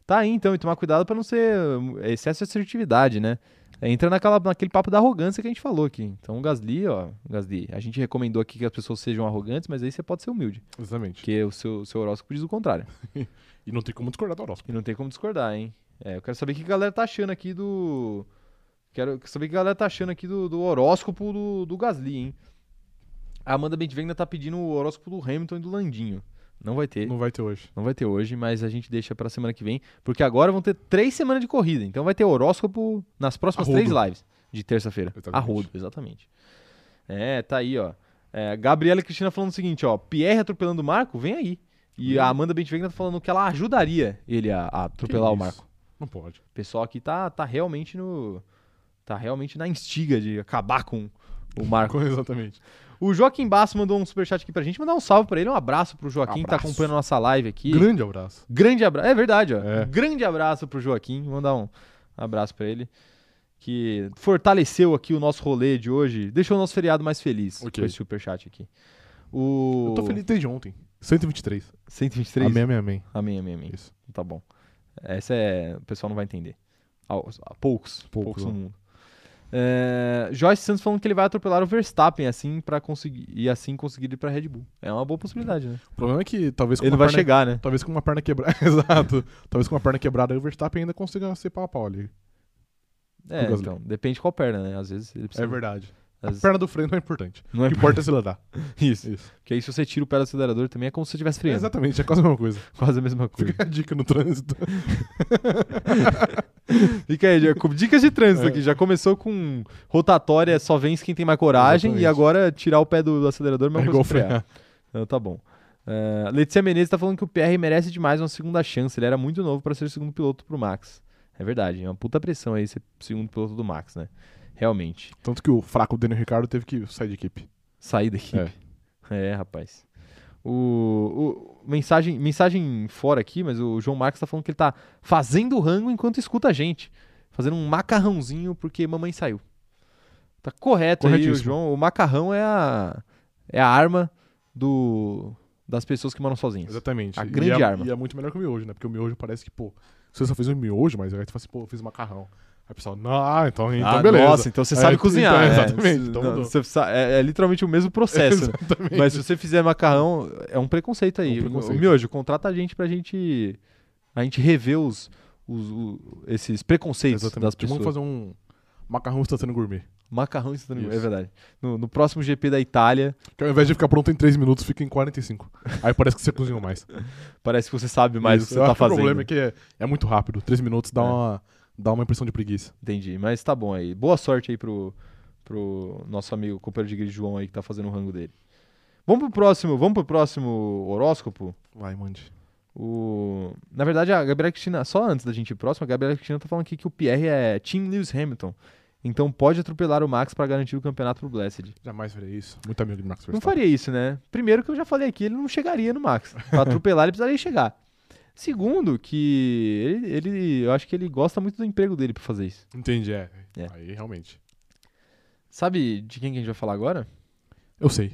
[SPEAKER 1] Tá aí, então, e tomar cuidado pra não ser hum, excesso de assertividade, né? É, Entra naquela, naquele papo da arrogância que a gente falou aqui. Então, o Gasly, ó, Gasly, a gente recomendou aqui que as pessoas sejam arrogantes, mas aí você pode ser humilde,
[SPEAKER 2] Exatamente.
[SPEAKER 1] porque o seu, seu horóscopo diz o contrário.
[SPEAKER 2] E não tem como discordar do horóscopo.
[SPEAKER 1] E não tem como discordar, hein? É, eu quero saber o que a galera tá achando aqui do. Quero saber o que a galera tá achando aqui do, do horóscopo do, do Gasly, hein? A Amanda Bentvegna tá pedindo o horóscopo do Hamilton e do Landinho. Não vai ter.
[SPEAKER 2] Não vai ter hoje.
[SPEAKER 1] Não vai ter hoje, mas a gente deixa pra semana que vem, porque agora vão ter três semanas de corrida. Então vai ter horóscopo nas próximas
[SPEAKER 2] A rodo.
[SPEAKER 1] três lives de terça-feira.
[SPEAKER 2] Exatamente.
[SPEAKER 1] A rodo, exatamente. É, tá aí, ó. É, Gabriela Cristina falando o seguinte, ó. Pierre atropelando o Marco, vem aí. E a Amanda Bentvegna tá falando que ela ajudaria ele a, a atropelar
[SPEAKER 2] Que
[SPEAKER 1] o
[SPEAKER 2] isso?
[SPEAKER 1] Marco.
[SPEAKER 2] Não pode.
[SPEAKER 1] O pessoal aqui tá, tá realmente no. Tá realmente na instiga de acabar com o Marco.
[SPEAKER 2] Exatamente.
[SPEAKER 1] O Joaquim Basso mandou um superchat aqui pra gente. Mandar um salve pra ele, um abraço pro Joaquim que tá
[SPEAKER 2] Abraço.
[SPEAKER 1] acompanhando a nossa live aqui.
[SPEAKER 2] Grande abraço.
[SPEAKER 1] Grande abraço. É verdade, ó.
[SPEAKER 2] É.
[SPEAKER 1] Grande abraço pro Joaquim. Vou Mandar um abraço pra ele. Que fortaleceu aqui o nosso rolê de hoje. Deixou o nosso feriado mais feliz
[SPEAKER 2] Ok.
[SPEAKER 1] com esse superchat aqui. O...
[SPEAKER 2] Eu tô feliz desde ontem. 123.
[SPEAKER 1] 123.
[SPEAKER 2] Amém, amém, amém.
[SPEAKER 1] Amém, amém, amém.
[SPEAKER 2] Isso.
[SPEAKER 1] Tá bom. Essa é. O pessoal não vai entender. Ah, os- ah, Poucos. Poucos,
[SPEAKER 2] Poucos,
[SPEAKER 1] no
[SPEAKER 2] ó.
[SPEAKER 1] mundo. É, Joyce Santos falando que ele vai atropelar o Verstappen assim para conseguir e assim conseguir ir pra Red Bull. É uma boa possibilidade, né?
[SPEAKER 2] O problema é que talvez com
[SPEAKER 1] Ele não
[SPEAKER 2] uma
[SPEAKER 1] vai
[SPEAKER 2] perna...
[SPEAKER 1] chegar, né?
[SPEAKER 2] Talvez com uma perna quebrada. Exato. Talvez com uma perna quebrada o Verstappen ainda consiga ser pau a pau ali.
[SPEAKER 1] É,
[SPEAKER 2] Gasly.
[SPEAKER 1] então, depende qual perna, né? Às vezes ele precisa.
[SPEAKER 2] É verdade.
[SPEAKER 1] às vezes-
[SPEAKER 2] A perna do freio não é importante.
[SPEAKER 1] Não é
[SPEAKER 2] O que importa é acelerar.
[SPEAKER 1] isso.
[SPEAKER 2] Isso.
[SPEAKER 1] Porque aí se você tira o pé do acelerador também é como se você estivesse freando.
[SPEAKER 2] Exatamente, é quase a mesma coisa.
[SPEAKER 1] Quase a mesma coisa.
[SPEAKER 2] Fica a dica no trânsito.
[SPEAKER 1] Fica aí, já- com dicas de trânsito
[SPEAKER 2] É.
[SPEAKER 1] aqui. Já começou com rotatória, só vence quem tem mais coragem. E
[SPEAKER 2] Exatamente.
[SPEAKER 1] agora tirar o pé do, do acelerador,
[SPEAKER 2] é
[SPEAKER 1] mas
[SPEAKER 2] igual
[SPEAKER 1] é
[SPEAKER 2] frear.
[SPEAKER 1] frear. Então, tá bom. É, Letícia Menezes tá falando que o PR merece demais uma segunda chance. Ele era muito novo pra ser o segundo piloto pro Max. É verdade, é uma puta pressão aí ser segundo piloto do Max, né? Realmente.
[SPEAKER 2] Tanto que o fraco Daniel Ricardo teve que sair de equipe.
[SPEAKER 1] Sair da equipe. É, rapaz. O, o- mensagem, mensagem fora aqui, mas o João Marcos tá falando que ele tá fazendo rango enquanto escuta a gente. Fazendo um macarrãozinho porque mamãe saiu. Tá correto aí, o
[SPEAKER 2] Corretíssimo.
[SPEAKER 1] João. O macarrão é a, é a arma do, das pessoas que moram sozinhas.
[SPEAKER 2] Exatamente.
[SPEAKER 1] A
[SPEAKER 2] E
[SPEAKER 1] grande
[SPEAKER 2] é-
[SPEAKER 1] arma.
[SPEAKER 2] E é muito melhor que o miojo, né? Porque o miojo parece que, pô, você só fez um miojo, mas aí tu fala assim, pô, eu fiz um macarrão. Aí o pessoal, não, então, então
[SPEAKER 1] Ah,
[SPEAKER 2] beleza.
[SPEAKER 1] Nossa, então você
[SPEAKER 2] É,
[SPEAKER 1] sabe
[SPEAKER 2] então,
[SPEAKER 1] cozinhar. né?
[SPEAKER 2] exatamente,
[SPEAKER 1] Você-
[SPEAKER 2] então
[SPEAKER 1] não,
[SPEAKER 2] mudou.
[SPEAKER 1] você sa- é, é literalmente o mesmo processo. né?
[SPEAKER 2] Exatamente.
[SPEAKER 1] Mas se você fizer macarrão, é um preconceito aí.
[SPEAKER 2] É um preconceito.
[SPEAKER 1] O Miojo, contrata a gente pra gente. A gente rever os, os- o- esses preconceitos é das
[SPEAKER 2] Exatamente.
[SPEAKER 1] pessoas.
[SPEAKER 2] Vamos fazer um macarrão instantâneo gourmet.
[SPEAKER 1] Macarrão instantâneo.
[SPEAKER 2] Isso.
[SPEAKER 1] É verdade. No, no próximo GP da Itália,
[SPEAKER 2] Que ao invés de ficar pronto em 3 minutos, fica em 45. Aí parece que você cozinhou mais.
[SPEAKER 1] parece que você sabe mais
[SPEAKER 2] Isso.
[SPEAKER 1] o que
[SPEAKER 2] Eu
[SPEAKER 1] você tá
[SPEAKER 2] acho que
[SPEAKER 1] fazendo.
[SPEAKER 2] O problema é que é, é muito rápido. 3 minutos dá,
[SPEAKER 1] É.
[SPEAKER 2] uma, dá uma impressão de preguiça.
[SPEAKER 1] Entendi. Mas tá bom aí. Boa sorte aí pro, pro nosso amigo companheiro de grid João aí que tá fazendo o rango dele. Vamos pro próximo, vamos pro próximo horóscopo?
[SPEAKER 2] Vai, mande.
[SPEAKER 1] O... Na verdade, a Gabriela Cristina, só antes da gente ir próximo, a Gabriela Cristina tá falando aqui que o Pierre é Team Lewis Hamilton. Então pode atropelar o Max pra garantir o campeonato pro Blessed.
[SPEAKER 2] Jamais faria isso. Muito amigo de Max
[SPEAKER 1] Não
[SPEAKER 2] Verstappen.
[SPEAKER 1] faria isso, né? Primeiro que eu já falei aqui, ele não chegaria no Max. Pra atropelar, ele precisaria chegar. Segundo, que ele, ele- eu acho que ele gosta muito do emprego dele pra fazer isso.
[SPEAKER 2] Entendi, é.
[SPEAKER 1] É.
[SPEAKER 2] Aí realmente.
[SPEAKER 1] Sabe de quem que a gente vai falar agora?
[SPEAKER 2] Eu sei.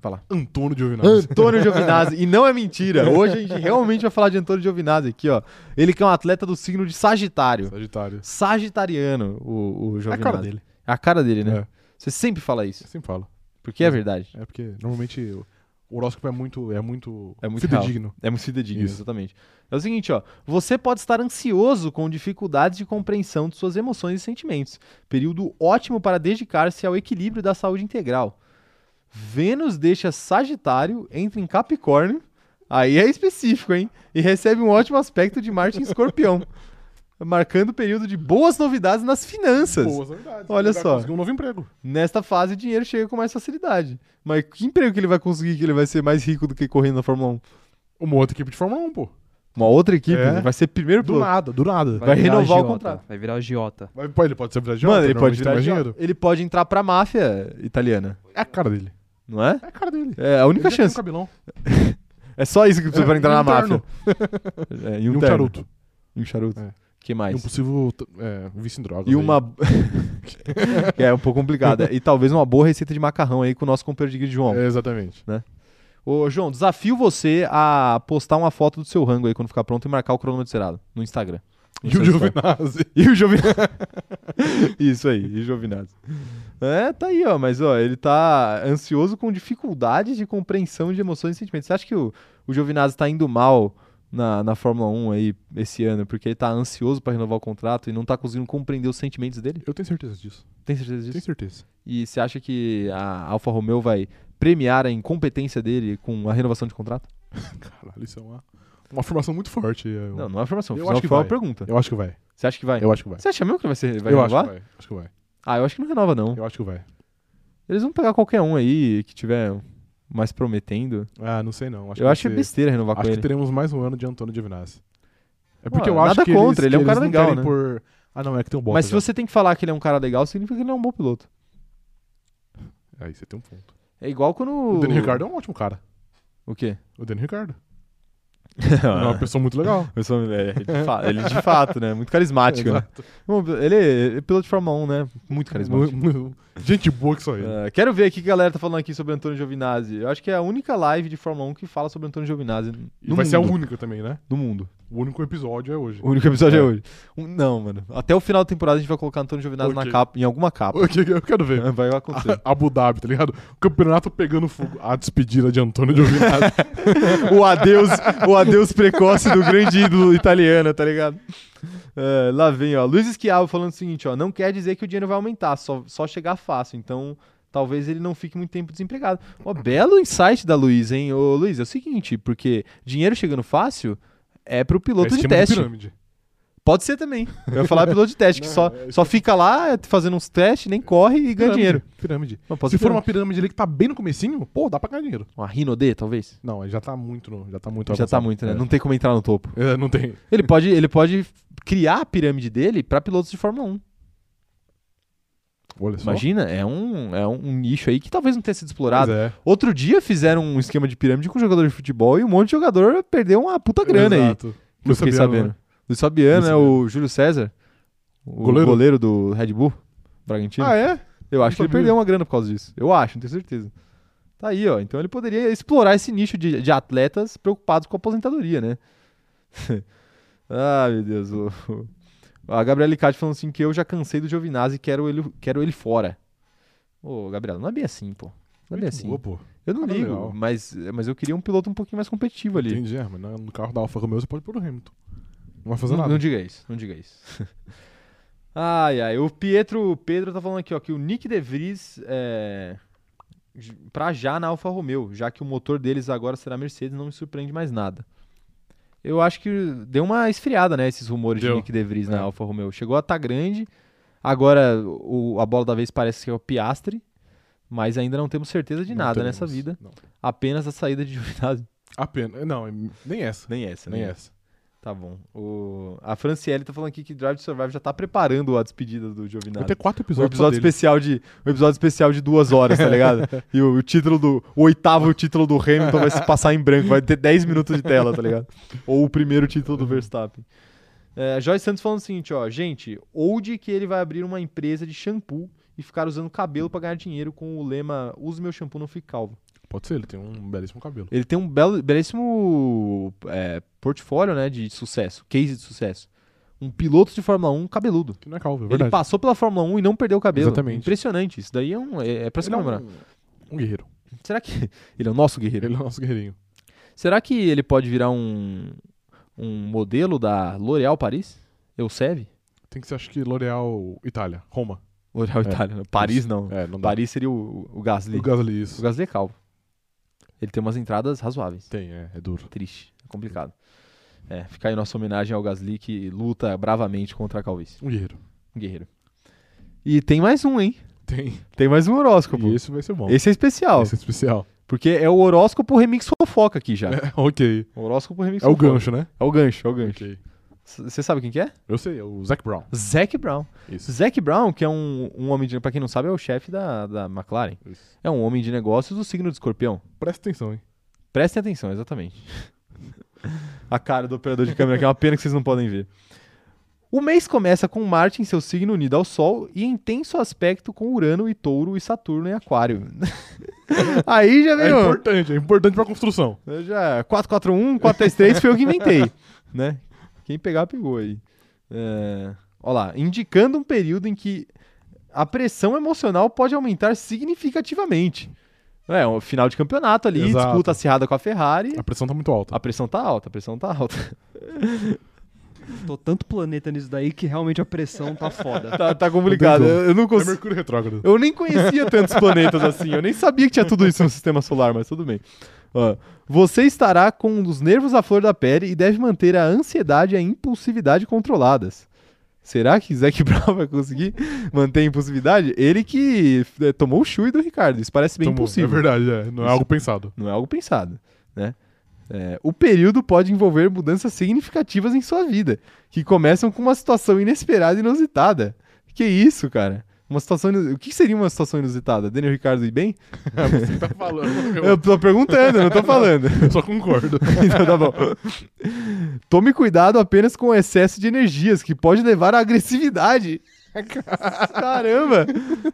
[SPEAKER 1] Fala.
[SPEAKER 2] Antônio Giovinazzi.
[SPEAKER 1] Antônio Giovinazzi. E não é mentira. Hoje a gente realmente vai falar de Antônio Giovinazzi aqui, ó. Ele que é um atleta do signo de Sagitário.
[SPEAKER 2] Sagitário.
[SPEAKER 1] Sagitariano, o, o
[SPEAKER 2] É a
[SPEAKER 1] Giovinazzi.
[SPEAKER 2] cara dele.
[SPEAKER 1] É a cara dele, né?
[SPEAKER 2] É.
[SPEAKER 1] Você sempre fala isso.
[SPEAKER 2] Eu sempre falo.
[SPEAKER 1] Porque é verdade.
[SPEAKER 2] É porque normalmente o o horóscopo é muito. É muito.
[SPEAKER 1] É muito
[SPEAKER 2] fidedigno.
[SPEAKER 1] É muito fidedigno,
[SPEAKER 2] Isso.
[SPEAKER 1] exatamente. É o seguinte, ó. Você pode estar ansioso com dificuldades de compreensão de suas emoções e sentimentos. Período ótimo para dedicar-se ao equilíbrio da saúde integral. Vênus deixa Sagitário, entra em Capricórnio. Aí é específico, hein? E recebe um ótimo aspecto de Marte em Escorpião. marcando o período de boas novidades nas finanças.
[SPEAKER 2] Boas novidades.
[SPEAKER 1] Olha
[SPEAKER 2] Ele vai
[SPEAKER 1] só.
[SPEAKER 2] conseguir um novo emprego.
[SPEAKER 1] Nesta fase, o dinheiro chega com mais facilidade. Mas que emprego que ele vai conseguir que ele vai ser mais rico do que correndo na Fórmula 1?
[SPEAKER 2] Uma outra equipe de Fórmula 1, pô.
[SPEAKER 1] Uma outra equipe,
[SPEAKER 2] É.
[SPEAKER 1] né? vai ser primeiro
[SPEAKER 2] Do
[SPEAKER 1] piloto.
[SPEAKER 2] nada, do nada.
[SPEAKER 1] Vai
[SPEAKER 3] virar
[SPEAKER 1] renovar o
[SPEAKER 3] agiota,
[SPEAKER 1] contrato.
[SPEAKER 3] Vai virar agiota.
[SPEAKER 2] Mas pô, ele pode ser virar
[SPEAKER 1] Mano, ele pode
[SPEAKER 2] virar
[SPEAKER 1] virar agiota. Ele pode entrar pra máfia italiana,
[SPEAKER 2] É a cara dele.
[SPEAKER 1] não é?
[SPEAKER 2] É a cara dele.
[SPEAKER 1] É a única
[SPEAKER 2] Ele já tem um
[SPEAKER 1] chance.
[SPEAKER 2] cabelão.
[SPEAKER 1] É só isso que precisa
[SPEAKER 2] É,
[SPEAKER 1] pra entrar
[SPEAKER 2] e
[SPEAKER 1] na
[SPEAKER 2] um terno.
[SPEAKER 1] máfia. É,
[SPEAKER 2] E um
[SPEAKER 1] terno.
[SPEAKER 2] charuto.
[SPEAKER 1] E um charuto.
[SPEAKER 2] É.
[SPEAKER 1] que
[SPEAKER 2] E um
[SPEAKER 1] mais?
[SPEAKER 2] possível t- é, vício em drogas.
[SPEAKER 1] E
[SPEAKER 2] aí.
[SPEAKER 1] uma. é um pouco complicada. E talvez uma boa receita de macarrão aí com o nosso companheiro de grid, João.
[SPEAKER 2] É, exatamente.
[SPEAKER 1] Ô, João, desafio você a postar uma foto do seu rango aí quando ficar pronto e marcar o cronômetro zerado no Instagram. No
[SPEAKER 2] E
[SPEAKER 1] seu
[SPEAKER 2] o
[SPEAKER 1] Instagram.
[SPEAKER 2] Giovinazzi.
[SPEAKER 1] E o Giovinazzi. Isso aí, e o Giovinazzi. É, tá aí, ó. Mas, ó, ele tá ansioso com dificuldades de compreensão de emoções e sentimentos. Você acha que o, o Giovinazzi tá indo mal na, na Fórmula 1 aí esse ano porque ele tá ansioso pra renovar o contrato e não tá conseguindo compreender os sentimentos dele?
[SPEAKER 2] Eu tenho certeza disso.
[SPEAKER 1] Tem certeza disso?
[SPEAKER 2] Tenho certeza.
[SPEAKER 1] E você acha que a Alfa Romeo vai premiar a incompetência dele com a renovação de contrato?
[SPEAKER 2] Caralho, isso é uma, uma afirmação muito forte. Eu,
[SPEAKER 1] Não, não é afirmação.
[SPEAKER 2] Eu
[SPEAKER 1] Foi
[SPEAKER 2] acho
[SPEAKER 1] uma-
[SPEAKER 2] que
[SPEAKER 1] foi uma
[SPEAKER 2] vai.
[SPEAKER 1] pergunta.
[SPEAKER 2] eu acho que vai.
[SPEAKER 1] Você acha que vai?
[SPEAKER 2] Eu acho que vai.
[SPEAKER 1] Você acha mesmo que vai, ser, vai
[SPEAKER 2] eu acho
[SPEAKER 1] renovar?
[SPEAKER 2] que vai. Acho que vai.
[SPEAKER 1] Ah, eu acho que não renova, não.
[SPEAKER 2] Eu acho que vai.
[SPEAKER 1] Eles vão pegar qualquer um aí que tiver mais prometendo.
[SPEAKER 2] Ah, não sei não. Acho
[SPEAKER 1] eu acho é
[SPEAKER 2] que vai ser-
[SPEAKER 1] besteira renovar
[SPEAKER 2] Acho
[SPEAKER 1] com
[SPEAKER 2] que
[SPEAKER 1] ele.
[SPEAKER 2] teremos mais um ano de Antônio Giovinazzi. É porque
[SPEAKER 1] Ah,
[SPEAKER 2] eu acho
[SPEAKER 1] nada
[SPEAKER 2] que eles-
[SPEAKER 1] contra, ele é um
[SPEAKER 2] que
[SPEAKER 1] cara
[SPEAKER 2] eles não
[SPEAKER 1] legal,
[SPEAKER 2] querem
[SPEAKER 1] né?
[SPEAKER 2] por- Ah, não, é que tem um bota
[SPEAKER 1] Mas se
[SPEAKER 2] já.
[SPEAKER 1] você tem que falar que ele é um cara legal, significa que ele é um bom piloto.
[SPEAKER 2] Aí você tem um ponto.
[SPEAKER 1] É igual quando.
[SPEAKER 2] O Daniel Ricardo é um ótimo cara.
[SPEAKER 1] O quê?
[SPEAKER 2] O Daniel Ricardo.
[SPEAKER 1] Ah,
[SPEAKER 2] Ele é uma pessoa muito legal.
[SPEAKER 1] Eu sou- é, ele, de fa- ele de fato, né? Muito carismático. né?
[SPEAKER 2] Exato.
[SPEAKER 1] Bom, Ele é piloto de Fórmula 1, né? Muito carismático.
[SPEAKER 2] Mu- mu- Gente boa que só ele.
[SPEAKER 1] Ah, quero ver o que a galera tá falando aqui sobre Antônio Giovinazzi. Eu acho que é a única live de Fórmula 1 que fala sobre Antônio Giovinazzi
[SPEAKER 2] E
[SPEAKER 1] no
[SPEAKER 2] vai ser a
[SPEAKER 1] mundo.
[SPEAKER 2] única também, né?
[SPEAKER 1] do mundo.
[SPEAKER 2] O único episódio é hoje.
[SPEAKER 1] O único episódio é,
[SPEAKER 2] É.
[SPEAKER 1] hoje. Um- não, mano. Até o final da temporada a gente vai colocar Antônio Giovinazzi na
[SPEAKER 2] Ok.
[SPEAKER 1] capa, em alguma capa.
[SPEAKER 2] O que que eu quero ver?
[SPEAKER 1] Vai acontecer.
[SPEAKER 2] Abu Dhabi, tá ligado? O campeonato pegando fogo. A despedida de Antônio Giovinazzi.
[SPEAKER 1] o adeus, o adeus precoce do grande ídolo italiano, tá ligado? É, lá vem, ó. Luiz Esquiavo falando o seguinte, ó. Não quer dizer que o dinheiro vai aumentar, só, só chegar fácil. Então, talvez ele não fique muito tempo desempregado. Ó, belo insight da Luiz, hein? Ô, Luiz, é o seguinte, porque dinheiro chegando fácil é pro piloto
[SPEAKER 2] É
[SPEAKER 1] de
[SPEAKER 2] esquema
[SPEAKER 1] teste.
[SPEAKER 2] pirâmide.
[SPEAKER 1] Pode ser também. Eu ia falar piloto de teste, que
[SPEAKER 2] Não,
[SPEAKER 1] só,
[SPEAKER 2] é
[SPEAKER 1] só fica lá fazendo uns testes, nem corre e ganha
[SPEAKER 2] Pirâmide,
[SPEAKER 1] dinheiro.
[SPEAKER 2] Pirâmide.
[SPEAKER 1] Não, pode
[SPEAKER 2] Se
[SPEAKER 1] ser
[SPEAKER 2] for
[SPEAKER 1] pirâmide.
[SPEAKER 2] uma pirâmide ali que tá bem no comecinho, pô, dá pra ganhar dinheiro.
[SPEAKER 1] Uma Rino D, talvez?
[SPEAKER 2] Não, aí já tá muito. no- Já tá muito
[SPEAKER 1] Já tá
[SPEAKER 2] avançado.
[SPEAKER 1] muito, né?
[SPEAKER 2] É.
[SPEAKER 1] Não tem como entrar no topo.
[SPEAKER 2] É, não tem.
[SPEAKER 1] Ele pode, ele pode criar a pirâmide dele pra pilotos de Fórmula 1.
[SPEAKER 2] Olha só.
[SPEAKER 1] Imagina, é um, é um nicho aí que talvez não tenha sido
[SPEAKER 2] Pois
[SPEAKER 1] explorado.
[SPEAKER 2] é.
[SPEAKER 1] Outro dia fizeram um esquema de pirâmide com jogador de futebol e um monte de jogador perdeu uma puta grana aí.
[SPEAKER 2] Exato.
[SPEAKER 1] Que eu fiquei
[SPEAKER 2] Fabiano,
[SPEAKER 1] sabendo.
[SPEAKER 2] né?
[SPEAKER 1] Luiz Fabiano,
[SPEAKER 2] Luiz
[SPEAKER 1] é o Júlio César, o goleiro,
[SPEAKER 2] Goleiro?
[SPEAKER 1] do Red Bull, Bragantino.
[SPEAKER 2] Ah, é?
[SPEAKER 1] Eu acho que ele
[SPEAKER 2] sabia.
[SPEAKER 1] perdeu uma grana por causa disso. Eu acho, não tenho certeza. Tá aí, ó. Então ele poderia explorar esse nicho de, de atletas preocupados com a aposentadoria, né? ah, meu Deus. o- o- A Gabriela Licati falando assim que eu já cansei do Giovinazzi e quero ele, quero ele fora. Ô, Gabriela, não é bem assim, pô. Não é bem
[SPEAKER 2] Muito
[SPEAKER 1] assim.
[SPEAKER 2] boa, pô.
[SPEAKER 1] Eu não
[SPEAKER 2] Ah,
[SPEAKER 1] ligo,
[SPEAKER 2] legal.
[SPEAKER 1] mas, mas eu queria um piloto um pouquinho mais competitivo ali.
[SPEAKER 2] Entendi, é, mas no carro da Alfa Romeo você pode pôr o Hamilton. Não vai fazer
[SPEAKER 1] Não,
[SPEAKER 2] nada.
[SPEAKER 1] não diga isso, não diga isso. ai, ai. O Pietro o Pedro tá falando aqui, ó, que o Nick De Vries é. j- Pra já na Alfa Romeo, já que o motor deles agora será Mercedes, não me surpreende mais nada. Eu acho que deu uma esfriada, né? Esses rumores de
[SPEAKER 2] Deu.
[SPEAKER 1] Nick De Vries na
[SPEAKER 2] É.
[SPEAKER 1] Alfa Romeo. Chegou a estar grande, agora o- a bola da vez parece que é o Piastre, mas ainda não temos certeza de
[SPEAKER 2] Não
[SPEAKER 1] nada
[SPEAKER 2] teremos.
[SPEAKER 1] nessa vida.
[SPEAKER 2] Não.
[SPEAKER 1] Apenas a saída de Giovinazzi.
[SPEAKER 2] Apenas. Não, é- nem essa.
[SPEAKER 1] Nem essa,
[SPEAKER 2] Nem essa.
[SPEAKER 1] Tá bom. O... A Franciele tá falando aqui que Drive to Survive já tá preparando a despedida do
[SPEAKER 2] Vai
[SPEAKER 1] Giovinazzi.
[SPEAKER 2] ter quatro
[SPEAKER 1] Um
[SPEAKER 2] episódios.
[SPEAKER 1] episódio, especial de, um episódio especial de duas horas, tá ligado? e o, o título do. O oitavo título do Hamilton vai se passar em branco, vai ter 10 minutos de tela, tá ligado? Ou o primeiro título do Verstappen. É, a Joyce Santos falando o seguinte, ó, gente, oude que ele vai abrir uma empresa de shampoo e ficar usando cabelo pra ganhar dinheiro com o lema Use meu shampoo, não fique calvo.
[SPEAKER 2] Pode ser, ele tem um belíssimo cabelo.
[SPEAKER 1] Ele tem um belo, belíssimo é, portfólio né, de sucesso, case de sucesso. Um piloto de Fórmula 1 cabeludo.
[SPEAKER 2] Que não é calvo, é
[SPEAKER 1] Ele
[SPEAKER 2] verdade.
[SPEAKER 1] passou pela Fórmula 1 e não perdeu o cabelo.
[SPEAKER 2] Exatamente.
[SPEAKER 1] Impressionante. Isso daí é, um, é, é pra se
[SPEAKER 2] Ele é
[SPEAKER 1] comemorar.
[SPEAKER 2] um, um guerreiro.
[SPEAKER 1] Será que. Ele é o nosso guerreiro.
[SPEAKER 2] Ele é o nosso guerreirinho.
[SPEAKER 1] Será que ele pode virar um, um modelo da L'Oréal Paris? Eusev?
[SPEAKER 2] Tem que ser, acho que L'Oreal Itália, Roma.
[SPEAKER 1] L'Oréal
[SPEAKER 2] É.
[SPEAKER 1] Itália. né? Paris não.
[SPEAKER 2] É, não dá.
[SPEAKER 1] Paris seria o, o Gasly.
[SPEAKER 2] O Gasly, isso.
[SPEAKER 1] O Gasly é calvo. Ele tem umas entradas razoáveis.
[SPEAKER 2] Tem, é, é duro.
[SPEAKER 1] Triste, é complicado. É, fica aí nossa homenagem ao Gasly que luta bravamente contra a calvície.
[SPEAKER 2] Um guerreiro.
[SPEAKER 1] Um guerreiro. E tem mais um, hein?
[SPEAKER 2] Tem.
[SPEAKER 1] Tem mais um horóscopo.
[SPEAKER 2] E esse vai ser bom.
[SPEAKER 1] Esse é especial.
[SPEAKER 2] Esse é especial.
[SPEAKER 1] Porque é o horóscopo remix fofoca aqui já.
[SPEAKER 2] É, ok.
[SPEAKER 1] O horóscopo remix
[SPEAKER 2] É o
[SPEAKER 1] fofoca.
[SPEAKER 2] gancho, né?
[SPEAKER 1] É o gancho, é o gancho.
[SPEAKER 2] Ok.
[SPEAKER 1] Você sabe quem que é?
[SPEAKER 2] Eu sei, é o Zac Brown.
[SPEAKER 1] Zac Brown.
[SPEAKER 2] Isso.
[SPEAKER 1] Zac Brown, que é um, um homem de... Pra quem não sabe, é o chefe da, da McLaren.
[SPEAKER 2] Isso.
[SPEAKER 1] É um homem de negócios do signo de escorpião.
[SPEAKER 2] Presta atenção, hein?
[SPEAKER 1] Prestem atenção, exatamente. A cara do operador de câmera, que é uma pena que vocês não podem ver. O mês começa com Marte em seu signo unido ao Sol e em intenso aspecto com Urano e Touro e Saturno em Aquário. Aí já
[SPEAKER 2] É
[SPEAKER 1] veio.
[SPEAKER 2] importante, é importante pra construção.
[SPEAKER 1] Eu já 441, 433 foi eu que inventei, né? Quem pegar pegou aí. É, ó lá, indicando um período em que a pressão emocional pode aumentar significativamente. É, o final de campeonato ali,
[SPEAKER 2] Exato.
[SPEAKER 1] disputa acirrada com a Ferrari.
[SPEAKER 2] A pressão tá muito alta.
[SPEAKER 1] A pressão tá alta, a pressão tá alta.
[SPEAKER 3] Tô tanto planeta nisso daí que realmente a pressão tá foda.
[SPEAKER 1] Tá, tá complicado.
[SPEAKER 2] Não tem
[SPEAKER 1] Eu, eu não
[SPEAKER 2] É
[SPEAKER 1] consigo.
[SPEAKER 2] Mercúrio retrógrado.
[SPEAKER 1] Eu nem conhecia tantos planetas assim. Eu nem sabia que tinha tudo isso no sistema solar, mas tudo bem. Ó, você estará com os nervos à flor da pele e deve manter a ansiedade e a impulsividade controladas. Será que Zac Brown vai conseguir manter a impulsividade? Ele que eh, tomou o chui do Ricardo. Isso parece bem
[SPEAKER 2] Tomou.
[SPEAKER 1] impossível.
[SPEAKER 2] É verdade, é. Não é
[SPEAKER 1] Isso.
[SPEAKER 2] algo pensado.
[SPEAKER 1] Não é algo pensado, né? É, o período pode envolver mudanças significativas em sua vida, que começam com uma situação inesperada e inusitada. Que isso, cara? Uma situação inus- O que seria uma situação inusitada? Daniel Ricardo e bem?
[SPEAKER 2] É você que tá falando.
[SPEAKER 1] Eu tô perguntando, eu não tô falando.
[SPEAKER 2] eu só concordo.
[SPEAKER 1] então tá bom. Tome cuidado apenas com o excesso de energias, que pode levar à agressividade. Caramba!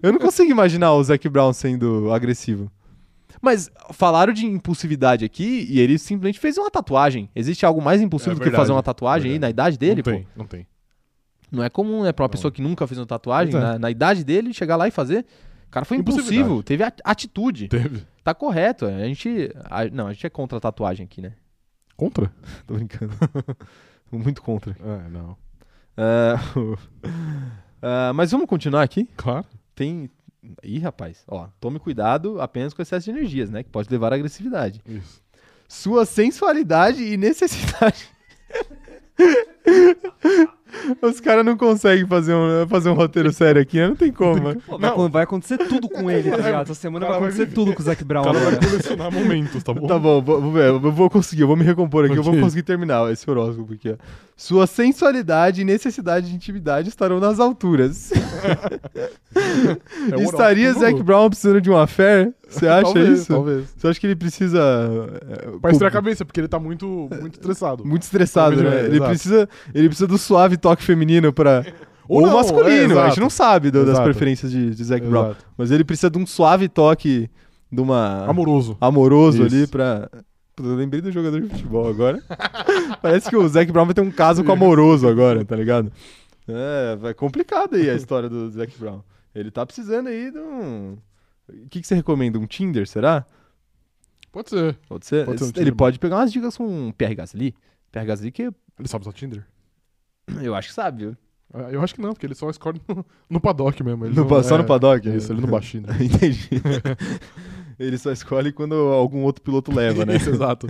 [SPEAKER 1] Eu não consigo imaginar o Zac Brown sendo agressivo. Mas falaram de impulsividade aqui e ele simplesmente fez uma tatuagem. Existe algo mais impulsivo
[SPEAKER 2] É
[SPEAKER 1] do que
[SPEAKER 2] verdade,
[SPEAKER 1] fazer uma tatuagem aí na idade dele,
[SPEAKER 2] não
[SPEAKER 1] pô?
[SPEAKER 2] tem, não tem.
[SPEAKER 1] Não é comum, né? Pra uma
[SPEAKER 2] Não.
[SPEAKER 1] pessoa que nunca fez uma tatuagem,
[SPEAKER 2] Pois é.
[SPEAKER 1] na, na idade dele, chegar lá e fazer. O cara foi impulsivo,
[SPEAKER 2] Impulsividade.
[SPEAKER 1] teve a- atitude.
[SPEAKER 2] Teve.
[SPEAKER 1] Tá correto. A gente. a- não, a gente é contra a tatuagem aqui, né?
[SPEAKER 2] Contra?
[SPEAKER 1] Tô brincando. Muito contra.
[SPEAKER 2] É, não.
[SPEAKER 1] Ah, o- ah, mas vamos continuar aqui?
[SPEAKER 2] Claro.
[SPEAKER 1] Tem. Ih, rapaz, ó, tome cuidado apenas com o excesso de energias, né? Que pode levar à agressividade.
[SPEAKER 2] Isso.
[SPEAKER 1] Sua sensualidade e necessidade. Os caras não conseguem fazer um, fazer um roteiro sério aqui, né? Não tem como, né?
[SPEAKER 3] Pô, vai,
[SPEAKER 2] Não.
[SPEAKER 3] vai acontecer tudo com ele, tá ligado? Essa semana vai
[SPEAKER 2] Cara, vai
[SPEAKER 3] acontecer
[SPEAKER 2] viver.
[SPEAKER 3] tudo com o Zac Brown.
[SPEAKER 2] O cara vai
[SPEAKER 3] agora.
[SPEAKER 2] colecionar momentos, tá bom?
[SPEAKER 1] Tá bom, vou, vou, ver, eu vou conseguir, eu vou me recompor aqui, eu vou
[SPEAKER 2] Ok.
[SPEAKER 1] conseguir terminar esse horóscopo aqui. ó. Sua sensualidade e necessidade de intimidade estarão nas alturas.
[SPEAKER 2] É o
[SPEAKER 1] Estaria
[SPEAKER 2] horóscopo.
[SPEAKER 1] Zac Brown precisando de uma fé? Você acha
[SPEAKER 2] Talvez,
[SPEAKER 1] isso?
[SPEAKER 2] Talvez.
[SPEAKER 1] Você acha que ele precisa. é,
[SPEAKER 2] Pra estrear a
[SPEAKER 1] com-
[SPEAKER 2] cabeça, porque ele tá muito, muito estressado.
[SPEAKER 1] Muito estressado,
[SPEAKER 2] Talvez,
[SPEAKER 1] né?
[SPEAKER 2] é,
[SPEAKER 1] Ele
[SPEAKER 2] exato.
[SPEAKER 1] precisa, ele precisa do suave toque feminino pra. Ou,
[SPEAKER 2] não, é,
[SPEAKER 1] masculino, a
[SPEAKER 2] exato.
[SPEAKER 1] gente não sabe do- das
[SPEAKER 2] Exato.
[SPEAKER 1] preferências de, de Zac Brown. Ah.
[SPEAKER 2] Exato.
[SPEAKER 1] Mas ele precisa de um suave toque de uma.
[SPEAKER 2] Amoroso.
[SPEAKER 1] amoroso
[SPEAKER 2] Isso.
[SPEAKER 1] ali pra. Puta, Eu lembrei do jogador de futebol agora. Parece que o Zac Brown vai ter um caso com o amoroso agora, tá ligado? É, vai complicado aí a história do Zac Brown. Ele tá precisando aí de um. O que, que você recomenda? Um Tinder, será?
[SPEAKER 2] Pode ser.
[SPEAKER 1] Pode ser?
[SPEAKER 2] Pode ser um
[SPEAKER 1] ele
[SPEAKER 2] Tinder.
[SPEAKER 1] pode pegar umas dicas com o Pierre Gasly. Pierre Gasly que
[SPEAKER 2] Ele sabe usar Tinder?
[SPEAKER 1] eu acho que sabe, viu?
[SPEAKER 2] Ah, Eu acho que não, porque ele só escolhe no, no paddock mesmo. Ele
[SPEAKER 1] No
[SPEAKER 2] não-
[SPEAKER 1] pa- só
[SPEAKER 2] é,
[SPEAKER 1] no paddock?
[SPEAKER 2] Isso, ele não né? baixa Tinder.
[SPEAKER 1] Entendi. ele só escolhe quando algum outro piloto leva, né?
[SPEAKER 2] Isso, exato.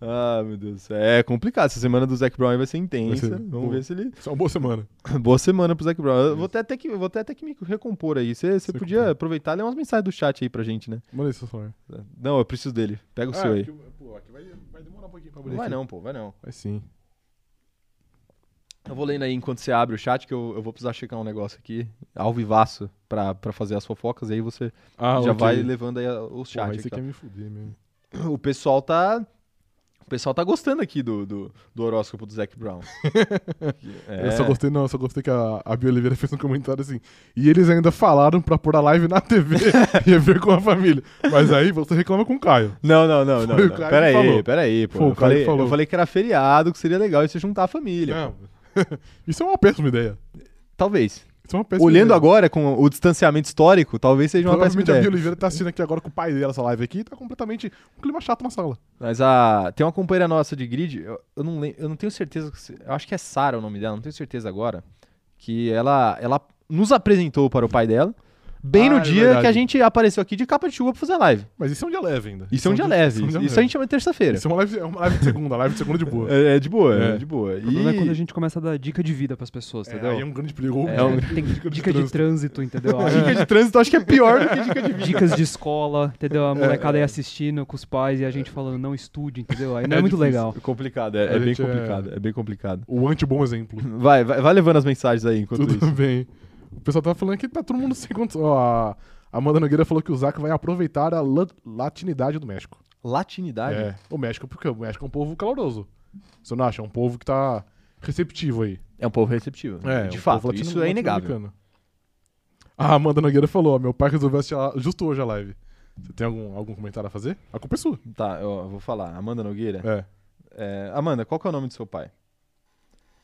[SPEAKER 1] ah, meu Deus. do céu. É complicado. Essa semana do Zac Brown aí vai ser intensa.
[SPEAKER 2] ser
[SPEAKER 1] Vamos
[SPEAKER 2] boa.
[SPEAKER 1] ver se ele
[SPEAKER 2] Isso é uma boa semana.
[SPEAKER 1] Boa semana pro Zac Brown. Eu vou até, ter que, vou até ter que me recompor aí. Você
[SPEAKER 2] Se
[SPEAKER 1] podia
[SPEAKER 2] recompor.
[SPEAKER 1] aproveitar e ler umas mensagens do chat aí pra gente, né?
[SPEAKER 2] Manda isso, celular.
[SPEAKER 1] Não, eu preciso dele. Pega o seu aí.
[SPEAKER 2] Ah, é Pô, aqui vai, vai demorar um pouquinho pra abrir
[SPEAKER 1] Vai
[SPEAKER 2] aqui.
[SPEAKER 1] não, pô, vai não.
[SPEAKER 2] Vai sim.
[SPEAKER 1] Eu vou lendo aí enquanto você abre o chat, que eu, eu vou precisar checar um negócio aqui, ao vivaço, pra, pra fazer as fofocas, aí você
[SPEAKER 2] Ah,
[SPEAKER 1] já
[SPEAKER 2] ok.
[SPEAKER 1] vai levando aí a- os
[SPEAKER 2] Pô,
[SPEAKER 1] chat.
[SPEAKER 2] aí você
[SPEAKER 1] aqui, ó.
[SPEAKER 2] quer me fuder mesmo.
[SPEAKER 1] O pessoal tá. O pessoal tá gostando aqui do, do, do horóscopo do Zac Brown. é,
[SPEAKER 2] Eu só gostei, não, eu só gostei que a, a Bia Oliveira fez um comentário assim. E eles ainda falaram pra pôr a live na TV e é ver com a família. Mas aí você reclama com o Caio.
[SPEAKER 1] Não, não, não, não.
[SPEAKER 2] Foi o
[SPEAKER 1] não.
[SPEAKER 2] cara que
[SPEAKER 1] Peraí,
[SPEAKER 2] falou.
[SPEAKER 1] peraí, pô.
[SPEAKER 2] Foi o
[SPEAKER 1] eu,
[SPEAKER 2] cara que
[SPEAKER 1] falei, eu
[SPEAKER 2] falou. É.
[SPEAKER 1] falei que era feriado, que seria legal isso juntar a família.
[SPEAKER 2] Não. Isso é uma péssima ideia.
[SPEAKER 1] Talvez.
[SPEAKER 2] Isso é uma péssima
[SPEAKER 1] Olhando
[SPEAKER 2] ideia.
[SPEAKER 1] agora com o distanciamento histórico, talvez seja uma péssima
[SPEAKER 2] Provavelmente a Bia
[SPEAKER 1] ideia.
[SPEAKER 2] Oliveira tá assistindo aqui agora com o pai dela essa live aqui e tá completamente um clima chato na sala.
[SPEAKER 1] Mas a, tem uma companheira nossa de grid, eu, eu não, lem- eu não tenho certeza, que se- eu acho que é Sara o nome dela, não tenho certeza agora, que ela, ela nos apresentou para o pai dela. bem
[SPEAKER 2] Ah,
[SPEAKER 1] no
[SPEAKER 2] é
[SPEAKER 1] dia que a
[SPEAKER 2] verdade.
[SPEAKER 1] gente apareceu aqui de capa de chuva pra fazer live.
[SPEAKER 2] Mas isso é um dia leve ainda.
[SPEAKER 1] Isso é um dia leve. Isso, a gente chama de terça-feira.
[SPEAKER 2] Isso é uma live, é uma live de segunda, live de segunda de boa.
[SPEAKER 1] É, é de boa, é,
[SPEAKER 2] É.
[SPEAKER 1] de boa.
[SPEAKER 3] O problema é quando a
[SPEAKER 1] E...
[SPEAKER 3] gente começa a dar dica de vida pras pessoas,
[SPEAKER 2] É,
[SPEAKER 3] entendeu?
[SPEAKER 2] aí é um grande perigo.
[SPEAKER 3] É,
[SPEAKER 1] é um-
[SPEAKER 3] tem dica,
[SPEAKER 2] de
[SPEAKER 3] de trânsito, entendeu? Ah,
[SPEAKER 1] Dica de trânsito acho que é pior do que dica de vida.
[SPEAKER 3] Dicas de escola, entendeu? A molecada aí assistindo com os pais e a gente falando, não estude, entendeu? Aí não é,
[SPEAKER 2] É
[SPEAKER 3] muito
[SPEAKER 2] difícil.
[SPEAKER 3] legal.
[SPEAKER 1] Complicado, é,
[SPEAKER 2] A
[SPEAKER 1] é bem
[SPEAKER 2] gente é-
[SPEAKER 1] complicado, é... bem complicado.
[SPEAKER 2] um O anti-bom exemplo.
[SPEAKER 1] Vai, vai, vai levando as mensagens aí enquanto
[SPEAKER 2] Tudo
[SPEAKER 1] isso.
[SPEAKER 2] bem. O pessoal tava falando que tá todo mundo sem condição. Ó, a Amanda Nogueira falou que o Zac vai aproveitar a la- latinidade do México.
[SPEAKER 1] Latinidade?
[SPEAKER 2] É, o México, porque o México é um povo caloroso. Você não acha? É um povo que tá receptivo aí.
[SPEAKER 1] É um povo receptivo.
[SPEAKER 2] É,
[SPEAKER 1] de
[SPEAKER 2] um
[SPEAKER 1] fato,
[SPEAKER 2] povo latino-
[SPEAKER 1] isso é inegável.
[SPEAKER 2] latino-americano. A Amanda Nogueira falou: ó, meu pai resolveu assistir a- justo hoje a live. Você tem algum, algum comentário a fazer? A culpa é sua.
[SPEAKER 1] Tá, ó, eu vou falar. Amanda Nogueira.
[SPEAKER 2] É.
[SPEAKER 1] É, Amanda, qual que é o nome do seu pai?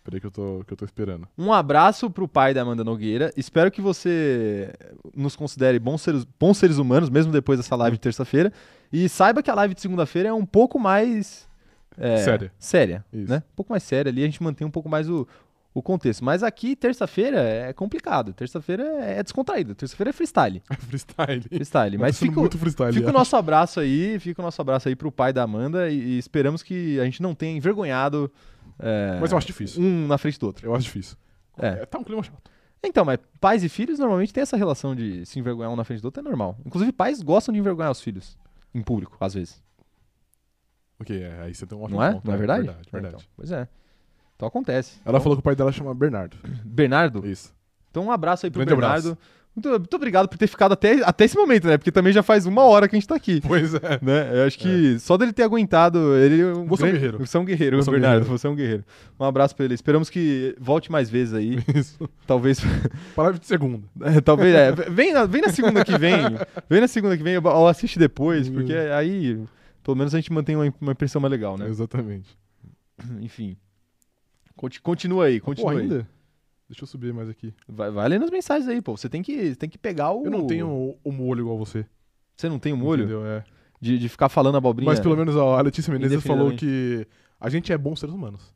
[SPEAKER 2] Peraí que eu tô, que eu tô esperando.
[SPEAKER 1] Um abraço pro pai da Amanda Nogueira. Espero que você nos considere bons seres, bons seres humanos, mesmo depois dessa live de terça-feira. E saiba que a live de segunda-feira é um pouco mais. é,
[SPEAKER 2] Séria.
[SPEAKER 1] Séria.
[SPEAKER 2] Isso.
[SPEAKER 1] Né? Um pouco mais séria ali, a gente mantém um pouco mais o, o contexto. Mas aqui, terça-feira, é complicado. Terça-feira é descontraído. Terça-feira é freestyle.
[SPEAKER 2] freestyle.
[SPEAKER 1] Freestyle.
[SPEAKER 2] Tá
[SPEAKER 1] Mas
[SPEAKER 2] sendo
[SPEAKER 1] fica, o-
[SPEAKER 2] muito freestyle.
[SPEAKER 1] Fica o
[SPEAKER 2] é.
[SPEAKER 1] nosso abraço aí, fica o nosso abraço aí pro pai da Amanda e, e esperamos que a gente não tenha envergonhado é,
[SPEAKER 2] Mas eu acho difícil.
[SPEAKER 1] um na frente do outro.
[SPEAKER 2] Eu acho difícil.
[SPEAKER 1] É.
[SPEAKER 2] tá um clima chato.
[SPEAKER 1] Então, mas pais e filhos normalmente têm essa relação de se envergonhar um na frente do outro, é normal. Inclusive, pais gostam de envergonhar os filhos em público, às vezes.
[SPEAKER 2] Ok, é, aí você tem um ótimo
[SPEAKER 1] não é?
[SPEAKER 2] ponto,
[SPEAKER 1] não é
[SPEAKER 2] né?
[SPEAKER 1] verdade?
[SPEAKER 2] Verdade,
[SPEAKER 1] É,
[SPEAKER 2] verdade.
[SPEAKER 1] então, pois é. Então acontece.
[SPEAKER 2] Ela falou que o pai dela chama Bernardo.
[SPEAKER 1] Bernardo,
[SPEAKER 2] Isso.
[SPEAKER 1] então um abraço aí pro
[SPEAKER 2] Grande
[SPEAKER 1] Bernardo. Muito, muito obrigado por ter ficado até, até esse momento, né? Porque também já faz uma hora que a gente tá aqui.
[SPEAKER 2] Pois é.
[SPEAKER 1] né? Eu acho que só dele ter aguentado, ele é um
[SPEAKER 2] Você é um
[SPEAKER 1] grande-
[SPEAKER 2] guerreiro.
[SPEAKER 1] Você é um guerreiro,
[SPEAKER 2] Você é um
[SPEAKER 1] Bernardo,
[SPEAKER 2] guerreiro.
[SPEAKER 1] você é um guerreiro. Um abraço pra ele. Esperamos que volte mais vezes aí.
[SPEAKER 2] Isso.
[SPEAKER 1] Talvez,
[SPEAKER 2] Palavra de segunda.
[SPEAKER 1] é, talvez é. Vem na, vem na segunda que vem. Vem na segunda que vem ou assiste depois, porque aí pelo menos a gente mantém uma, im- uma impressão mais legal, né?
[SPEAKER 2] Exatamente.
[SPEAKER 1] Enfim. Conti- continua aí, continua
[SPEAKER 2] Pô,
[SPEAKER 1] aí.
[SPEAKER 2] ainda? Deixa eu subir mais aqui.
[SPEAKER 1] Vai, vai lendo as mensagens aí, pô. Você tem que, tem que pegar o
[SPEAKER 2] Eu não tenho um molho igual você.
[SPEAKER 1] Você não tem Uh. o molho
[SPEAKER 2] Entendeu? É.
[SPEAKER 1] de, de ficar falando abobrinha.
[SPEAKER 2] Mas pelo menos ó, a Letícia Menezes falou
[SPEAKER 1] Indefinidamente.
[SPEAKER 2] que a gente é bons seres humanos.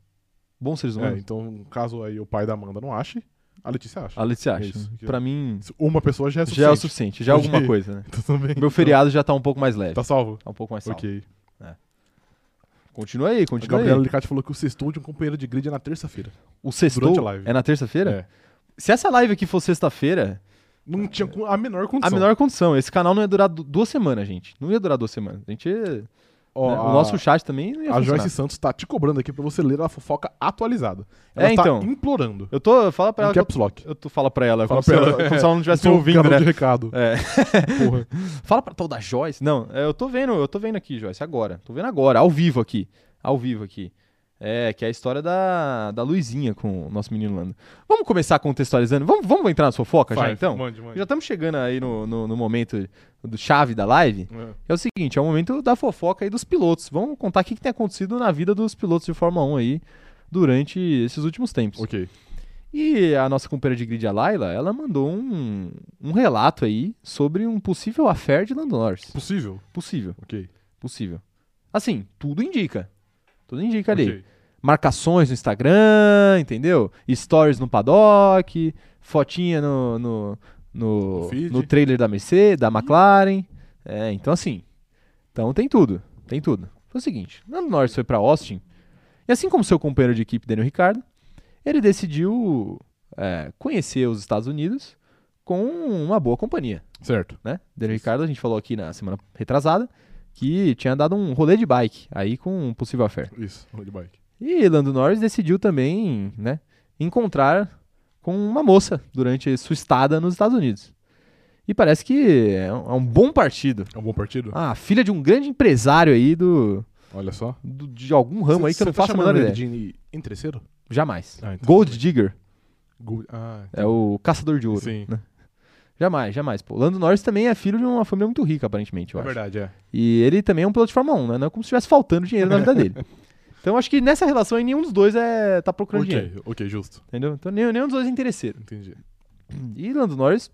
[SPEAKER 1] Bons seres
[SPEAKER 2] É,
[SPEAKER 1] humanos.
[SPEAKER 2] então, caso aí o pai da Amanda não ache, a Letícia acha.
[SPEAKER 1] A Letícia
[SPEAKER 2] É
[SPEAKER 1] acha.
[SPEAKER 2] isso.
[SPEAKER 1] pra mim,
[SPEAKER 2] Uma pessoa já é
[SPEAKER 1] Já é o suficiente,
[SPEAKER 2] suficiente.
[SPEAKER 1] já é alguma
[SPEAKER 2] Porque-
[SPEAKER 1] coisa, né?
[SPEAKER 2] Então, também.
[SPEAKER 1] Meu feriado já tá um pouco mais leve.
[SPEAKER 2] Tá salvo?
[SPEAKER 1] Tá um pouco mais salvo.
[SPEAKER 2] Ok.
[SPEAKER 1] Continua aí,
[SPEAKER 2] A
[SPEAKER 1] continua
[SPEAKER 2] Gabriela
[SPEAKER 1] aí.
[SPEAKER 2] Licati falou que o sextou de um companheiro de grid é na terça-feira.
[SPEAKER 1] O sextou
[SPEAKER 2] durante a live.
[SPEAKER 1] é na terça-feira? Se essa live aqui for sexta-feira,
[SPEAKER 2] Não tinha co- a menor condição.
[SPEAKER 1] a menor condição. Esse canal não ia durar du- duas semanas, gente. Não ia durar duas semanas. A gente... né,
[SPEAKER 2] Ó,
[SPEAKER 1] O
[SPEAKER 2] a-
[SPEAKER 1] nosso chat também não ia
[SPEAKER 2] A
[SPEAKER 1] funcionar.
[SPEAKER 2] Joyce Santos tá te cobrando aqui pra você ler a fofoca atualizada.
[SPEAKER 1] É,
[SPEAKER 2] Ela tá
[SPEAKER 1] então.
[SPEAKER 2] implorando.
[SPEAKER 1] Eu tô... Fala pra
[SPEAKER 2] Em
[SPEAKER 1] ela... que eu-
[SPEAKER 2] caps lock.
[SPEAKER 1] Eu tô, fala pra ela. como,
[SPEAKER 2] Fala
[SPEAKER 1] se
[SPEAKER 2] pra
[SPEAKER 1] ela,
[SPEAKER 2] ela.
[SPEAKER 1] como se ela não estivesse
[SPEAKER 2] Sou
[SPEAKER 1] ouvindo,
[SPEAKER 2] canal
[SPEAKER 1] né?
[SPEAKER 2] de recado.
[SPEAKER 1] É.
[SPEAKER 2] Porra.
[SPEAKER 1] Fala pra tal da Joyce. Não, é, eu tô vendo, eu tô vendo aqui, Joyce, agora. Tô vendo agora, ao vivo aqui. Ao vivo aqui. É, que é a história da, da Luizinha com o nosso menino Lando. Vamos começar contextualizando? Vamos, vamos entrar na fofoca já,
[SPEAKER 2] Vai,
[SPEAKER 1] então?
[SPEAKER 2] Mande, mande.
[SPEAKER 1] Já estamos chegando aí no, no, no momento do chave da live.
[SPEAKER 2] É.
[SPEAKER 1] É o seguinte, é o momento da fofoca aí dos pilotos. Vamos contar o que, que tem acontecido na vida dos pilotos de Fórmula 1 aí durante esses últimos tempos.
[SPEAKER 2] Ok.
[SPEAKER 1] E a nossa companheira de grid, a Laila, ela mandou um, um relato aí sobre um possível affair de Lando Norris.
[SPEAKER 2] Possível?
[SPEAKER 1] Possível,
[SPEAKER 2] Ok.
[SPEAKER 1] possível. Assim, tudo indica. Tudo indica ali.
[SPEAKER 2] Ok.
[SPEAKER 1] Marcações no Instagram, entendeu? Stories no paddock, fotinha no, no, no,
[SPEAKER 2] No feed. Uhum.
[SPEAKER 1] no trailer da Mercedes, da McLaren. É, então assim. Então tem tudo, tem tudo. Foi o seguinte, Lando Norris foi pra Austin e assim como seu companheiro de equipe Daniel Ricardo, ele decidiu é, conhecer os Estados Unidos com uma boa companhia,
[SPEAKER 2] Certo.
[SPEAKER 1] né? Daniel Ricardo, a gente falou aqui na semana retrasada que tinha dado um rolê de bike aí com um possível affair.
[SPEAKER 2] Isso. Vou de bike.
[SPEAKER 1] E Lando Norris decidiu também, né, encontrar com uma moça durante sua estada nos Estados Unidos. E parece que é um é um bom partido.
[SPEAKER 2] É um bom partido?
[SPEAKER 1] Ah, filha de um grande empresário aí do,
[SPEAKER 2] Olha só. tá
[SPEAKER 1] do- de algum Ah. ramo aí que eu não faço a menor ideia.
[SPEAKER 2] De interesseiro?
[SPEAKER 1] Jamais.
[SPEAKER 2] Ah, então.
[SPEAKER 1] Gold Digger
[SPEAKER 2] Gu- Ah,
[SPEAKER 1] é o caçador de ouro.
[SPEAKER 2] sim.
[SPEAKER 1] Jamais, jamais. Pô, Lando Norris também é filho de uma família muito rica, aparentemente, eu
[SPEAKER 2] É
[SPEAKER 1] acho.
[SPEAKER 2] verdade, é.
[SPEAKER 1] E ele também é um piloto de Fórmula 1, né? Não é como se estivesse faltando dinheiro na vida dele. Então acho que nessa relação aí nenhum dos dois é tá procurando dinheiro,
[SPEAKER 2] Ok, ok, justo.
[SPEAKER 1] entendeu? Então nenhum, nenhum dos dois é interesseiro.
[SPEAKER 2] Entendi.
[SPEAKER 1] E Lando Norris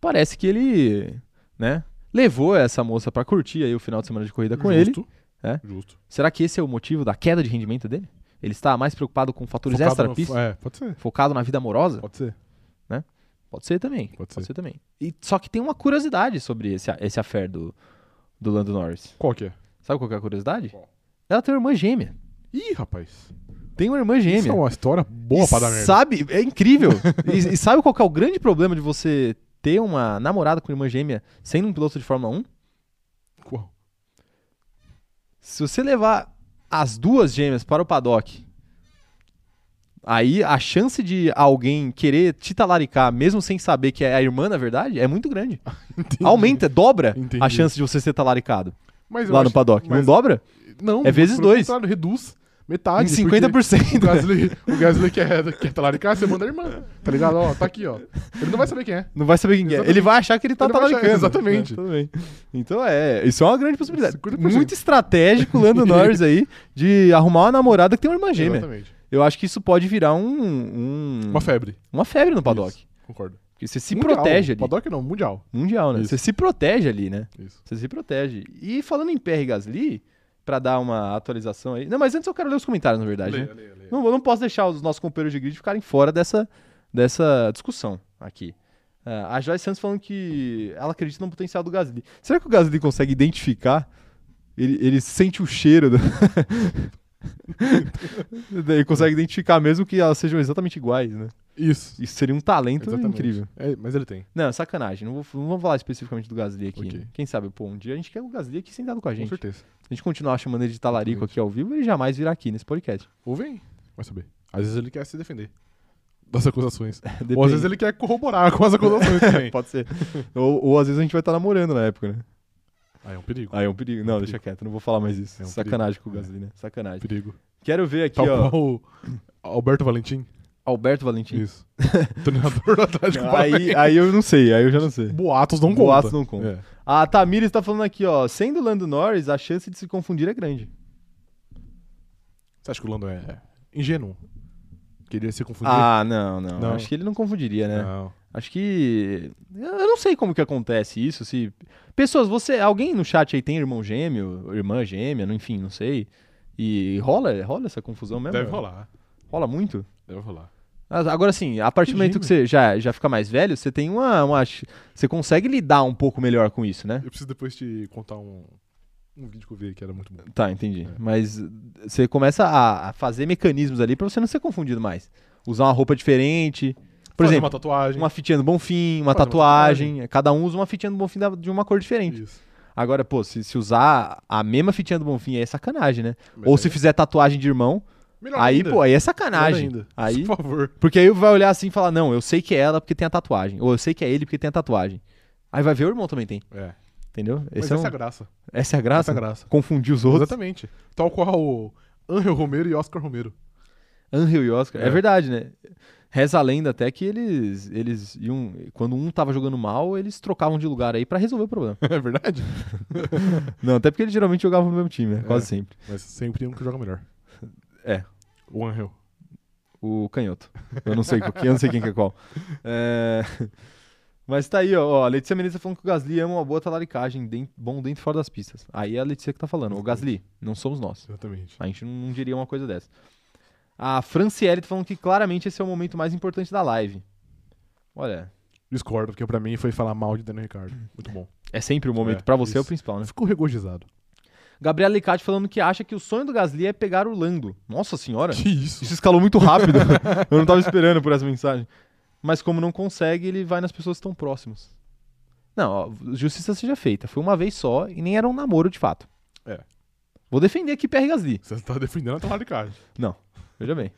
[SPEAKER 1] parece que ele, né, levou essa moça pra curtir aí o final de semana de corrida Tá com ele.
[SPEAKER 2] justo.
[SPEAKER 1] é.
[SPEAKER 2] Justo.
[SPEAKER 1] Será que esse é o motivo da queda de rendimento dele? Ele está mais preocupado com fatores
[SPEAKER 2] Focado
[SPEAKER 1] extra
[SPEAKER 2] no-
[SPEAKER 1] pista,
[SPEAKER 2] É, pode ser.
[SPEAKER 1] focado na vida amorosa,
[SPEAKER 2] Pode ser.
[SPEAKER 1] Pode ser também.
[SPEAKER 2] Pode
[SPEAKER 1] Pode
[SPEAKER 2] ser.
[SPEAKER 1] ser também. E, só que tem uma curiosidade sobre esse, esse affair do, do Lando Norris.
[SPEAKER 2] Qual que é?
[SPEAKER 1] Sabe qual que é a curiosidade?
[SPEAKER 2] Qual?
[SPEAKER 1] Ela tem uma irmã gêmea.
[SPEAKER 2] Ih, rapaz.
[SPEAKER 1] Tem uma irmã
[SPEAKER 2] Isso é
[SPEAKER 1] gêmea.
[SPEAKER 2] uma história boa
[SPEAKER 1] E
[SPEAKER 2] pra dar merda.
[SPEAKER 1] Sabe? É incrível. e, e sabe qual que é o grande problema de você ter uma namorada com irmã gêmea sendo um piloto de Fórmula 1?
[SPEAKER 2] Qual?
[SPEAKER 1] Se você levar as duas gêmeas para o paddock, aí a chance de alguém querer te talaricar, mesmo sem saber que é a irmã, na verdade, é muito grande.
[SPEAKER 2] Entendi.
[SPEAKER 1] Aumenta, dobra a
[SPEAKER 2] Entendi.
[SPEAKER 1] chance de você ser talaricado
[SPEAKER 2] Mas eu
[SPEAKER 1] lá no
[SPEAKER 2] acho-
[SPEAKER 1] paddock. Não
[SPEAKER 2] mas-
[SPEAKER 1] dobra?
[SPEAKER 2] Não,
[SPEAKER 1] É vezes
[SPEAKER 2] pelo
[SPEAKER 1] dois.
[SPEAKER 2] contrário, reduz
[SPEAKER 1] Em
[SPEAKER 2] metade. porque
[SPEAKER 1] 50%.
[SPEAKER 2] O Gasly, o Gasly é, quer, quer talaricar, você manda a irmã. Tá ligado? Ó, tá aqui, ó. Ele não vai saber quem é.
[SPEAKER 1] Não vai saber quem é.
[SPEAKER 2] Exatamente.
[SPEAKER 1] Ele vai achar que ele tá
[SPEAKER 2] Ele vai achar-
[SPEAKER 1] talaricando.
[SPEAKER 2] exatamente.
[SPEAKER 1] É, tudo bem. Então é, isso é uma grande possibilidade.
[SPEAKER 2] 50%.
[SPEAKER 1] Muito estratégico o Lando Norris aí de arrumar uma namorada que tem uma irmã gêmea.
[SPEAKER 2] Exatamente.
[SPEAKER 1] Eu acho que isso pode virar um, um-
[SPEAKER 2] Uma febre.
[SPEAKER 1] uma febre no paddock.
[SPEAKER 2] Isso, Concordo.
[SPEAKER 1] Porque você se
[SPEAKER 2] Mundial.
[SPEAKER 1] protege ali.
[SPEAKER 2] Paddock não, mundial.
[SPEAKER 1] Mundial, né?
[SPEAKER 2] Isso.
[SPEAKER 1] Você se protege ali, né?
[SPEAKER 2] Isso.
[SPEAKER 1] Você se protege. E falando em PR Gasly, pra dar uma atualização aí. Não, mas antes eu quero ler os comentários, na verdade. né?
[SPEAKER 2] Leia, leia, leia.
[SPEAKER 1] Não, eu não posso deixar os nossos companheiros de grid ficarem fora dessa, dessa discussão aqui. Ah, a Joyce Santos falando que ela acredita no potencial do Gasly. Será que o Gasly consegue identificar? Ele, ele sente o cheiro. Do... ele consegue identificar mesmo que elas sejam exatamente iguais, né?
[SPEAKER 2] Isso.
[SPEAKER 1] Isso seria um talento
[SPEAKER 2] Exatamente.
[SPEAKER 1] incrível. Tá,
[SPEAKER 2] É, mas ele tem.
[SPEAKER 1] Não, sacanagem. Não, vou, não vamos falar especificamente do Gasly aqui.
[SPEAKER 2] Ok.
[SPEAKER 1] Quem sabe, pô, um dia a gente quer o Gasly aqui sentado com a
[SPEAKER 2] Com
[SPEAKER 1] gente.
[SPEAKER 2] certeza.
[SPEAKER 1] Se a gente continuar chamando ele de talarico
[SPEAKER 2] Exatamente.
[SPEAKER 1] aqui ao vivo, ele jamais virá aqui nesse podcast.
[SPEAKER 2] Ou vem, vai saber. Às vezes ele quer se defender das acusações. Ou às
[SPEAKER 1] Depende.
[SPEAKER 2] vezes ele quer corroborar com as acusações também.
[SPEAKER 1] Pode ser. ou, ou às vezes a gente vai estar namorando na época, né?
[SPEAKER 2] Ah, é um perigo.
[SPEAKER 1] Aí é um perigo. Não, deixa quieto, não vou falar mais isso.
[SPEAKER 2] É um
[SPEAKER 1] Sacanagem com o Gasly, né?
[SPEAKER 2] Um
[SPEAKER 1] Sacanagem.
[SPEAKER 2] perigo. Tá
[SPEAKER 1] Quero ver aqui,
[SPEAKER 2] Tal
[SPEAKER 1] ó.
[SPEAKER 2] qual o Alberto Valentim.
[SPEAKER 1] Alberto Valentim.
[SPEAKER 2] Isso. Treinador do Atlético
[SPEAKER 1] Aí,
[SPEAKER 2] Paranaense.
[SPEAKER 1] aí eu não sei, aí eu já não sei.
[SPEAKER 2] Boatos não conta.
[SPEAKER 1] Boatos não conta.
[SPEAKER 2] É.
[SPEAKER 1] A Tamires tá falando aqui, ó. Sendo Lando Norris, a chance de se confundir é grande.
[SPEAKER 2] Você acha que o Lando é ingênuo? Queria se confundir?
[SPEAKER 1] Ah, não, não,
[SPEAKER 2] Não.
[SPEAKER 1] Acho que ele não confundiria, né?
[SPEAKER 2] Não.
[SPEAKER 1] Acho que. Eu não sei como que acontece isso. Se. Pessoas, você. Alguém no chat aí tem irmão gêmeo, irmã gêmea, não- enfim, não sei. E rola, rola essa confusão É mesmo?
[SPEAKER 2] Deve rolar.
[SPEAKER 1] Rola muito?
[SPEAKER 2] Deve rolar.
[SPEAKER 1] Mas Agora sim, a partir do momento que você já, já fica mais velho, você tem uma, uma. ch- Você consegue lidar um pouco melhor com isso, né?
[SPEAKER 2] Eu preciso depois te contar um, um vídeo que eu vi que era muito bom.
[SPEAKER 1] Tá, entendi.
[SPEAKER 2] É.
[SPEAKER 1] Mas uh, você começa a, a fazer mecanismos ali pra você não ser confundido mais. Usar uma roupa diferente. Por
[SPEAKER 2] Fazer
[SPEAKER 1] exemplo,
[SPEAKER 2] uma tatuagem.
[SPEAKER 1] uma fitinha do bom fim, uma
[SPEAKER 2] Faz uma
[SPEAKER 1] tatuagem. Cada um usa uma fitinha do bom fim da- de uma cor diferente.
[SPEAKER 2] Isso.
[SPEAKER 1] Agora, pô, se, se usar a mesma fitinha do bom fim aí é sacanagem, né?
[SPEAKER 2] Mas
[SPEAKER 1] Ou
[SPEAKER 2] aí
[SPEAKER 1] se
[SPEAKER 2] é
[SPEAKER 1] fizer tatuagem de irmão,
[SPEAKER 2] melhor
[SPEAKER 1] aí,
[SPEAKER 2] ainda.
[SPEAKER 1] pô, aí é
[SPEAKER 2] Melhor
[SPEAKER 1] sacanagem.
[SPEAKER 2] ainda.
[SPEAKER 1] Aí.
[SPEAKER 2] Por favor.
[SPEAKER 1] Porque aí vai olhar assim e falar, não, eu sei que é ela porque tem a tatuagem. Ou eu sei que é ele porque tem a tatuagem. Aí vai ver o irmão também tem,
[SPEAKER 2] É.
[SPEAKER 1] entendeu?
[SPEAKER 2] Mas
[SPEAKER 1] Esse é um-
[SPEAKER 2] essa é a graça.
[SPEAKER 1] essa é a graça.
[SPEAKER 2] Essa é a graça.
[SPEAKER 1] Confundir os outros.
[SPEAKER 2] Exatamente. Tal qual o Angel Romero e Oscar Romero.
[SPEAKER 1] Angel e Oscar. É.
[SPEAKER 2] É.
[SPEAKER 1] verdade, né? Reza a lenda até que eles, eles iam. Quando um tava jogando mal, eles trocavam de lugar aí pra resolver o problema.
[SPEAKER 2] É verdade?
[SPEAKER 1] não, até porque eles geralmente jogavam no mesmo time, né?
[SPEAKER 2] É.
[SPEAKER 1] Quase sempre.
[SPEAKER 2] Mas sempre tem um que joga melhor.
[SPEAKER 1] É.
[SPEAKER 2] O Angel.
[SPEAKER 1] O canhoto. Eu não sei, qual que- eu não sei quem que é qual. É, Mas tá aí, ó. ó, A Letícia Menezes tá falando que o Gasly ama uma boa talaricagem, den- bom dentro e fora das pistas. Aí é a Letícia que tá falando. Ô, Gasly, não somos nós.
[SPEAKER 2] Exatamente.
[SPEAKER 1] A gente não, não diria uma coisa dessa. A Franciele tá falando que claramente esse é o momento mais importante da live. Olha,
[SPEAKER 2] Discordo, porque pra mim foi falar mal de Daniel Ricardo. Muito bom.
[SPEAKER 1] é sempre o momento.
[SPEAKER 2] É,
[SPEAKER 1] pra você é o
[SPEAKER 2] isso.
[SPEAKER 1] principal, né?
[SPEAKER 2] Ficou regozijado.
[SPEAKER 1] Gabriela Licati falando que acha que o sonho do Gasly é pegar o Lando. Nossa senhora!
[SPEAKER 2] Que isso?
[SPEAKER 1] Isso escalou muito rápido. Eu não tava esperando por essa mensagem. Mas como não consegue, ele vai nas pessoas que estão próximas. Não, ó, justiça seja feita. Foi uma vez só e nem era um namoro de fato.
[SPEAKER 2] É.
[SPEAKER 1] Vou defender aqui PR Gasly.
[SPEAKER 2] Você tá defendendo a Tamara Ricardo.
[SPEAKER 1] Veja bem.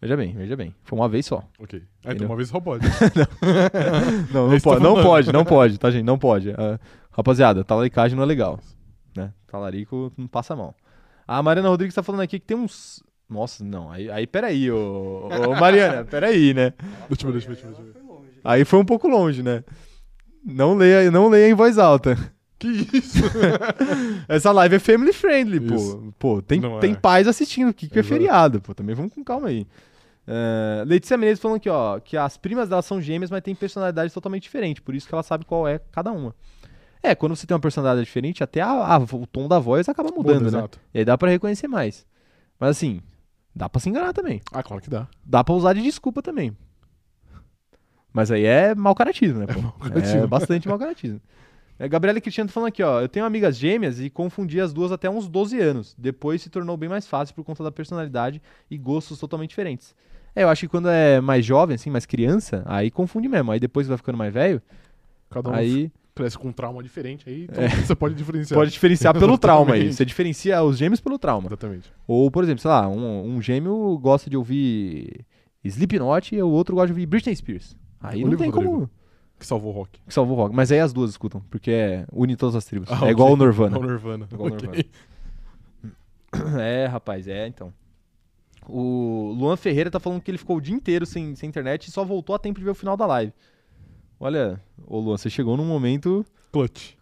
[SPEAKER 1] Veja bem, veja bem. Foi uma vez só.
[SPEAKER 2] Ok. Aí
[SPEAKER 1] Entendeu?
[SPEAKER 2] então uma vez só pode.
[SPEAKER 1] Não,
[SPEAKER 2] É
[SPEAKER 1] não,
[SPEAKER 2] isso que eu
[SPEAKER 1] pode,
[SPEAKER 2] tô
[SPEAKER 1] não
[SPEAKER 2] falando.
[SPEAKER 1] pode, não pode, tá, gente? Não pode. Ah, rapaziada, talaricagem não é legal. Né? Talarico não passa mal. A Mariana Rodrigues tá falando aqui que tem uns. Nossa, não. Aí, aí peraí, ô, ô Mariana, peraí, né?
[SPEAKER 2] Deixa eu ver, deixa eu ver, deixa eu ver.
[SPEAKER 1] Aí foi um pouco longe, né? Não leia, não leia em voz alta.
[SPEAKER 2] Que isso?
[SPEAKER 1] Essa live é family friendly, pô.
[SPEAKER 2] Isso.
[SPEAKER 1] Pô, tem,
[SPEAKER 2] Não
[SPEAKER 1] tem
[SPEAKER 2] é.
[SPEAKER 1] pais assistindo aqui que é
[SPEAKER 2] Exato.
[SPEAKER 1] feriado, pô. Também vamos com calma aí. É, Letícia Menezes falando aqui, ó, que as primas delas são gêmeas, mas têm personalidades totalmente diferentes, por isso que ela sabe qual é cada uma. É, quando você tem uma personalidade diferente, até a- a- o tom da voz acaba mudando, né?
[SPEAKER 2] Exato.
[SPEAKER 1] E aí dá pra reconhecer mais. Mas assim, dá pra se enganar também.
[SPEAKER 2] Ah, claro que dá.
[SPEAKER 1] Dá pra usar de desculpa também. Mas aí é mau caratismo, né, pô? É,
[SPEAKER 2] caratismo.
[SPEAKER 1] bastante mau caratismo. É, Gabriela e Cristiano tá falando aqui, ó. Eu tenho amigas gêmeas e confundi as duas até uns 12 anos. Depois se tornou bem mais fácil por conta da personalidade e gostos totalmente diferentes. É, eu acho que quando é mais jovem, assim, mais criança, aí confunde mesmo. Aí depois vai ficando mais velho,
[SPEAKER 2] Cada um
[SPEAKER 1] aí É.
[SPEAKER 2] cresce com um trauma diferente, aí então você pode diferenciar.
[SPEAKER 1] pode diferenciar pelo trauma aí.
[SPEAKER 2] Exatamente.
[SPEAKER 1] Você diferencia os gêmeos pelo trauma.
[SPEAKER 2] Exatamente.
[SPEAKER 1] Ou, por exemplo, sei lá, um, um gêmeo gosta de ouvir Slipknot e o outro gosta de ouvir Britney Spears. Aí não
[SPEAKER 2] Olivia
[SPEAKER 1] tem como
[SPEAKER 2] Rodrigo. Que salvou o rock.
[SPEAKER 1] que salvou o rock. Mas aí as duas escutam, porque é, une todas as tribos.
[SPEAKER 2] Ah,
[SPEAKER 1] é
[SPEAKER 2] ok.
[SPEAKER 1] igual o Nirvana.
[SPEAKER 2] Não, Nirvana.
[SPEAKER 1] Igual o
[SPEAKER 2] Ok.
[SPEAKER 1] Nirvana. É, rapaz, é então. O Luan Ferreira tá falando que ele ficou o dia inteiro sem, sem internet e só voltou a tempo de ver o final da live. Olha, ô Luan, você chegou num momento
[SPEAKER 2] Clutch.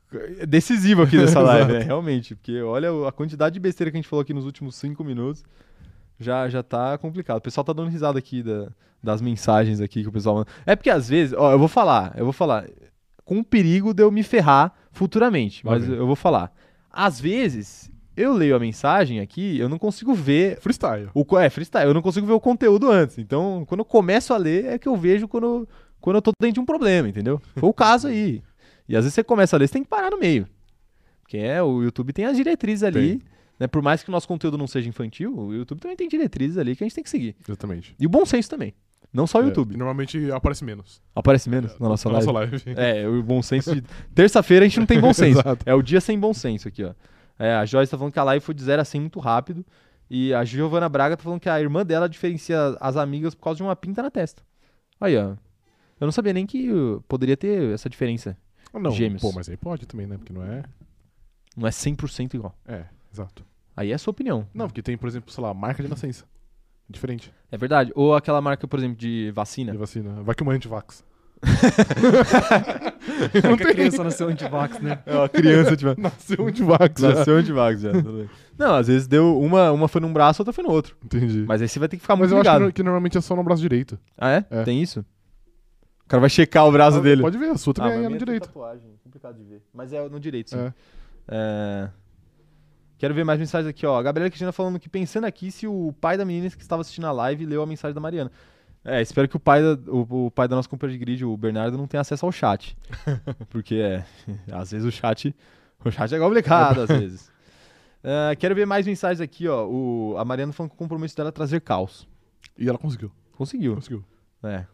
[SPEAKER 1] decisivo aqui dessa live, né?
[SPEAKER 2] Exato.
[SPEAKER 1] Realmente, porque olha o- a quantidade de besteira que a gente falou aqui nos últimos cinco minutos. Já, já tá complicado. O pessoal tá dando risada aqui da- das mensagens aqui que o pessoal manda. É porque às vezes, ó, eu vou falar, eu vou falar. Com o perigo de eu me ferrar futuramente,
[SPEAKER 2] Vai
[SPEAKER 1] mas
[SPEAKER 2] ver.
[SPEAKER 1] eu vou falar. Às vezes, eu leio a mensagem aqui, eu não consigo ver
[SPEAKER 2] Freestyle.
[SPEAKER 1] o, co- é, freestyle. Eu não consigo ver o conteúdo antes. Então, quando eu começo a ler, é que eu vejo quando, quando eu tô dentro de um problema, entendeu? Foi o caso aí. E às vezes você começa a ler, você tem que parar no meio. Porque é, o YouTube tem as diretrizes ali. Né? Por mais que o nosso conteúdo não seja infantil, o YouTube também tem diretrizes ali que a gente tem que seguir.
[SPEAKER 2] Exatamente.
[SPEAKER 1] E o bom senso também. Não só o
[SPEAKER 2] É,
[SPEAKER 1] YouTube.
[SPEAKER 2] e normalmente aparece menos.
[SPEAKER 1] Aparece menos na nossa
[SPEAKER 2] na
[SPEAKER 1] live.
[SPEAKER 2] nossa live.
[SPEAKER 1] É, o bom senso de. Terça-feira a gente não tem bom senso.
[SPEAKER 2] Exato.
[SPEAKER 1] É o dia sem bom senso aqui, ó. É, a Joyce tá falando que a live foi de 0 a 100 muito rápido. E a Giovana Braga tá falando que a irmã dela diferencia as amigas por causa de uma pinta na testa. Aí, ó. Eu não sabia nem que uh, poderia ter essa diferença.
[SPEAKER 2] Ah, Não,
[SPEAKER 1] Gêmeos.
[SPEAKER 2] pô, mas aí pode também, né? Porque não é...
[SPEAKER 1] Não é 100% igual.
[SPEAKER 2] É, exato.
[SPEAKER 1] Aí é a sua opinião.
[SPEAKER 2] Não, porque tem, por exemplo, sei lá, marca de nascença. Diferente
[SPEAKER 1] É verdade. Ou aquela marca, por exemplo, de vacina.
[SPEAKER 2] de vacina. Vai que uma é antivax.
[SPEAKER 3] Não que a criança nasceu antivax, né?
[SPEAKER 1] É, a criança tipo,
[SPEAKER 2] Nasceu antivax. já.
[SPEAKER 1] nasceu antivax já. Não, às vezes deu uma, uma foi num braço, outra foi no outro.
[SPEAKER 2] Entendi. Mas,
[SPEAKER 1] Mas aí você vai ter que ficar muito
[SPEAKER 2] eu
[SPEAKER 1] ligado.
[SPEAKER 2] acho que, que normalmente é só no braço direito.
[SPEAKER 1] Ah, é?
[SPEAKER 2] É.
[SPEAKER 1] Tem isso? O cara vai checar o braço
[SPEAKER 2] Ah,
[SPEAKER 1] dele.
[SPEAKER 2] Pode ver, a sua
[SPEAKER 1] Ah, mas
[SPEAKER 2] também é no
[SPEAKER 1] minha tem
[SPEAKER 2] direito.
[SPEAKER 1] tatuagem, complicado de ver. Mas é no direito, sim.
[SPEAKER 2] É.
[SPEAKER 1] É. Quero ver mais mensagens aqui, ó. A Gabriela Cristina falando que pensando aqui se o pai da menina que estava assistindo a live leu a mensagem da Mariana. É, espero que o pai da, o, o pai da nossa companhia de grid, o Bernardo, não tenha acesso ao chat. Porque é, às vezes o chat, o chat é complicado, às vezes. É, quero ver mais mensagens aqui, ó. O, a Mariana falando que o compromisso dela é trazer caos.
[SPEAKER 2] E ela conseguiu.
[SPEAKER 1] Conseguiu,
[SPEAKER 2] Conseguiu.
[SPEAKER 1] né?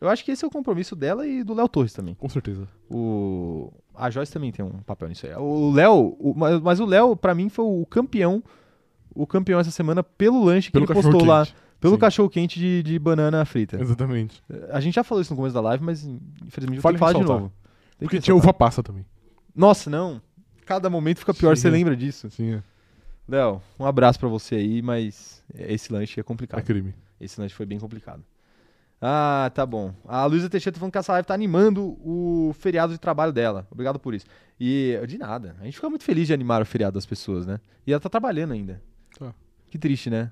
[SPEAKER 1] Eu acho que esse é o compromisso dela e do Léo Torres também.
[SPEAKER 2] Com certeza.
[SPEAKER 1] O... A Joyce também tem um papel nisso aí. O Léo, o- mas, mas o Léo, pra mim, foi o campeão. O campeão essa semana pelo lanche que
[SPEAKER 2] Pelo
[SPEAKER 1] ele
[SPEAKER 2] cachorro
[SPEAKER 1] postou lá.
[SPEAKER 2] quente.
[SPEAKER 1] Pelo
[SPEAKER 2] Sim.
[SPEAKER 1] cachorro quente de, de banana frita.
[SPEAKER 2] Exatamente.
[SPEAKER 1] A gente já falou isso no começo da live, mas infelizmente eu tenho
[SPEAKER 2] Vale
[SPEAKER 1] que falar de
[SPEAKER 2] ressaltar.
[SPEAKER 1] novo. Tem
[SPEAKER 2] Porque
[SPEAKER 1] que
[SPEAKER 2] tinha
[SPEAKER 1] ressaltar.
[SPEAKER 2] uva passa também.
[SPEAKER 1] Nossa, não. Cada momento fica pior,
[SPEAKER 2] Sim.
[SPEAKER 1] você lembra disso.
[SPEAKER 2] Sim, é.
[SPEAKER 1] Léo, um abraço pra você aí, mas esse lanche é complicado.
[SPEAKER 2] É crime.
[SPEAKER 1] Esse lanche foi bem complicado. Ah, tá bom. A Luísa Teixeira tá falando que essa live tá animando o feriado de trabalho dela. Obrigado por isso. E de nada. A gente fica muito feliz de animar o feriado das pessoas, né? E ela tá trabalhando ainda.
[SPEAKER 2] Tá.
[SPEAKER 1] Que triste, né?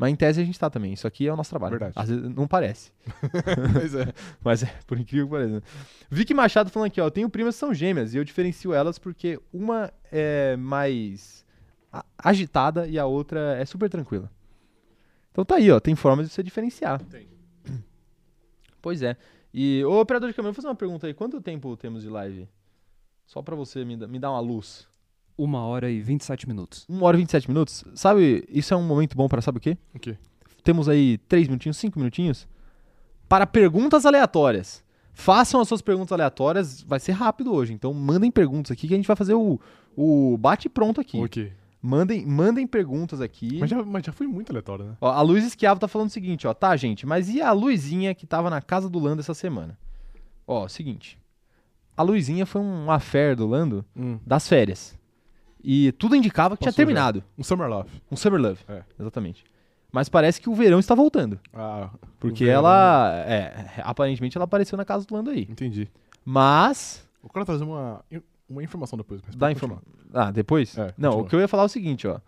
[SPEAKER 1] Mas em tese a gente tá também. Isso aqui é o nosso trabalho.
[SPEAKER 2] Verdade.
[SPEAKER 1] Às vezes não parece.
[SPEAKER 2] Pois é.
[SPEAKER 1] Mas é, por incrível que pareça. né? Vicky Machado falando aqui, ó. Tenho primas que são gêmeas e eu diferencio elas porque uma é mais a- agitada e a outra é super tranquila. Então tá aí, ó. Tem formas de você diferenciar.
[SPEAKER 2] Tem.
[SPEAKER 1] Pois é. E, ô operador de câmera, vou fazer uma pergunta aí. Quanto tempo temos de live? Só pra você me, da- me dar uma luz.
[SPEAKER 3] Uma hora e 27 minutos.
[SPEAKER 1] 1 hora e 27 minutos? Sabe, isso é um momento bom pra sabe o quê?
[SPEAKER 2] O quê?
[SPEAKER 1] temos aí 3 minutinhos, 5 minutinhos para perguntas aleatórias. Façam as suas perguntas aleatórias, vai ser rápido hoje, então mandem perguntas aqui que a gente vai fazer o, o bate-pronto aqui.
[SPEAKER 2] Ok.
[SPEAKER 1] Mandem, mandem perguntas aqui.
[SPEAKER 2] Mas já, mas já foi muito aleatório, né?
[SPEAKER 1] Ó, a Luiz Esquiavo tá falando o seguinte, ó, tá, gente, mas e a Luizinha que tava na casa do Lando essa semana? Ó, seguinte. A Luizinha foi um affair do Lando das férias. E tudo indicava que tinha
[SPEAKER 2] Passou já.
[SPEAKER 1] terminado.
[SPEAKER 2] Um Summer Love.
[SPEAKER 1] Um Summer Love.
[SPEAKER 2] É.
[SPEAKER 1] Exatamente. Mas parece que o verão está voltando.
[SPEAKER 2] Ah,
[SPEAKER 1] Porque
[SPEAKER 2] o verão-
[SPEAKER 1] ela. É, aparentemente ela apareceu na casa do Lando aí.
[SPEAKER 2] Entendi.
[SPEAKER 1] Mas.
[SPEAKER 2] Eu quero trazer uma, uma informação depois. mas
[SPEAKER 1] Dá
[SPEAKER 2] pode
[SPEAKER 1] informa... Ah, depois?
[SPEAKER 2] É,
[SPEAKER 1] Não,
[SPEAKER 2] continua.
[SPEAKER 1] o que eu ia falar é o seguinte, ó.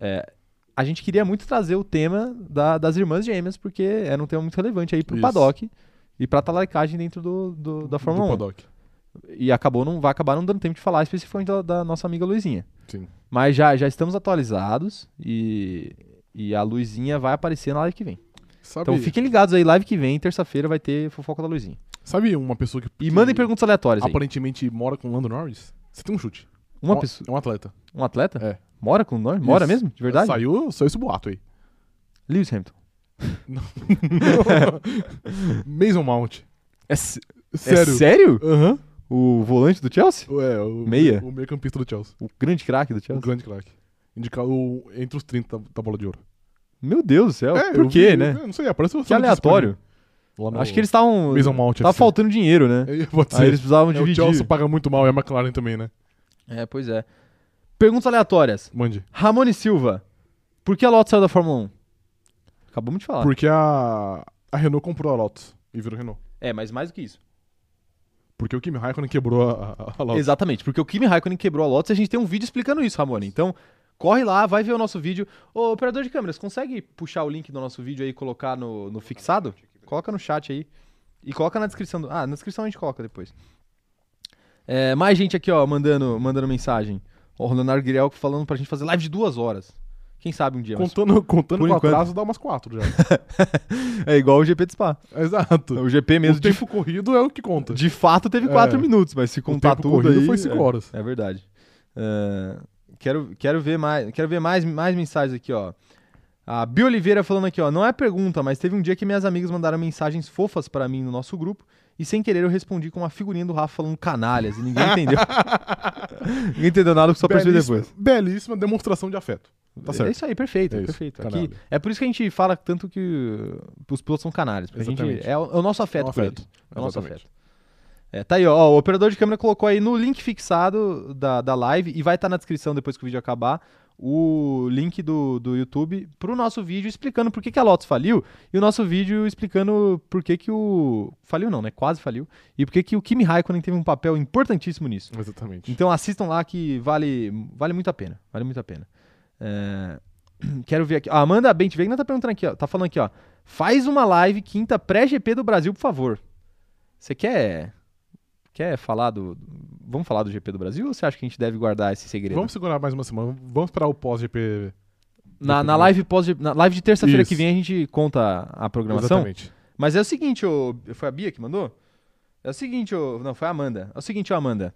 [SPEAKER 1] É, a gente queria muito trazer o tema da- das irmãs gêmeas, porque era um tema muito relevante aí pro
[SPEAKER 2] Isso.
[SPEAKER 1] paddock e pra talaricagem dentro do, do- da
[SPEAKER 2] continuar. Do
[SPEAKER 1] Fórmula 1.
[SPEAKER 2] paddock.
[SPEAKER 1] E acabou, não vai acabar não dando tempo de falar especificamente da, da nossa amiga Luizinha.
[SPEAKER 2] Sim.
[SPEAKER 1] Mas já, já estamos atualizados e, e a Luizinha vai aparecer na live que vem.
[SPEAKER 2] Sabe,
[SPEAKER 1] Então fiquem ligados aí, live que vem, terça-feira vai ter fofoca da Luizinha.
[SPEAKER 2] Sabe uma pessoa que.
[SPEAKER 1] E mandem perguntas aleatórias aí.
[SPEAKER 2] Aparentemente mora com o Lando Norris? Você tem um chute.
[SPEAKER 1] Uma
[SPEAKER 2] É um-
[SPEAKER 1] pessoa,
[SPEAKER 2] É um atleta.
[SPEAKER 1] um atleta?
[SPEAKER 2] É.
[SPEAKER 1] Mora com nós? Mora
[SPEAKER 2] Isso.
[SPEAKER 1] mesmo? De verdade?
[SPEAKER 2] Saiu, saiu esse boato aí.
[SPEAKER 1] Lewis Hamilton.
[SPEAKER 2] Mason Mount.
[SPEAKER 1] É, s- é
[SPEAKER 2] Sério.
[SPEAKER 1] sério?
[SPEAKER 2] Aham.
[SPEAKER 1] O volante do Chelsea?
[SPEAKER 2] É, o
[SPEAKER 1] Meia? é
[SPEAKER 2] O meio campista do Chelsea.
[SPEAKER 1] O grande craque do
[SPEAKER 2] O
[SPEAKER 1] Chelsea?
[SPEAKER 2] grande craque. Indicado entre os 30 da bola de ouro.
[SPEAKER 1] Meu Deus do céu.
[SPEAKER 2] É, eu
[SPEAKER 1] Por quê,
[SPEAKER 2] vi-
[SPEAKER 1] né?
[SPEAKER 2] eu Não sei, aparece
[SPEAKER 1] Que aleatório. Acho que eles estavam.
[SPEAKER 2] Mason Mount.
[SPEAKER 1] Tava
[SPEAKER 2] FC.
[SPEAKER 1] faltando dinheiro, né?
[SPEAKER 2] É, Pode ser.
[SPEAKER 1] Aí eles precisavam
[SPEAKER 2] É, o
[SPEAKER 1] dividir.
[SPEAKER 2] Chelsea paga muito mal e a McLaren também, né?
[SPEAKER 1] É, pois é. Perguntas aleatórias.
[SPEAKER 2] Mande.
[SPEAKER 1] Ramone Silva. Por que a Lotus saiu da Fórmula 1? Acabamos de falar.
[SPEAKER 2] Porque a, a Renault comprou a Lotus e virou Renault.
[SPEAKER 1] É, mas mais do que isso.
[SPEAKER 2] Porque o Kimi Raikkonen quebrou a, a- a Lotus.
[SPEAKER 1] Exatamente, porque o Kimi Raikkonen quebrou a Lotus e a gente tem um vídeo explicando isso, Ramone. Então, corre lá, vai ver o nosso vídeo. Ô, operador de câmeras, consegue puxar o link do nosso vídeo aí e colocar no, no fixado? Coloca no chat aí. E coloca na descrição. Do... Ah, na descrição a gente coloca depois. É, mais gente aqui, ó, mandando, mandando mensagem. Ó, O Leonardo Guirel falando pra gente fazer live de duas horas. Quem sabe um dia. mas-
[SPEAKER 2] Contando, contando
[SPEAKER 1] Por
[SPEAKER 2] com
[SPEAKER 1] enquanto-
[SPEAKER 2] atraso dá umas quatro já.
[SPEAKER 1] É igual o GP de Spa.
[SPEAKER 2] Exato.
[SPEAKER 1] É O GP
[SPEAKER 2] O
[SPEAKER 1] mesmo, de,
[SPEAKER 2] tempo corrido é o que conta.
[SPEAKER 1] de fato, teve
[SPEAKER 2] É.
[SPEAKER 1] quatro minutos, mas se
[SPEAKER 2] o
[SPEAKER 1] contar
[SPEAKER 2] tempo
[SPEAKER 1] tudo
[SPEAKER 2] corrido
[SPEAKER 1] aí...
[SPEAKER 2] foi cinco
[SPEAKER 1] é.
[SPEAKER 2] horas.
[SPEAKER 1] É verdade. Ah, quero, quero ver mais, quero ver mais, mais mensagens aqui, ó. A Bi Oliveira falando aqui, ó, não é pergunta, mas teve um dia que minhas amigas mandaram mensagens fofas pra mim no nosso grupo e sem querer eu respondi com uma figurinha do Rafa falando canalhas e ninguém entendeu. ninguém entendeu nada, só percebi
[SPEAKER 2] Belíssima-
[SPEAKER 1] depois.
[SPEAKER 2] Belíssima demonstração de afeto. Tá
[SPEAKER 1] É
[SPEAKER 2] certo.
[SPEAKER 1] isso aí, perfeito,
[SPEAKER 2] É isso,
[SPEAKER 1] perfeito. Aqui-
[SPEAKER 2] canalha.
[SPEAKER 1] é por isso que a gente fala tanto que uh, os pilotos são canalhas. porque A gente,
[SPEAKER 2] Exatamente.
[SPEAKER 1] é, o, é o nosso afeto,
[SPEAKER 2] É um
[SPEAKER 1] por
[SPEAKER 2] afeto.
[SPEAKER 1] eles. É o nosso
[SPEAKER 2] Exatamente.
[SPEAKER 1] afeto. É, tá aí, ó, ó, O operador de câmera colocou aí no link fixado da, da live e vai estar na descrição depois que o vídeo acabar o link do, do YouTube pro nosso vídeo explicando por que, que a Lotus faliu e o nosso vídeo explicando por que, que o. Faliu não, né? Quase faliu. E por que, que o Kimi Raikkonen teve um papel importantíssimo nisso.
[SPEAKER 2] Exatamente.
[SPEAKER 1] Então assistam lá que vale, vale muito a pena. Vale muito a pena. É, Quero ver aqui. A Amanda Bentvegna tá perguntando aqui, ó. Tá falando aqui, ó. Faz uma live quinta pré-GP do Brasil, por favor. Você quer. Quer falar do. Vamos falar do GP do Brasil ou você acha que a gente deve guardar esse segredo?
[SPEAKER 2] Vamos segurar mais uma semana. Vamos esperar o pós-GP.
[SPEAKER 1] na, na live pós na live de terça-feira
[SPEAKER 2] Isso.
[SPEAKER 1] que vem a gente conta a programação.
[SPEAKER 2] Exatamente.
[SPEAKER 1] Mas é o seguinte, ô, foi a Bia que mandou? É o seguinte, ô, não, foi a Amanda. É o seguinte, ô, Amanda.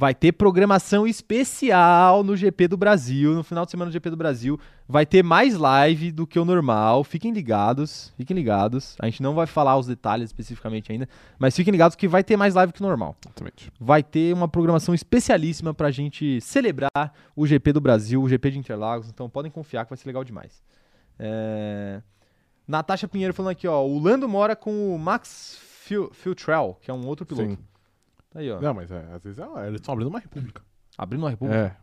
[SPEAKER 1] Vai ter programação especial no GP do Brasil, no final de semana do GP do Brasil. Vai ter mais live do que o normal. Fiquem ligados, fiquem ligados. A gente não vai falar os detalhes especificamente ainda, mas fiquem ligados que vai ter mais live que o normal
[SPEAKER 2] Exatamente.
[SPEAKER 1] vai ter uma programação especialíssima pra gente celebrar o GP do Brasil, o GP de Interlagos. Então podem confiar que vai ser legal demais. É... Natasha Pinheiro falando aqui, ó. O Lando mora com o Max Fil- Filtrell, que é um outro piloto.
[SPEAKER 2] Sim.
[SPEAKER 1] Tá aí, ó.
[SPEAKER 2] Não, mas é, às vezes é, eles estão abrindo uma república.
[SPEAKER 1] Abrindo uma república.
[SPEAKER 2] É.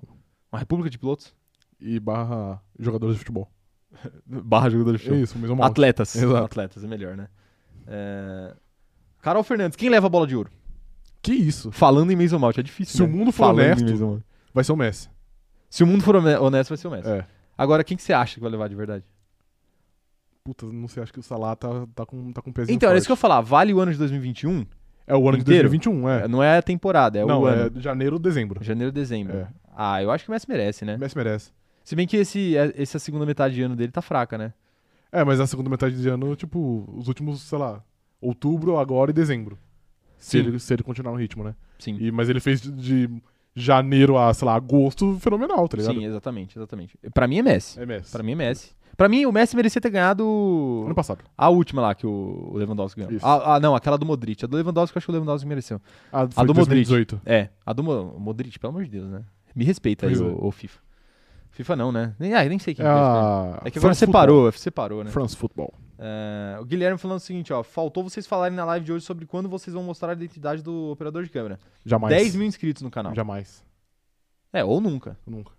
[SPEAKER 1] Uma república de pilotos.
[SPEAKER 2] E barra jogadores de futebol.
[SPEAKER 1] Barra jogador de
[SPEAKER 2] É isso, mesmo mal.
[SPEAKER 1] Atletas.
[SPEAKER 2] Exato.
[SPEAKER 1] Atletas, é melhor, né? É... Carol Fernandes, quem leva a bola de ouro?
[SPEAKER 2] Que isso?
[SPEAKER 1] Falando em Mason Mount, é difícil.
[SPEAKER 2] Se o
[SPEAKER 1] né?
[SPEAKER 2] mundo for
[SPEAKER 1] Falando em
[SPEAKER 2] honesto-
[SPEAKER 1] Mason Mount.
[SPEAKER 2] Vai ser o Messi.
[SPEAKER 1] Se o mundo for hone- honesto, vai ser o Messi.
[SPEAKER 2] É.
[SPEAKER 1] Agora, quem que você acha que vai levar de verdade?
[SPEAKER 2] Puta, não sei, acho que o Salah tá, tá com, tá com um pezinho
[SPEAKER 1] Então, era
[SPEAKER 2] forte.
[SPEAKER 1] isso que eu falar. Vale o ano de 2021?
[SPEAKER 2] É o ano
[SPEAKER 1] Inteiro?
[SPEAKER 2] de 2021, é.
[SPEAKER 1] um? Não é a temporada, é o
[SPEAKER 2] não, é
[SPEAKER 1] ano.
[SPEAKER 2] janeiro, dezembro.
[SPEAKER 1] Janeiro, dezembro.
[SPEAKER 2] É.
[SPEAKER 1] Ah, eu acho que o Messi merece, né?
[SPEAKER 2] O Messi merece.
[SPEAKER 1] Se bem que esse, é- essa segunda metade de ano dele tá fraca, né?
[SPEAKER 2] É, mas a segunda metade de ano, tipo, os últimos, sei lá, outubro, agora e dezembro. Se
[SPEAKER 1] Sim.
[SPEAKER 2] ele, se ele continuar no ritmo, né?
[SPEAKER 1] Sim.
[SPEAKER 2] E, mas ele fez de de janeiro a, sei lá, agosto, fenomenal, tá ligado?
[SPEAKER 1] Sim, exatamente, exatamente. Pra mim é Messi.
[SPEAKER 2] É Messi.
[SPEAKER 1] Pra mim é Messi. Pra mim, o Messi merecia ter
[SPEAKER 2] Ano
[SPEAKER 1] ganhado
[SPEAKER 2] passado.
[SPEAKER 1] a última lá que o o Lewandowski ganhou.
[SPEAKER 2] Isso.
[SPEAKER 1] Ah, ah, não, aquela do Modric. A do Lewandowski eu acho que o Lewandowski mereceu.
[SPEAKER 2] Ah, foi
[SPEAKER 1] do Modric.
[SPEAKER 2] 2018.
[SPEAKER 1] É, a do Mo- Modric, pelo amor de Deus, né? Me respeita aí,
[SPEAKER 2] Pois é.
[SPEAKER 1] o, FIFA. FIFA não, né? Nem, ah, eu nem sei quem
[SPEAKER 2] É,
[SPEAKER 1] que fez, né?
[SPEAKER 2] a...
[SPEAKER 1] É que agora
[SPEAKER 2] France
[SPEAKER 1] separou, separou, né?
[SPEAKER 2] Football. France Football.
[SPEAKER 1] É, o Guilherme falando o seguinte, ó. Faltou vocês falarem na live de hoje sobre quando vocês vão mostrar a identidade do operador de câmera.
[SPEAKER 2] Jamais.
[SPEAKER 1] 10 mil inscritos no canal.
[SPEAKER 2] Jamais.
[SPEAKER 1] É, ou nunca.
[SPEAKER 2] Nunca.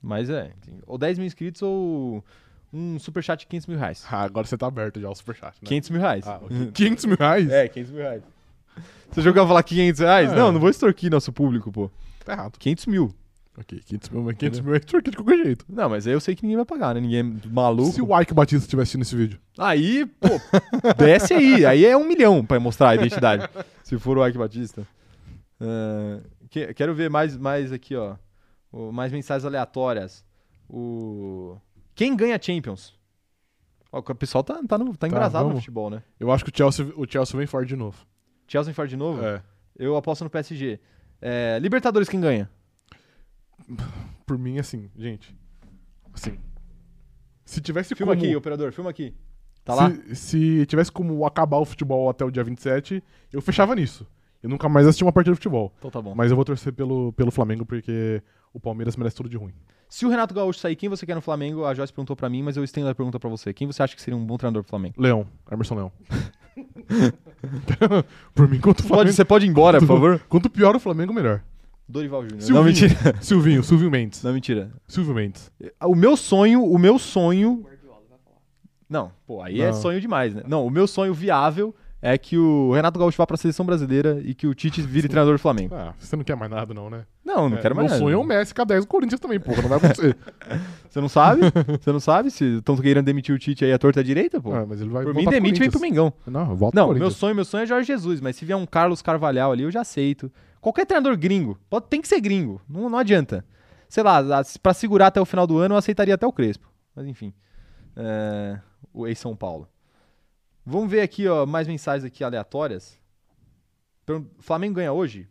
[SPEAKER 1] Mas é. enfim, Ou 10 mil inscritos ou um superchat de 500 mil reais.
[SPEAKER 2] Ah, agora você tá aberto já ao superchat, né?
[SPEAKER 1] 500 mil reais.
[SPEAKER 2] Ah, ok. 500 mil reais?
[SPEAKER 1] É, 500 mil reais. Você jogava falar 500 reais?
[SPEAKER 2] É.
[SPEAKER 1] Não, não vou extorquir nosso público, pô.
[SPEAKER 2] Tá errado.
[SPEAKER 1] 500 mil.
[SPEAKER 2] Ok, 500 mil, mas 500 mil é extorquia de qualquer jeito.
[SPEAKER 1] Não, mas aí eu sei que ninguém vai pagar, né? Ninguém é maluco.
[SPEAKER 2] Se o Ike Batista estivesse assistindo esse vídeo.
[SPEAKER 1] Aí, pô, desce aí. Aí é um milhão pra mostrar a identidade. se for o Ike Batista. Ah, que- quero ver mais, mais aqui, ó. O- mais mensagens aleatórias. O... Quem ganha Champions? Ó, O pessoal tá, tá, no- tá embrasado no
[SPEAKER 2] vamos.
[SPEAKER 1] futebol, né?
[SPEAKER 2] Eu acho que o Chelsea, o Chelsea vem forte de novo.
[SPEAKER 1] Chelsea fora de novo?
[SPEAKER 2] É.
[SPEAKER 1] Eu aposto no PSG. É, Libertadores quem ganha?
[SPEAKER 2] Por mim, assim, gente. Assim. Se tivesse
[SPEAKER 1] Filma
[SPEAKER 2] como...
[SPEAKER 1] aqui, operador, filma aqui. Tá lá?
[SPEAKER 2] Se, se tivesse como acabar o futebol até o dia 27, eu fechava nisso. Eu nunca mais assisti uma partida de futebol.
[SPEAKER 1] Então tá bom.
[SPEAKER 2] Mas eu vou torcer pelo, pelo Flamengo porque o Palmeiras merece tudo de ruim.
[SPEAKER 1] Se o Renato Gaúcho sair, quem você quer no Flamengo? A Joyce perguntou pra mim, mas eu estendo a pergunta pra você. Quem você acha que seria um bom treinador pro Flamengo?
[SPEAKER 2] Leão, Emerson Leão. Por mim, quanto o Flamengo.
[SPEAKER 1] Pode, você pode ir embora, por favor?
[SPEAKER 2] Quanto pior o Flamengo, melhor.
[SPEAKER 1] Dorival Júnior.
[SPEAKER 2] Silvinho.
[SPEAKER 1] Não, mentira.
[SPEAKER 2] Silvinho, Silvinho Mendes.
[SPEAKER 1] Não, mentira.
[SPEAKER 2] Silvio Mendes.
[SPEAKER 1] O meu sonho, o meu sonho... Não, pô, aí é
[SPEAKER 2] Não.
[SPEAKER 1] sonho demais, né? Não, o meu sonho viável é que o Renato Gaúcho vá pra seleção brasileira e que o Tite vire treinador do Flamengo.
[SPEAKER 2] Ah, você não quer mais nada, não, né?
[SPEAKER 1] Não, não
[SPEAKER 2] É,
[SPEAKER 1] quero mais
[SPEAKER 2] Meu
[SPEAKER 1] nada.
[SPEAKER 2] sonho é o Messi K10 do Corinthians também, porra. Não vai acontecer. Ah,
[SPEAKER 1] Você não sabe? Você não sabe se estão querendo demitir o Tite aí à torta à direita, pô?
[SPEAKER 2] Ah, mas ele vai
[SPEAKER 1] Por mim,
[SPEAKER 2] voltar
[SPEAKER 1] demite e vem pro
[SPEAKER 2] Corinthians.
[SPEAKER 1] Mengão.
[SPEAKER 2] Não, volta
[SPEAKER 1] Não,
[SPEAKER 2] pro
[SPEAKER 1] meu
[SPEAKER 2] Corinthians.
[SPEAKER 1] sonho, meu sonho é Jorge Jesus, mas se vier um Carlos Carvalhal ali, eu já aceito. Qualquer treinador gringo, pode, tem que ser gringo, não, não adianta. Sei lá, a- pra segurar até o final do ano, eu aceitaria até o Crespo. Mas enfim, é, o ex-São Paulo. Vamos ver aqui, ó, mais mensagens aqui aleatórias. Pergun- Flamengo ganha hoje?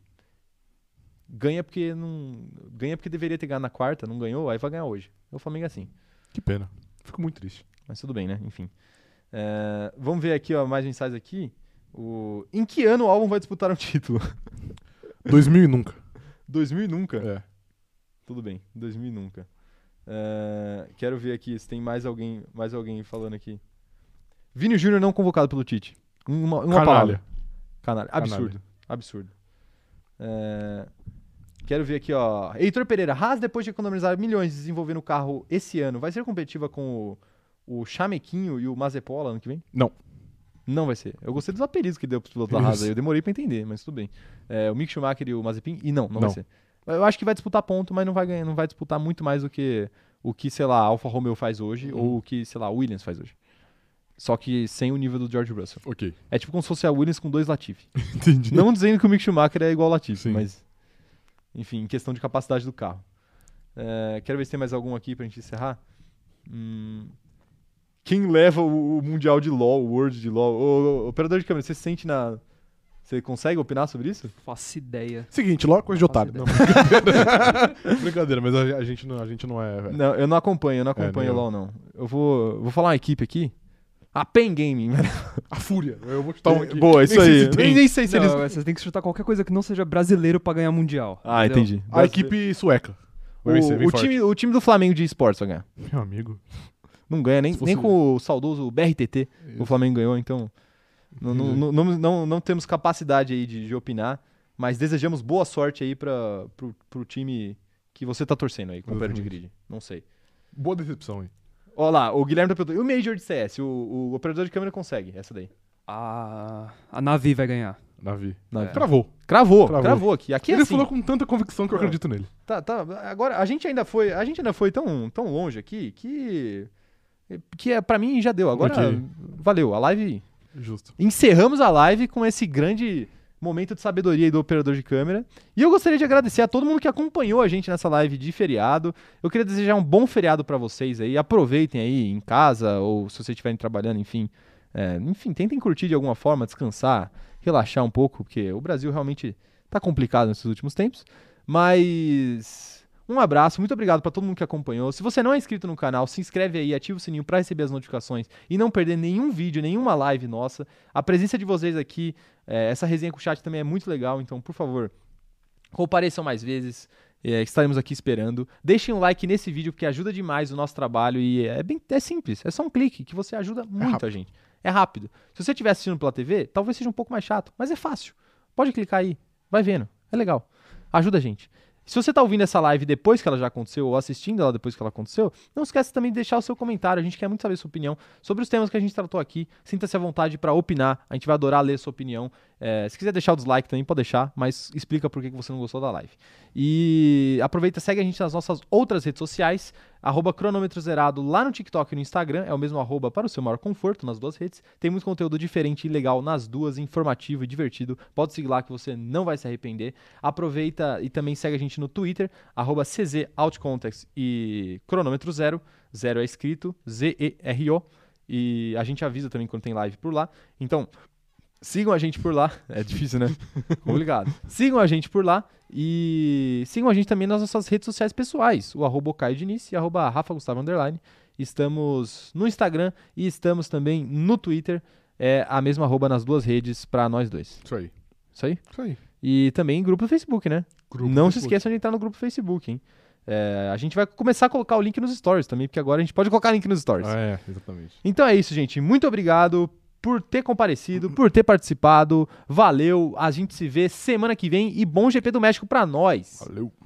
[SPEAKER 1] Ganha porque não, ganha porque deveria ter ganhado na quarta, não ganhou, aí vai ganhar hoje. O Flamengo é assim.
[SPEAKER 2] Que pena. Fico muito triste.
[SPEAKER 1] Mas tudo bem, né? Enfim. É, vamos ver aqui, ó, mais mensagens aqui. O... Em que ano o álbum vai disputar um título?
[SPEAKER 2] 2000 e nunca.
[SPEAKER 1] 2000 e nunca.
[SPEAKER 2] É.
[SPEAKER 1] Tudo bem, 2000 e nunca. É, quero ver aqui se tem mais alguém, mais alguém falando aqui. Vini Júnior não convocado pelo Tite. Um, Uma, uma palavra.
[SPEAKER 2] Canalha.
[SPEAKER 1] Canalha. Absurdo. Absurdo. É, Quero ver aqui, ó. Heitor Pereira, Haas, depois de economizar milhões desenvolvendo o carro esse ano, vai ser competitiva com o, o Chamequinho e o Mazepola ano que vem?
[SPEAKER 2] Não.
[SPEAKER 1] Não vai ser. Eu gostei dos apelidos que deu pros pilotos da Haas aí. Eu demorei pra entender, mas tudo bem. É, o Mick Schumacher e o Mazepin? E não, não, vai
[SPEAKER 2] Não.
[SPEAKER 1] ser. Eu acho que vai disputar ponto, mas não vai ganhar, não vai disputar muito mais do que o que, sei lá, a Alfa Romeo faz hoje ou o que, sei lá, a Williams faz hoje. Só que sem o nível do George Russell.
[SPEAKER 2] Ok.
[SPEAKER 1] É tipo como se fosse a Williams com dois Latifi.
[SPEAKER 2] Entendi.
[SPEAKER 1] Não dizendo que o Mick Schumacher é igual ao Latifi,
[SPEAKER 2] Sim.
[SPEAKER 1] mas. Enfim, em questão de capacidade do carro. É, quero ver se tem mais algum aqui pra gente encerrar. Hum, quem leva o, o Mundial de LOL, o World de LOL? Ô, ô, operador de câmera, você se sente na. Você consegue opinar sobre isso?
[SPEAKER 3] Faço ideia.
[SPEAKER 2] Seguinte, logo coisa de
[SPEAKER 3] Faço
[SPEAKER 2] otário. Não, brincadeira. brincadeira, mas a, a gente não, a gente não é. velho.
[SPEAKER 1] Não, eu não acompanho, eu não acompanho
[SPEAKER 2] nem eu.
[SPEAKER 1] LOL, não. Eu vou, vou falar uma equipe aqui. A Pen Gaming.
[SPEAKER 2] A fúria. Eu vou chutar um aqui.
[SPEAKER 1] Boa, isso
[SPEAKER 2] Nem sei
[SPEAKER 1] aí.
[SPEAKER 2] se tem.
[SPEAKER 1] Nem, nem sei se
[SPEAKER 3] Não,
[SPEAKER 1] eles.
[SPEAKER 3] Vocês têm que chutar qualquer coisa que não seja brasileiro pra ganhar mundial.
[SPEAKER 1] Ah,
[SPEAKER 3] entendeu?
[SPEAKER 1] entendi.
[SPEAKER 2] A equipe sueca.
[SPEAKER 1] O,
[SPEAKER 2] Vai vencer, vem
[SPEAKER 1] o
[SPEAKER 2] forte.
[SPEAKER 1] time, o time do Flamengo de esportes vai ganhar.
[SPEAKER 2] Meu amigo.
[SPEAKER 1] Não ganha nem,
[SPEAKER 2] Se
[SPEAKER 1] nem
[SPEAKER 2] fosse-
[SPEAKER 1] com o saudoso BRTT. O Flamengo ganhou, então. Não, não, não, não, não- não temos capacidade aí de, de opinar, mas desejamos boa sorte aí para pro, pro time que você tá torcendo aí, companheiro de
[SPEAKER 2] Exatamente.
[SPEAKER 1] grid. Não sei.
[SPEAKER 2] Boa decepção, hein?
[SPEAKER 1] Ó lá, o Guilherme tá perguntando. E o Major de CS? O, o operador de câmera consegue essa daí.
[SPEAKER 3] A, a Navi vai ganhar.
[SPEAKER 2] Navi.
[SPEAKER 1] Navi.
[SPEAKER 2] Travou.
[SPEAKER 1] Cravou, cravou,
[SPEAKER 2] Travou.
[SPEAKER 1] É. aqui. Aqui é
[SPEAKER 2] Ele
[SPEAKER 1] assim.
[SPEAKER 2] falou com tanta convicção que eu acredito nele.
[SPEAKER 1] Tá, tá. Agora, a gente ainda foi, a gente ainda foi tão, tão longe aqui que. Que é, pra mim já deu. Agora,
[SPEAKER 2] Ok.
[SPEAKER 1] valeu. A live
[SPEAKER 2] Justo.
[SPEAKER 1] encerramos a live com esse grande momento de sabedoria aí do operador de câmera. E eu gostaria de agradecer a todo mundo que acompanhou a gente nessa live de feriado. Eu queria desejar um bom feriado pra vocês aí. Aproveitem aí em casa ou se vocês estiverem trabalhando, enfim. É, enfim, tentem curtir de alguma forma, descansar, relaxar um pouco, porque o Brasil realmente tá complicado nesses últimos tempos. Mas um abraço, muito obrigado pra todo mundo que acompanhou. Se você não é inscrito no canal, se inscreve aí, ativa o sininho pra receber as notificações e não perder nenhum vídeo, nenhuma live nossa. A presença de vocês aqui, eh, essa resenha com o chat também é muito legal, então, por favor, compareçam mais vezes. eh, estaremos aqui esperando. Deixem um like nesse vídeo, porque ajuda demais o nosso trabalho e é bem é simples, é só um clique que você ajuda muito a
[SPEAKER 2] rápido.
[SPEAKER 1] gente. É rápido. Se você estiver assistindo pela TV, talvez seja um pouco mais chato, mas é fácil. Pode clicar aí, vai vendo, é legal. Ajuda a gente. Se você está ouvindo essa live depois que ela já aconteceu ou assistindo ela depois que ela aconteceu, não esquece também de deixar o seu comentário. A gente quer muito saber sua opinião sobre os temas que a gente tratou aqui. Sinta-se à vontade para opinar. A gente vai adorar ler sua opinião. É, se quiser deixar o dislike também, pode deixar, mas explica por que que você não gostou da live. E aproveita, segue a gente nas nossas outras redes sociais, arroba cronômetro zerado lá no TikTok e no Instagram, é o mesmo arroba para o seu maior conforto nas duas redes. Tem muito conteúdo diferente e legal nas duas, informativo e divertido. Pode seguir lá que você não vai se arrepender. Aproveita e também segue a gente no Twitter, arroba CZ Outcontext e cronômetro zero. Zero é escrito, Z-E-R-O. E a gente avisa também quando tem live por lá. Então, sigam a gente por lá. É difícil, né? Complicado. Sigam a gente por lá e sigam a gente também nas nossas redes sociais pessoais, o arroba Caio Diniz e arroba Rafa Gustavo Underline. Estamos no Instagram e estamos também no Twitter. É a mesma arroba nas duas redes pra nós dois.
[SPEAKER 2] Isso aí.
[SPEAKER 1] Isso aí?
[SPEAKER 2] Isso aí.
[SPEAKER 1] E também grupo do Facebook, né?
[SPEAKER 2] Grupo
[SPEAKER 1] não
[SPEAKER 2] do
[SPEAKER 1] se
[SPEAKER 2] Facebook.
[SPEAKER 1] esqueçam de entrar no grupo do Facebook, hein? É, a gente vai começar a colocar o link nos stories também, porque agora a gente pode colocar link nos stories.
[SPEAKER 2] Ah, é, exatamente.
[SPEAKER 1] Então é isso, gente. Muito obrigado por ter comparecido, por ter participado. Valeu. A gente se vê semana que vem e bom GP do México pra nós.
[SPEAKER 2] Valeu.